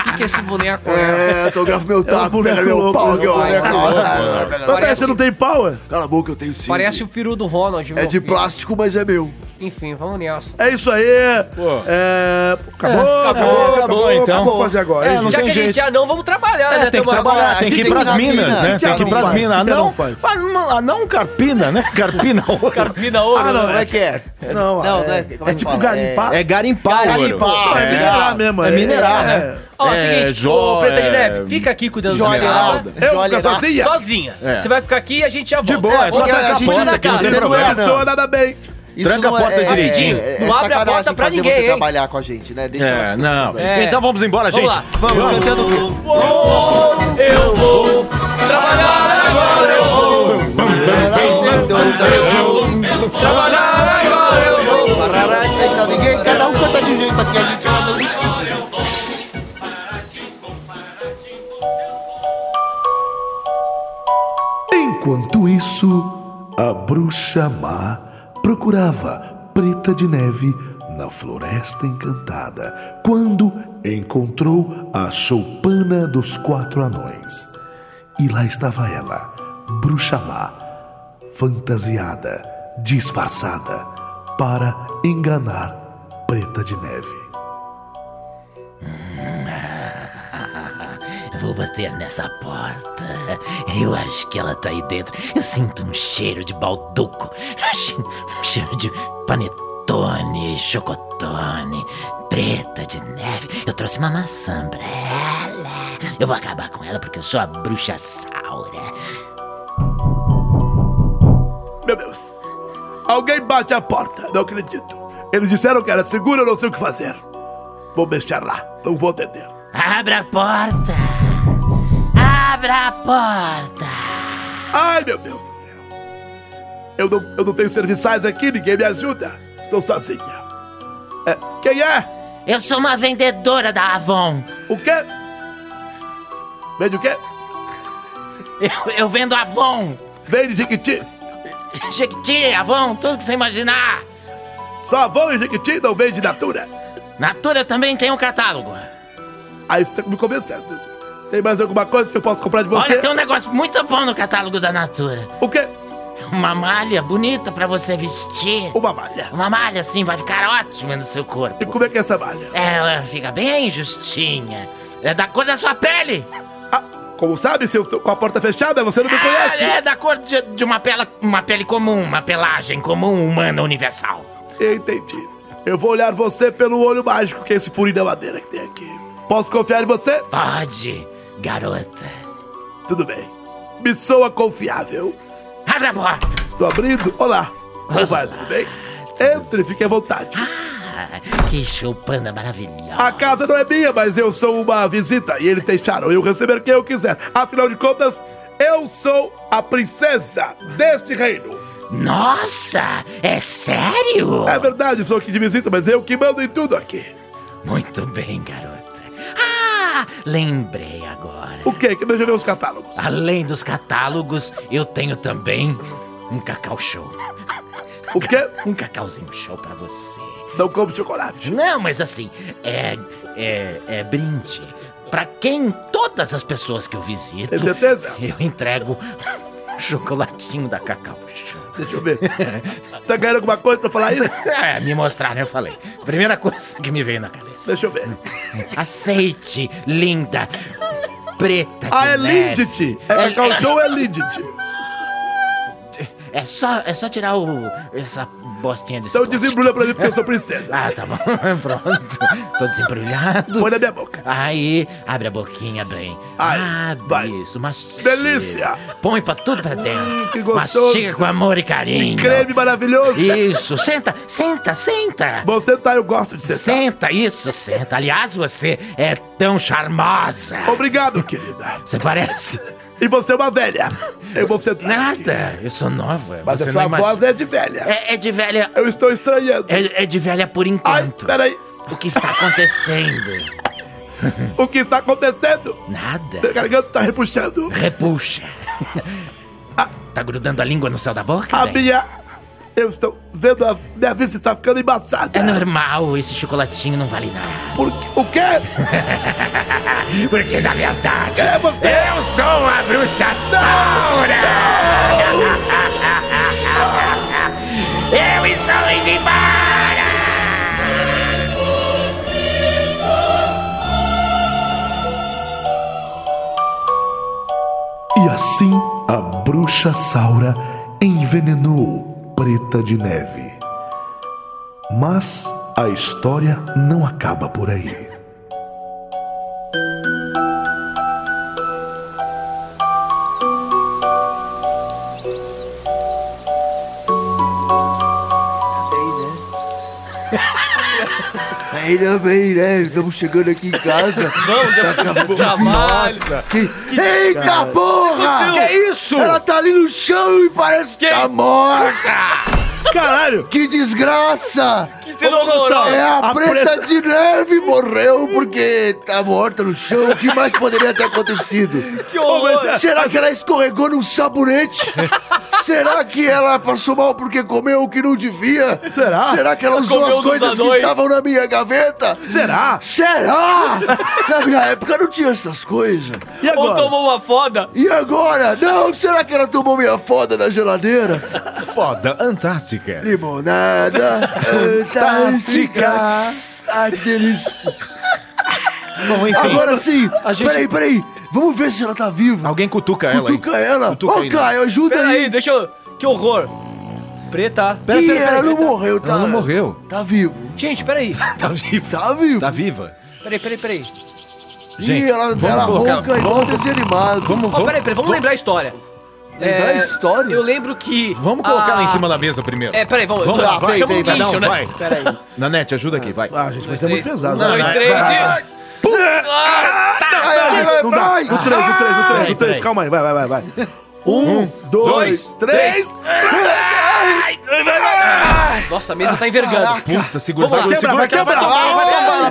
B: O que, que esse boneco é?
I: É, autografa meu taco.
A: boneco
I: Pega meu
A: louco,
I: pau
G: né?
I: aqui,
B: é um
I: ó.
B: boneco
I: Pega-
A: Mas peraí,
B: Parece-
A: você não tem é? power?
I: Cala a boca, eu tenho sim.
B: Parece o peru do Ronald, meu
I: É de
B: filho.
I: plástico, mas é meu.
B: Enfim, vamos nessa.
A: É isso aí. É, acabou, acabou,
E: acabou, então.
A: Acabou, fazer agora.
E: É,
A: isso.
E: não
B: Já
E: tem
B: que a gente
E: jeito.
B: já não, vamos
C: É,
B: trabalhar, né?
E: tem que
B: Tamo-
E: trabalhar, tem
I: aqui
E: que ir
I: tem
E: pras
I: que ir na
E: minas, né?
I: mina. Que
E: Tem que ir
A: não
E: pras
A: faz?
E: minas. Ah,
A: Que
E: não,
A: não faz?
E: Ah, não, ah, não carpina, né? Carpina ouro.
B: Carpina ouro.
A: Ah, não,
B: né?
I: Como é que é?
A: Não,
C: Não,
A: é,
C: não é- como
A: é,
C: é que
A: tipo
C: fala?
A: garimpar.
E: É garimpar
A: Não,
E: ouro.
A: é,
I: é
A: minerar mesmo.
E: É minerar,
A: é.
E: né?
B: Ó, é o
E: É,
B: seguinte,
E: Jó-
B: ô, Preta de
E: é-
B: Neve, fica aqui cuidando dos
I: Joalheirá.
B: meus. tá?
A: Eu,
I: Joalheirá.
A: Gazotinha,
B: Sozinha.
E: É.
B: Você vai ficar aqui e a gente já volta.
E: De boa, é só
I: porque
E: trancar
I: a
E: a né?
I: gente-
E: porta
B: na
E: daqui, não
B: casa.
E: tem
I: Você não é
E: problema.
I: anão.
A: pessoa nada bem.
I: Isso
E: Tranca a porta direitinho.
I: É,
B: Não
I: é
B: abre a
I: sacanagem
B: porta pra
I: fazer
B: ninguém,
I: você
B: hein?
I: trabalhar com a gente, né? Deixa
E: É,
I: ela
E: não.
I: descansando aí.
B: É.
E: Então vamos embora, gente.
B: Vamos lá.
I: Vamos, cantando o quê?
B: Eu vou trabalhar agora, eu vou trabalhar agora, eu vou. Parará,
I: Então, ninguém, cada um canta de um jeito aqui, a gente manda...
F: Enquanto isso, a bruxa má procurava Preta de Neve na Floresta Encantada, quando encontrou a choupana dos quatro anões. E lá estava ela, bruxa má, fantasiada, disfarçada, para enganar Preta de Neve.
K: Vou bater nessa porta. Eu acho que ela tá aí dentro. Eu sinto um cheiro de balduco. Um cheiro de panetone, chocotone, preta de neve. Eu trouxe uma maçã pra ela. Eu vou acabar com ela porque eu sou a bruxa saura.
A: Meu Deus. Alguém bate a porta. Não acredito. Eles disseram que era seguro, eu não sei o que fazer. Vou deixar lá. Não vou atender.
K: Abra a porta! Abra a porta!
A: Ai, meu Deus do céu! Eu não, eu não tenho serviçais aqui, ninguém me ajuda. Estou sozinha. É, quem é?
K: Eu sou uma vendedora da Avon.
A: O quê? Vende o quê?
K: Eu, eu vendo Avon.
A: Vende Jequiti.
K: Jequiti, Avon, tudo que você imaginar.
A: Só Avon e Jequiti não vende Natura.
K: Natura também tem um catálogo.
A: Aí você tá me convencendo. Tem mais alguma coisa que eu posso comprar de você?
K: Olha, tem um negócio muito bom no catálogo da Natura.
A: O quê?
K: Uma malha bonita pra você vestir.
A: Uma malha?
K: Uma malha, sim, vai ficar ótima no seu corpo.
A: E como é que é essa malha?
K: Ela fica bem justinha. É da cor da sua pele.
A: Ah, como sabe, se eu tô com a porta fechada, você não me conhece.
K: Ah, é da cor de, de uma, pela, uma pele comum, uma pelagem comum, humana, universal.
A: Eu entendi. Eu vou olhar você pelo olho mágico, que é esse furinho da madeira que tem aqui. Posso confiar em você?
K: Pode, garota.
A: Tudo bem. Me soa confiável.
K: Abra a porta.
A: Estou abrindo. Olá. Como
K: <laughs>
A: vai? Tudo bem? Entre, fique à vontade.
K: Ah, que choupana maravilhosa.
A: A casa não é minha, mas eu sou uma visita e eles deixaram eu receber quem eu quiser. Afinal de contas, eu sou a princesa deste reino.
K: Nossa, é sério?
A: É verdade, sou aqui de visita, mas eu que mando em tudo aqui.
K: Muito bem, garota. Ah, lembrei agora.
A: O quê? Que deixa eu ver os catálogos.
K: Além dos catálogos, eu tenho também um cacau show.
A: O quê?
K: Um cacauzinho show pra você.
A: Não como chocolate.
K: Não, mas assim, é, é, é brinde. Pra quem todas as pessoas que eu visito...
A: Tem certeza?
K: Eu entrego <laughs> chocolatinho da Cacau Show.
A: Deixa eu ver. tá ganhando alguma coisa pra falar isso?
K: É, me mostraram, eu falei. Primeira coisa que me veio na cabeça.
A: Deixa eu ver.
K: Aceite, linda, preta
A: Ah, é
K: Né?
A: Lindt! É, é Cacau é... Show, é Lindt!
K: É só, é só tirar o, essa bostinha desse
A: Então plástico. desembrulha pra mim, porque eu sou princesa.
K: Ah, tá bom. <laughs> Pronto. Tô desembrulhado.
A: Põe na minha boca.
K: Aí, abre a boquinha bem.
A: Ai,
K: abre
A: vai.
K: isso, mastiga.
A: Delícia! Hum,
K: Põe pra tudo pra dentro.
A: que gostoso.
K: Mastiga com amor e carinho.
A: Que creme maravilhoso.
K: Isso. Senta, senta, senta.
A: Vou sentar, eu gosto de sentar.
K: Senta, isso, senta. Aliás, você é tão charmosa.
A: Obrigado, querida.
K: Você parece...
A: E você é uma velha. Eu vou sentar.
K: Nada, eu sou nova.
A: Mas
K: você
A: a sua
K: não
A: voz é de velha.
K: É, é de velha.
A: Eu estou estranhando.
K: É, é de velha por enquanto.
A: Ai, peraí.
K: O que está acontecendo?
A: O que está acontecendo?
K: Nada.
A: Meu garganta está repuxando.
K: Repuxa.
A: Ah.
K: Tá grudando a língua no céu da boca?
A: A
K: bem?
A: minha. Eu estou vendo a minha vista está ficando embaçada.
K: É normal, esse chocolatinho não vale nada.
A: Por quê? O quê?
K: Porque na verdade.
A: É você.
K: Eu sou a bruxa Saura! Eu estou indo embora!
F: E assim a bruxa Saura envenenou Preta de Neve. Mas a história não acaba por aí.
I: Ainda bem, né? Estamos chegando aqui em casa.
M: Não, já-
I: acabando de
M: jamais.
I: vir. Que- <laughs> Eita porra!
M: Que
I: isso? Ela tá ali no chão e parece que tá morta!
A: Caralho!
I: Que desgraça!
M: Que cena horrorosa!
I: Tá, É a, preta, de neve morreu porque tá morta no chão. O que mais poderia ter acontecido?
M: Que horror!
I: Será que ela escorregou num sabonete? Será que ela passou mal porque comeu o que não devia?
A: Será?
I: Será que ela
A: Ela
I: usou
A: comeu
I: as
A: dos
I: coisas que
A: anões.
I: estavam na minha gaveta?
A: Será?
I: Será? na minha época não tinha essas coisas.
A: E agora?
O: Ou tomou uma foda?
I: E agora? Não, será que ela tomou minha foda da geladeira?
E: Foda Antártica.
I: Limonada Antártica. Ai, que delícia.
E: Bom, enfim.
I: Agora sim,
E: A gente-
I: peraí, peraí. Vamos ver se ela tá viva.
E: Alguém cutuca
I: ela aí. Cutuca ela.
B: Cutuca
I: Ô,
B: aí, né?
I: Caio, ajuda
B: Pera
I: aí.
B: aí, deixa eu. Que horror. Preta.
I: Ih, ela não morreu, tá?
B: Ela não
E: morreu.
I: Tá vivo.
B: Gente, peraí.
E: tá vivo.
I: Tá vivo.
E: Tá viva.
B: Peraí, peraí, peraí.
I: Ih, ela, ela ronca igual desanimado.
E: Vamos,
B: Ó, peraí, peraí, vamos lembrar a história.
I: Lembrar a história?
B: É, Eu lembro que.
E: Vamos colocar ela em cima da mesa primeiro.
B: Ah. É, peraí, vamos-
E: Vamos lá,
B: vamos-
E: vai,
B: chama
E: vai,
B: um guincho,
E: não,
B: né?
E: vai.
B: Peraí.
E: Nanete, ajuda aqui, vai. Ah,
A: gente,
E: vai
A: ser muito pesado.
B: Um, dois, três e. Pum!
A: Ai,
B: Nossa!
A: ai, não dá. O três, o três, o três,
B: Peraí,
A: o três.
B: peraí.
A: Calma aí, vai, vai, vai, vai. Um, dois, três.
B: Nossa, a mesa tá envergando.
E: Puta, segura,
B: Vamos lá.
E: segura, segura,
B: Quebra,
E: quebra.
B: vai quebrar, vai
E: Ah,
B: quebrar,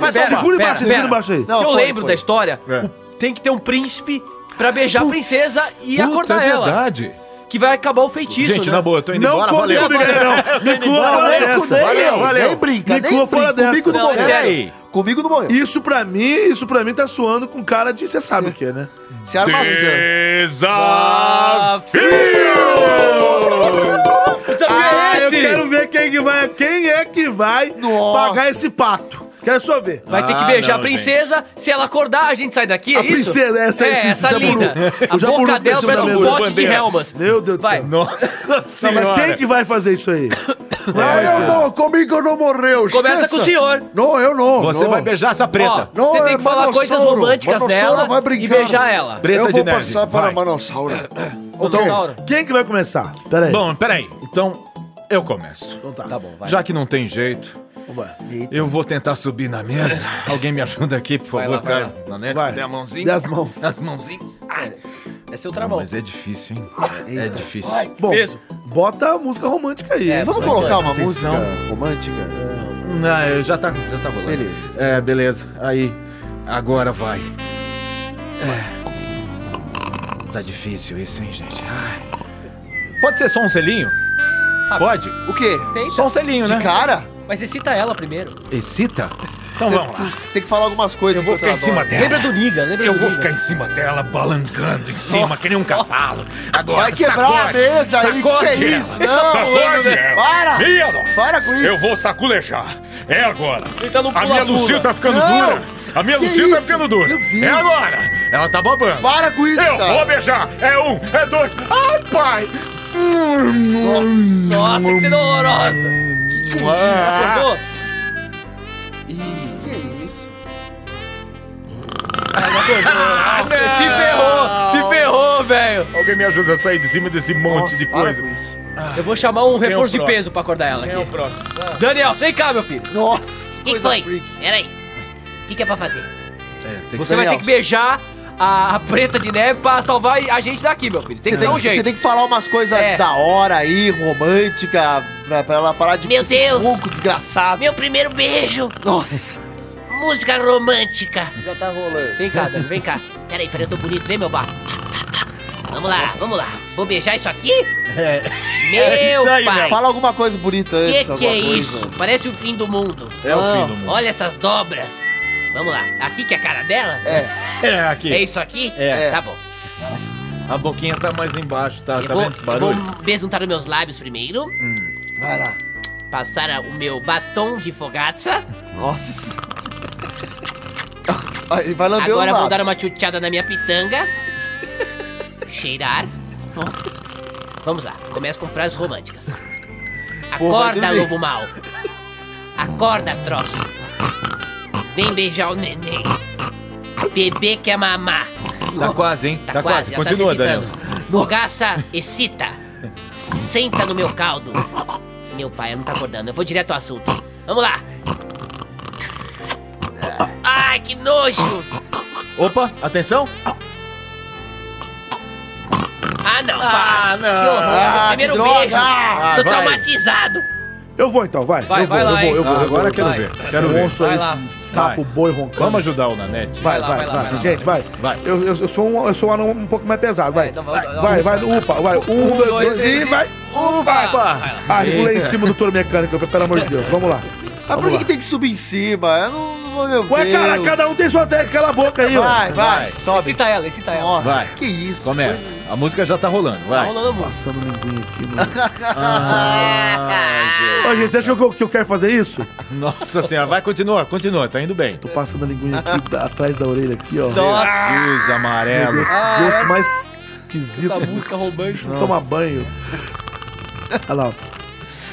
E: pera,
B: vai quebrar.
E: segura
B: Pera,
E: embaixo,
B: pera.
E: segura embaixo aí. Não,
B: eu
E: foi,
B: lembro
E: foi.
B: da história.
E: É.
B: o- Tem que ter um príncipe pra beijar a princesa e
E: puta,
B: acordar
E: é
B: ela.
E: verdade.
B: Que vai acabar o feitiço,
E: Gente,
B: né?
E: na boa, eu tô indo Não embora, conta valeu. comigo,
B: Eu tô
A: Não,
B: indo
A: Nicola,
B: embora,
A: fora
B: valeu.
A: dessa.
B: Valeu, valeu.
A: Nem brinca,
B: Nicola,
A: nem
B: fora
A: brinca.
B: dessa. Não, é sério.
A: Comigo não morreu. Isso pra mim, isso pra mim tá soando com cara de você sabe o que, né?
I: Se
E: Ah,
A: Ah, eu
B: é esse?
A: quero ver quem, que vai, quem é que vai pagar esse pato. Quero só ver.
B: Vai ter que beijar a princesa. Se ela acordar, a gente sai daqui,
A: A
B: é isso?
A: princesa, essa aí,
B: é,
A: sim,
B: essa
A: Jaburu.
B: linda.
A: O
B: A
A: Jaburu
B: boca dela
A: cresceu
B: parece
A: na
B: um
A: minha
B: pote de
A: bandeira.
B: helmas.
A: Meu Deus
B: Vai.
A: Não, mas quem que vai fazer isso
E: <coughs>
A: aí?
E: É,
A: Vai,
I: eu
A: ser.
I: não, comigo não morreu.
B: Começa com o senhor.
I: Não, eu não.
E: Você
I: não.
E: vai beijar essa preta.
B: Ó, você tem que falar
I: Manossauro.
B: coisas românticas
I: Manossauro
B: nela
I: vai
B: e
I: brincando.
B: beijar ela.
E: Preta
I: eu
E: de
I: vou
E: neve.
I: passar para
E: Vai.
I: a Manossauro.
E: Então,
A: quem que vai começar? Pera aí.
E: Bom, peraí. Então, eu começo. Então
A: tá.
E: bom, vai. Já que não tem jeito, eu vou tentar subir na mesa. Alguém me ajuda aqui, por
B: Vai lá,
E: favor,
B: vai
E: cara. Na neta, dê a mãozinha.
A: Dê as mãos.
E: Dê as mãozinhas.
B: É seu trabalho.
E: Mas é difícil, hein? É- É difícil.
A: Bom, bota a música romântica aí. hein?
E: vamos colocar uma É. Atenção. música
I: romântica?
E: Não, já tá, já tá rolando. Beleza. É, beleza. Aí, agora vai. É. Tá difícil isso, hein, gente? Ai. Pode ser só um selinho? Pode?
I: O quê?
B: Tenta.
E: Só um selinho, né?
B: Mas excita ela primeiro.
E: Excita? Então
I: Cê-
E: vamos lá.
I: Tem que falar algumas coisas.
E: Eu vou
I: que
E: ficar em cima
I: adora.
E: dela. Lembra do
B: Niga, lembra
E: É. Eu vou ficar em cima dela, balancando em cima,
I: Nossa.
E: que nem um cavalo. Agora,
I: Vai quebrar
E: sacode,
I: a mesa aí,
E: sacode
I: que que é
E: ela.
I: isso? Não,
E: sacode
I: mano,
E: ela.
I: para.
E: Minha nossa.
I: Para com isso.
E: Eu vou saculejar. É agora.
B: Tá no
E: A minha
B: pula-pula.
E: Lucinha tá ficando
B: Não.
E: dura. A minha
B: Que
E: Lucinha tá
B: isso?
E: ficando dura.
B: Meu Deus.
E: É agora. Ela tá babando.
I: Para com isso,
E: Eu
I: cara.
E: vou beijar. É um, é dois. Ai, pai.
B: Nossa, que cena horrorosa. Que
E: isso? Ah.
B: Ah, se ferrou, se ferrou, velho.
E: Alguém me ajuda a sair de cima desse Um monte de coisa.
B: Eu vou chamar um
E: Quem é o
B: reforço de
E: próximo?
B: peso pra acordar ela aqui.
E: Quem é o próximo?
B: Daniel, vem cá, meu filho.
I: Nossa,
J: O que, que foi? Peraí. O que, que é pra fazer?
B: Você vai ter que beijar a a preta de neve pra salvar a gente daqui, meu filho. Tem
I: Você
B: que
I: tem,
B: dar um
I: que- você
B: jeito.
I: tem que falar umas coisas
B: É.
I: da hora aí, romântica, pra, pra ela parar de
J: Meu
I: esse
J: Deus.
I: louco desgraçado.
J: Meu primeiro beijo.
I: Nossa.
J: Música romântica.
I: Já tá rolando.
B: Vem cá, Dani, vem cá.
J: Peraí, peraí, eu tô bonito. Vem, meu bar. Vamos lá, vamos lá. Vou beijar isso aqui?
I: É.
J: Meu pai.
I: Fala alguma coisa bonita antes.
J: Que que é
I: alguma
J: isso?
I: coisa.
J: Parece o fim do mundo.
I: É o fim do mundo.
J: Olha essas dobras. Vamos lá. Aqui que é a cara dela?
E: É. É aqui.
J: É isso aqui?
E: É.
J: Tá bom.
E: A boquinha tá mais embaixo, tá?
J: Eu
E: tá
J: vou,
E: vendo esse barulho?
J: eu vou besuntar os meus lábios primeiro.
I: Hum. Vai lá.
J: Passar a- o meu batom de fogaça.
C: <laughs>
I: Nossa. Vai, vai lamber
J: Agora
I: os
J: vou dar
I: lábios.
J: uma chuteada na minha pitanga. <laughs> Cheirar. Vamos lá, começa com frases românticas.
I: Porra,
J: Acorda,
I: vai dormir.
J: lobo mau. Acorda, troço. Vem beijar o neném. Bebê quer mamar.
E: Tá quase, hein? Tá, quase.
J: ela
E: Continua,
J: tá se
E: Daniel.
J: excitando. Fogaça, excita. Senta no meu caldo. Meu pai, ela não tá acordando. Eu vou direto ao assunto. Vamos lá. Ai, que nojo.
E: Opa, atenção.
J: Ah, não. Ah, não.
E: Ah,
J: Primeiro
E: que droga.
J: beijo.
E: Ah,
J: Tô
E: vai.
J: traumatizado.
A: Eu vou então, vai.
E: Vai,
A: eu vou,
E: vai
A: eu
E: lá,
A: vou,
E: hein?
A: eu vou,
E: Ah,
A: eu vou.
E: agora quero
A: Vai.
E: ver,
A: Esse
E: quero ver.
A: monstro
E: Vai
A: aí,
E: lá.
A: esse sapo, boi roncando.
E: Vamos ajudar o Nanete.
A: Vai, vai, vai. Gente, vai. Eu, eu, eu sou um, eu sou um anão um pouco mais pesado, vai.
E: então
A: vai,
E: vamos-
A: vai, upa, vai. Um, dois, três e vai. Upa! upa. Ah, pulei em cima do touro mecânico, pelo amor de Deus. Vamos lá.
C: Mas Ah, por que, que tem que subir em cima? Eu não vou, meu
A: Ué, cara, cada um tem sua técnica, cala a boca aí,
C: Vai,
A: ó.
C: vai, sobe.
B: Excita ela, excita
A: tá-
B: ela.
C: Nossa,
E: Vai.
C: que isso.
E: Começa. A música já tá rolando, vai.
B: rolando a música.
A: Passando linguinha aqui, Ô, gente, você acha que eu, que eu quero fazer isso?
E: Nossa senhora, vai, continua, continua, tá indo bem.
A: Tô passando a linguinha aqui <laughs> da- atrás da orelha aqui, ó.
B: Então,
E: Jesus,
A: Meu
E: amarelo.
A: Deus, que gosto mais esquisito.
B: Essa música roubante.
A: Não toma banho. Olha lá.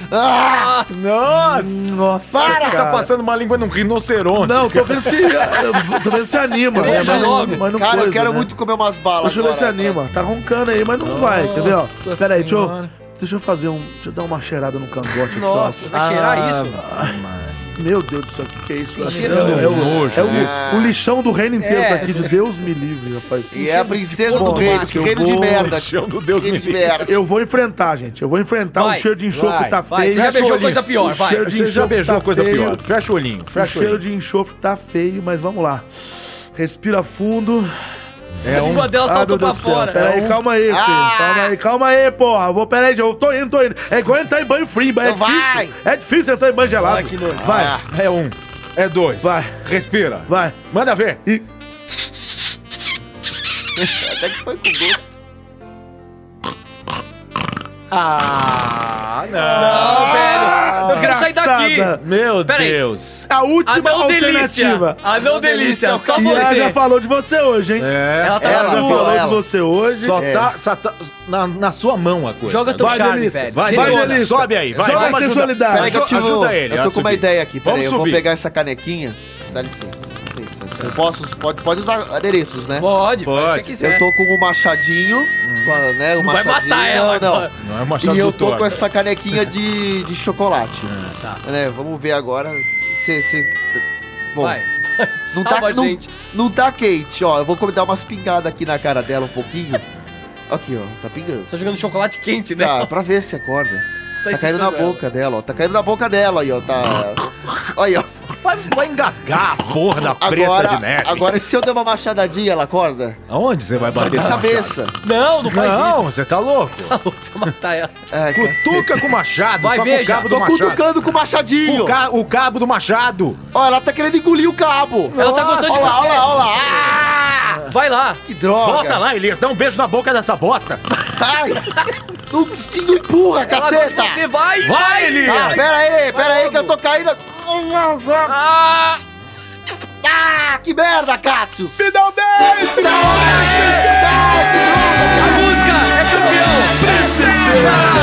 C: Ah,
E: nossa!
A: Nossa!
E: Para!
A: cara.
E: Tá passando uma língua num rinoceronte.
A: Não, tô vendo se, eu tô vendo se anima. né? Mas não- mas não
C: Cara, eu
A: coisa,
C: quero
A: né?
C: muito
E: é
C: comer umas balas.
A: Deixa eu ver se
C: agora.
A: anima. Tá roncando aí, mas não vai, quer ver? ó?
C: Nossa
A: Pera aí, deixa eu,
C: Senhora.
A: deixa eu fazer um. Deixa eu dar uma cheirada no cangote
B: Nossa,
A: aqui, ó.
B: vai cheirar isso?
A: Meu Deus do céu, o que, que é isso?
B: Tem
A: Acho que
B: cheiro
A: é
B: de
A: o-
E: um
A: é o,
B: nojo,
A: é o-
B: né?
A: o lixão do reino inteiro
B: É.
A: tá aqui, de Deus me livre, rapaz.
C: E é a princesa do reino, que
A: eu
C: reino é de
A: vou-
C: merda. reino de merda.
A: Eu vou enfrentar, gente. Eu vou enfrentar
C: Vai,
A: o cheiro de enxofre
E: vai,
A: tá
E: vai.
A: feio.
E: Você já beijou
A: O
E: coisa pior, vai.
A: cheiro de
E: Você já
A: enxofre tá
E: beijou coisa
A: feio.
E: pior. Fecha o olhinho, fecha tá o
A: O cheiro
E: olhinho.
A: de enxofre tá feio, mas vamos lá. Respira fundo.
E: É A um- língua dela
A: Ah,
E: saltou
A: meu Deus
E: pra
A: do céu.
E: fora.
A: Pera
E: É
A: aí,
E: um-
A: calma aí, filho. Calma aí, calma aí, porra. Vou, pera aí, eu tô indo, tô indo. É igual entrar em banho frio, mas é
C: Então
A: difícil.
C: vai.
A: É difícil entrar em banho gelado. Vai.
C: Ah,
E: Vai. É um, é dois. Vai. Respira.
A: Vai.
E: Manda ver.
A: E...
C: Até que foi com gosto.
E: Ah, não.
B: Não, velho. Eu quero sair
A: desgraçada.
B: daqui.
E: Meu
B: Pera aí.
E: Deus.
A: A última
E: Ah,
B: Anão delícia.
A: é alternativa.
B: Anão delícia, só
A: E ela
B: você.
A: já falou de você hoje, hein?
E: É.
A: Ela, tá já falou de você hoje.
E: Só tá, só tá na, na sua mão a coisa.
B: Joga teu
E: Vai,
B: charme,
E: Delícia.
B: velho.
E: Vai,
B: Delícia.
E: Delícia. Sobe aí, vai.
A: Joga
E: vamos ajudar.
A: sensualidade.
C: Peraí que eu tive-
E: ajuda ele. é
C: Eu
A: é
E: a
C: tô com uma
E: subir.
C: ideia aqui, peraí.
E: Vamos
C: Eu vou
E: subir.
C: pegar essa canequinha. Dá licença. dá
A: Tá.
C: licença. Eu posso, pode, pode usar adereços, né?
B: Pode, faz o que você quiser.
C: Eu tô com o machadinho,
A: Hum.
C: com a- né? O
B: Não vai
C: machadinho.
B: matar ela agora.
C: não.
E: Não é o machado
C: E eu
E: do
C: tô
E: Thor.
C: com essa canequinha de, de chocolate.
E: Ah,
B: Tá.
C: Né, vamos ver agora. Cê, cê- Bom,
B: Vai.
C: não
B: Salva
C: tá,
B: a
C: não,
B: gente.
C: não tá quente, ó. Eu vou dar umas pingadas aqui na cara dela um pouquinho. Aqui, ó. Tá pingando.
B: Você tá jogando chocolate quente, né?
C: Tá, pra ver se acorda.
B: Tá
C: Tá, caindo na
B: excitando ela.
C: boca dela, ó. Tá caindo na boca dela aí, ó. Tá. Olha aí, ó.
E: Vai, vai engasgar a porra da preta de
C: Agora,
E: neve.
C: agora, se eu der uma machadadinha, ela acorda?
E: Aonde você vai bater
C: Na
E: essa
C: cabeça.
B: Não, não faz
E: Não,
B: isso.
E: você tá louco.
B: Você vai matar ela.
C: Ai, caceta.
E: Cutuca com o machado,
B: Vai,
E: só com o
B: beija.
E: cabo do
C: É, Tô
E: machado.
C: cutucando com o machadinho.
E: O, ca- o cabo do machado.
C: Ó, ela tá querendo engolir o cabo.
B: Ela tá gostando de
C: Olha lá,
B: você.
C: olha lá, olha lá. Ah,
B: Vai lá.
C: que droga.
E: Volta lá, Elias, dá um beijo na boca dessa bosta.
C: Sai. não, não empurra,
B: Ela gosta de
C: caceta.
B: Você vai,
E: Vai, Elias.
C: Ah, pera aí, pera aí que eu tô caindo.
B: Ah,
C: Ah, que merda, Cássio.
A: Me dá um beijo!
B: a música é campeão.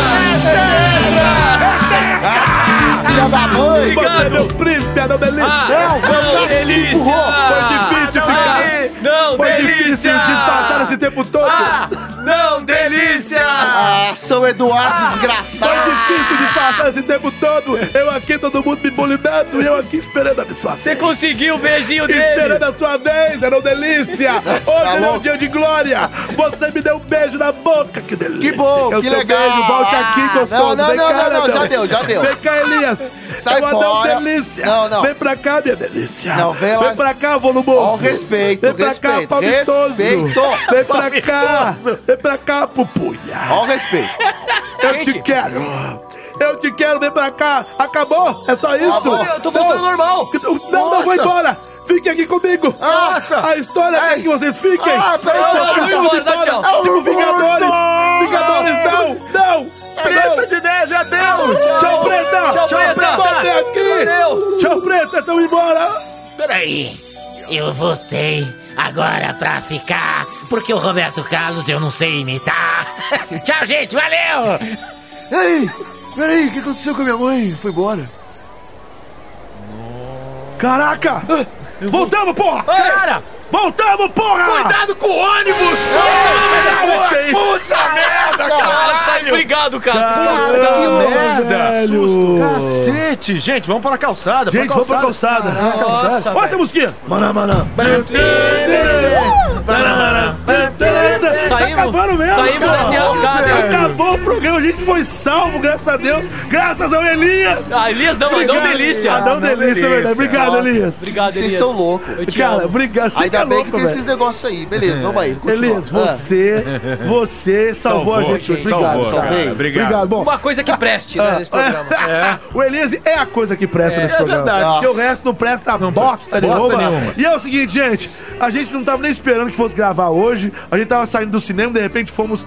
C: Filha da mãe.
A: Você é meu príncipe, Adão Delícia! É um
B: Ah, não, delícia.
A: Foi difícil ficar.
B: Não,
A: Foi
B: delícia.
A: difícil disfarçar esse tempo todo!
B: Ah, não, delícia.
C: Ah, São Eduardo,
A: Foi
C: desgraçado.
A: difícil disfarçar esse tempo todo! Eu aqui, todo mundo me bulinando e eu aqui esperando a sua
B: Você conseguiu o beijinho dele.
A: Esperando a sua vez, era uma
C: <laughs>
A: delícia!
C: Tá
A: Hoje é um
C: louco?
A: dia de glória! Você me deu um beijo na boca, que delícia!
C: Que bom,
A: Eu
C: que
A: sou
C: legal.
A: beijo, volta aqui,
C: Ah,
A: gostoso!
C: não, não,
A: Vem
C: não,
A: cá,
C: não, não,
A: Adão.
C: já deu, já deu.
A: Vem cá, Elias!
C: Sai
A: Eu adoro
C: fora.
A: delícia!
C: Não, não.
A: Vem pra cá, minha delícia!
C: Não, vem lá.
A: Vem pra cá, volumoso!
C: Ó, o respeito,
A: Vem pra cá,
C: respeito,
A: palmitoso!
C: respeito.
A: Vem pra cá! Vem pra cá, pupunha!
C: Ó o respeito.
A: Eu te quero! Eu te quero, vem pra cá! Acabou! É só isso!
B: Eu tô voltando ao normal.
A: Não, não, vou embora! Fiquem aqui comigo!
C: Nossa.
A: A história é que vocês fiquem!
C: Ah, peraí,
A: Vocês
B: eu vou
A: ficam
B: embora, dá
A: embora.
B: tchau.
A: Tipo Vingadores! Vingadores, não! Não! Preta de 10, adeus! Tchau, Preta!
B: Tchau, Preta.
A: Voltei aqui!
B: Valeu.
A: Tchau, Preta! Estão embora!
K: Peraí, eu voltei agora pra ficar, porque o Roberto Carlos eu não sei imitar. <laughs> Tchau, gente, valeu!
I: Ei, peraí, o que aconteceu com a minha mãe? Foi embora.
A: Caraca! Voltamos, porra!
E: Cara,
A: Voltamos, porra! é
E: cuidado com o ônibus. Puta merda,
B: Nossa,
E: caralho.
B: obrigado, tá Cássio.
E: Puta
A: Caramba,
E: merda.
A: velho.
E: Susto, cacete. Gente, vamos para a calçada.
A: Gente, vamos pra calçada!
B: Nossa,
A: Olha essa
B: velho.
A: musiquinha! Manã, manã!
E: calçada.
A: tá acabando mesmo.
B: Saímos
A: Acabou,
B: dessa enrascada,
A: velho.
B: hein?
A: Acabou o programa, a gente foi salvo, graças a Deus. Graças ao Elias.
B: Ah, Elias não, Adão
A: Obrigado.
B: Delícia.
A: Adão
B: Adão
A: Delícia,
B: Delícia.
A: é verdade. Obrigado,
B: Ó,
A: Elias.
B: obrigado,
C: Vocês Elias. são loucos. Eu te
A: Cara,
C: amo.
A: obrigado. Você
C: Ainda
A: tá
C: bem
A: louco,
C: que tem
A: velho.
C: esses Ah. negócios aí. Beleza, vamos aí. continua.
A: Elias, você, você salvou, a gente. hoje. Obrigado.
E: salvou, cara.
A: Salvei.
E: Obrigado.
A: Bom,
B: Uma coisa que preste, né,
A: Ah.
B: nesse <laughs> programa.
A: O Elias é a coisa que presta
B: É,
A: nesse
B: é
A: programa.
B: verdade,
A: Porque o
B: Nossa.
A: resto não presta bosta,
E: bosta
A: nenhuma.
E: nenhuma.
A: E é o seguinte, gente. A gente não tava nem esperando que fosse gravar hoje. A gente tava saindo do cinema, de repente fomos...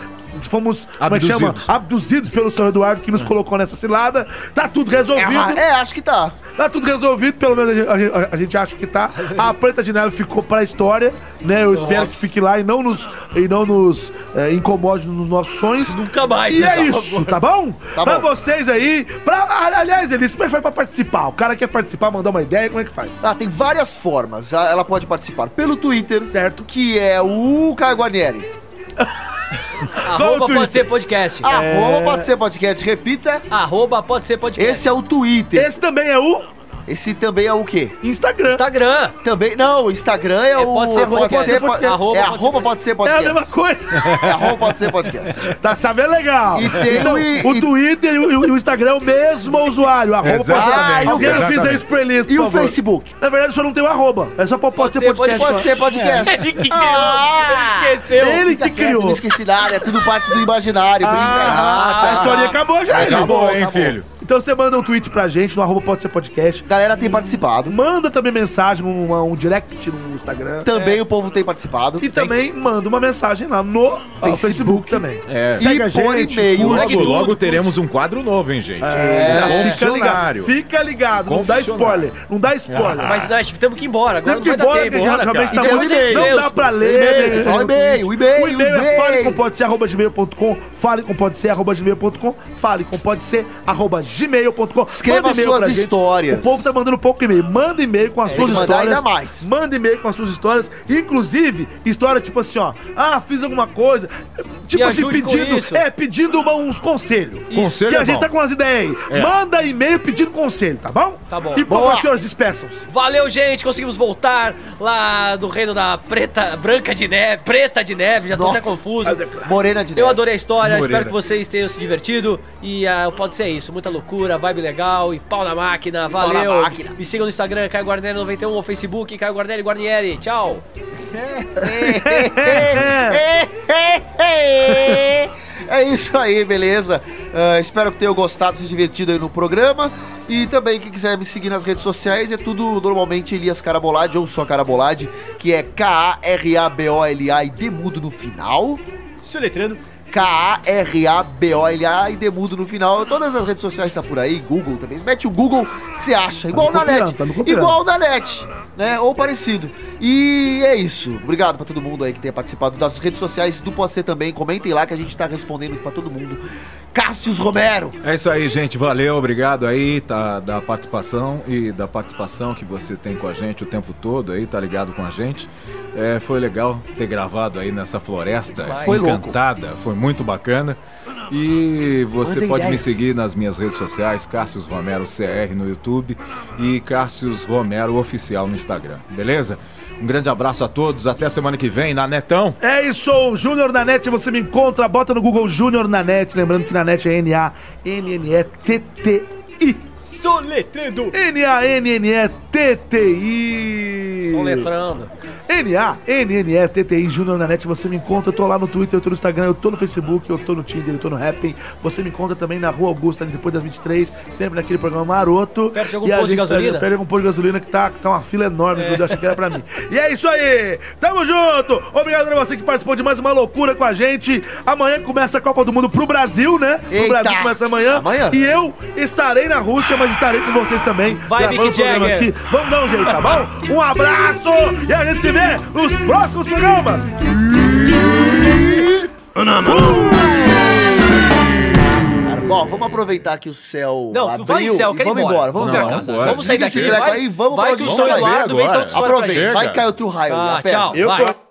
A: Fomos, como é que chama?
E: Abduzidos.
A: Abduzidos pelo seu Eduardo que nos colocou nessa cilada. Tá tudo resolvido.
C: É, mas- é, acho que tá.
A: Tá tudo resolvido, pelo menos a gente, a gente- a gente acha que tá. A Preta de Neve ficou pra história, né? Eu espero que fique lá e não nos, e não nos eh, incomode nos nossos sonhos. Nunca
B: mais,
A: E
B: né,
A: é
B: por
A: isso,
B: favor.
A: tá bom?
B: Tá
A: pra
B: bom.
A: vocês aí. Pra, ah, aliás, Elis, como é que faz pra participar? O cara quer participar, mandar uma ideia, como é que faz?
C: Ah, tem várias formas. Ah, Ela pode participar pelo Twitter,
A: certo?
C: Que é o Caio Guarnieri.
A: Qual o
B: Arroba pode
A: Twitter?
B: ser podcast.
C: Arroba pode ser podcast, repita.
B: Arroba pode ser podcast.
C: Esse é o Twitter.
A: Esse também é o.
C: Esse também é o quê?
A: Instagram.
C: <laughs>
B: Instagram.
C: Também. Não, o Instagram é, o.
B: pode ser
C: po-
B: podcast. Pode ser
C: é
B: podcast.
C: arroba pode ser podcast.
A: É a mesma coisa.
C: <laughs> É arroba pode ser podcast.
A: Tá sabendo legal.
C: E tem
A: então,
C: o i-
A: o
C: e-
A: Twitter e o, e o Instagram é o mesmo usuário. Arroba pode ser.
C: <laughs> Exatamente,
A: Alguém
C: exatamente.
A: avisa isso pra Elis, por
C: E o
A: favor.
C: Facebook?
A: Na verdade, só não tem o arroba. É só pra pode, ser podcast.
C: Pode ser podcast.
A: É.
C: que criou. Ele
A: esqueceu. Ele que criou.
C: Não esqueci nada, é tudo parte do imaginário. brinca. tá.
A: Ah, a historinha acabou já,
C: Acabou,
A: Elis.
C: hein, filho?
A: Então você manda um tweet pra gente no arroba pode ser podcast.
C: Galera tem participado.
A: Manda também mensagem, um, um direct no Instagram.
C: Também o povo tem participado.
A: E também manda uma mensagem lá no ah, Facebook, também.
E: É.
A: Segue
E: E
A: a
E: por
A: gente.
E: e-mail.
A: curte.
E: Logo, logo teremos um quadro novo, hein, gente?
A: É, fica ligado.
E: Confessionário.
A: Fica ligado, não dá spoiler. Não dá spoiler.
B: Mas nós temos que ir embora. Agora
A: Temos
B: não
A: que ir
B: vai
A: embora,
B: dar tempo.
A: que já realmente
B: Bora, cara.
A: tá
B: E
A: muito
B: depois é
A: Não
B: e-mails,
A: dá pra
B: pô.
A: ler. né?
C: fala o e-mail, o e-mail,
A: O e-mail é
C: e-mail.
A: falecompodser.gmail.com, falecompodser.gmail.com, falecompodser.gmail.com.
C: Escreva
A: Manda e-mail
C: suas
A: pra gente.
C: histórias.
A: O povo tá mandando pouco e-mail. Manda e-mail com as
C: É,
A: suas
C: tem que mandar
A: histórias.
C: ainda mais.
A: Manda e-mail com as suas histórias. Inclusive, história tipo assim, ó. Ah, fiz alguma coisa. Tipo
B: Me
A: assim,
B: ajude com
A: pedindo.
B: isso.
A: É, pedindo uma- uns conselhos.
E: Conselho
A: Que
E: é
A: a gente
E: bom.
A: tá com umas ideias aí.
E: É.
A: Manda e-mail pedindo conselho, tá bom?
B: Tá bom.
A: E por
B: Boa.
A: favor, senhores, despeçam-se.
B: Valeu, gente. Conseguimos voltar lá do reino da preta, branca de neve, preta de neve. Já tô
C: Nossa. é
B: até confuso.
C: Morena de
B: Eu
C: Deus.
B: adorei a história,
C: Moreira.
B: espero que vocês tenham se divertido. E ah, pode ser isso, muita loucura, vibe legal e pau na máquina,
C: Pau na
B: valeu.
C: máquina.
B: Me sigam no Instagram, Caio Guarnieri 91, ou Facebook, Caio Guarnieri Guarnieri. Tchau.
C: <laughs> É isso aí, beleza? Ah, espero que tenham gostado, se divertido aí no programa. E também, quem quiser me seguir nas redes sociais, é tudo normalmente Elias Carabolade ou só Carabolade, que é K-A-R-A-B-O-L-A e demudo no final.
B: Se letrando.
C: K-A-R-A-B-O-L-A e demudo no final. Todas as redes sociais tá por aí, Google também. Mete o Google que você acha, igual na
A: copiando,
C: net.
A: tá me copiando.
C: igual na net, né? Ou parecido. E é isso. Obrigado pra todo mundo aí que tenha participado das redes sociais do Pode Ser também. Comentem lá que a gente tá respondendo pra todo mundo. Cássius Romero.
E: É isso aí, gente. Valeu, obrigado aí tá, da participação e da participação que você tem com a gente o tempo todo aí, tá ligado com a gente. É, foi legal ter gravado aí nessa floresta
C: Foi louco.
E: encantada, foi muito bacana. E você
C: Mandem
E: pode me
C: dez.
E: seguir nas minhas redes sociais, Cássius Romero CR no YouTube e Cássius Romero Oficial no Instagram, beleza? Um grande abraço a todos, até semana que vem na Netão.
A: É isso, Júnior na net, você me encontra, bota no Google Júnior na net, lembrando que na net é N-A-N-N-E-T-T-I.
B: Soletrando.
A: N-A-N-N-E-T-T-I.
B: Soletrando.
A: N-A-N-N-E-T-T-I, Júnior na net, você me encontra, eu tô lá no Twitter, eu tô no Instagram, eu tô no Facebook, eu tô no Tinder, eu tô no Happn, você me encontra também na Rua Augusta, ali depois das 23, sempre naquele programa maroto.
B: Perto de algum
A: E a
B: posto de
A: gente tá-
B: gasolina?
A: Perto de algum posto de gasolina que tá, que tá uma fila enorme,
B: É.
A: meu Deus, achei que era pra mim. E é isso aí, tamo junto! Obrigado pra você que participou de mais uma loucura com a gente. Amanhã começa a Copa do Mundo pro Brasil, né?
C: Eita.
A: O Brasil começa amanhã.
C: Amanhã.
A: E eu estarei na Rússia, mas estarei com vocês também.
B: Vai,
A: gravando
B: Mick
A: o programa
B: Jagger.
A: aqui. Vamos dar um jeito, tá bom? Um abraço e a gente se vê nos próximos programas.
C: Cara, bom, vamos aproveitar que o céu
B: Não,
C: abriu
B: vai, céu,
C: e
B: quero ir
C: vamos
B: embora.
C: embora. Vamos
B: Não,
C: pra
B: vamos
C: casa.
B: embora.
C: Vamos sair daqui.
B: Vai-
C: Vai, vamos
B: vai
C: pra
B: que
C: onde
B: o
C: o sol
B: Eduardo vem, então, que história pra
C: Aproveita,
B: gente.
C: vai cair outro raio.
B: Ah,
C: aperta.
B: tchau, vai.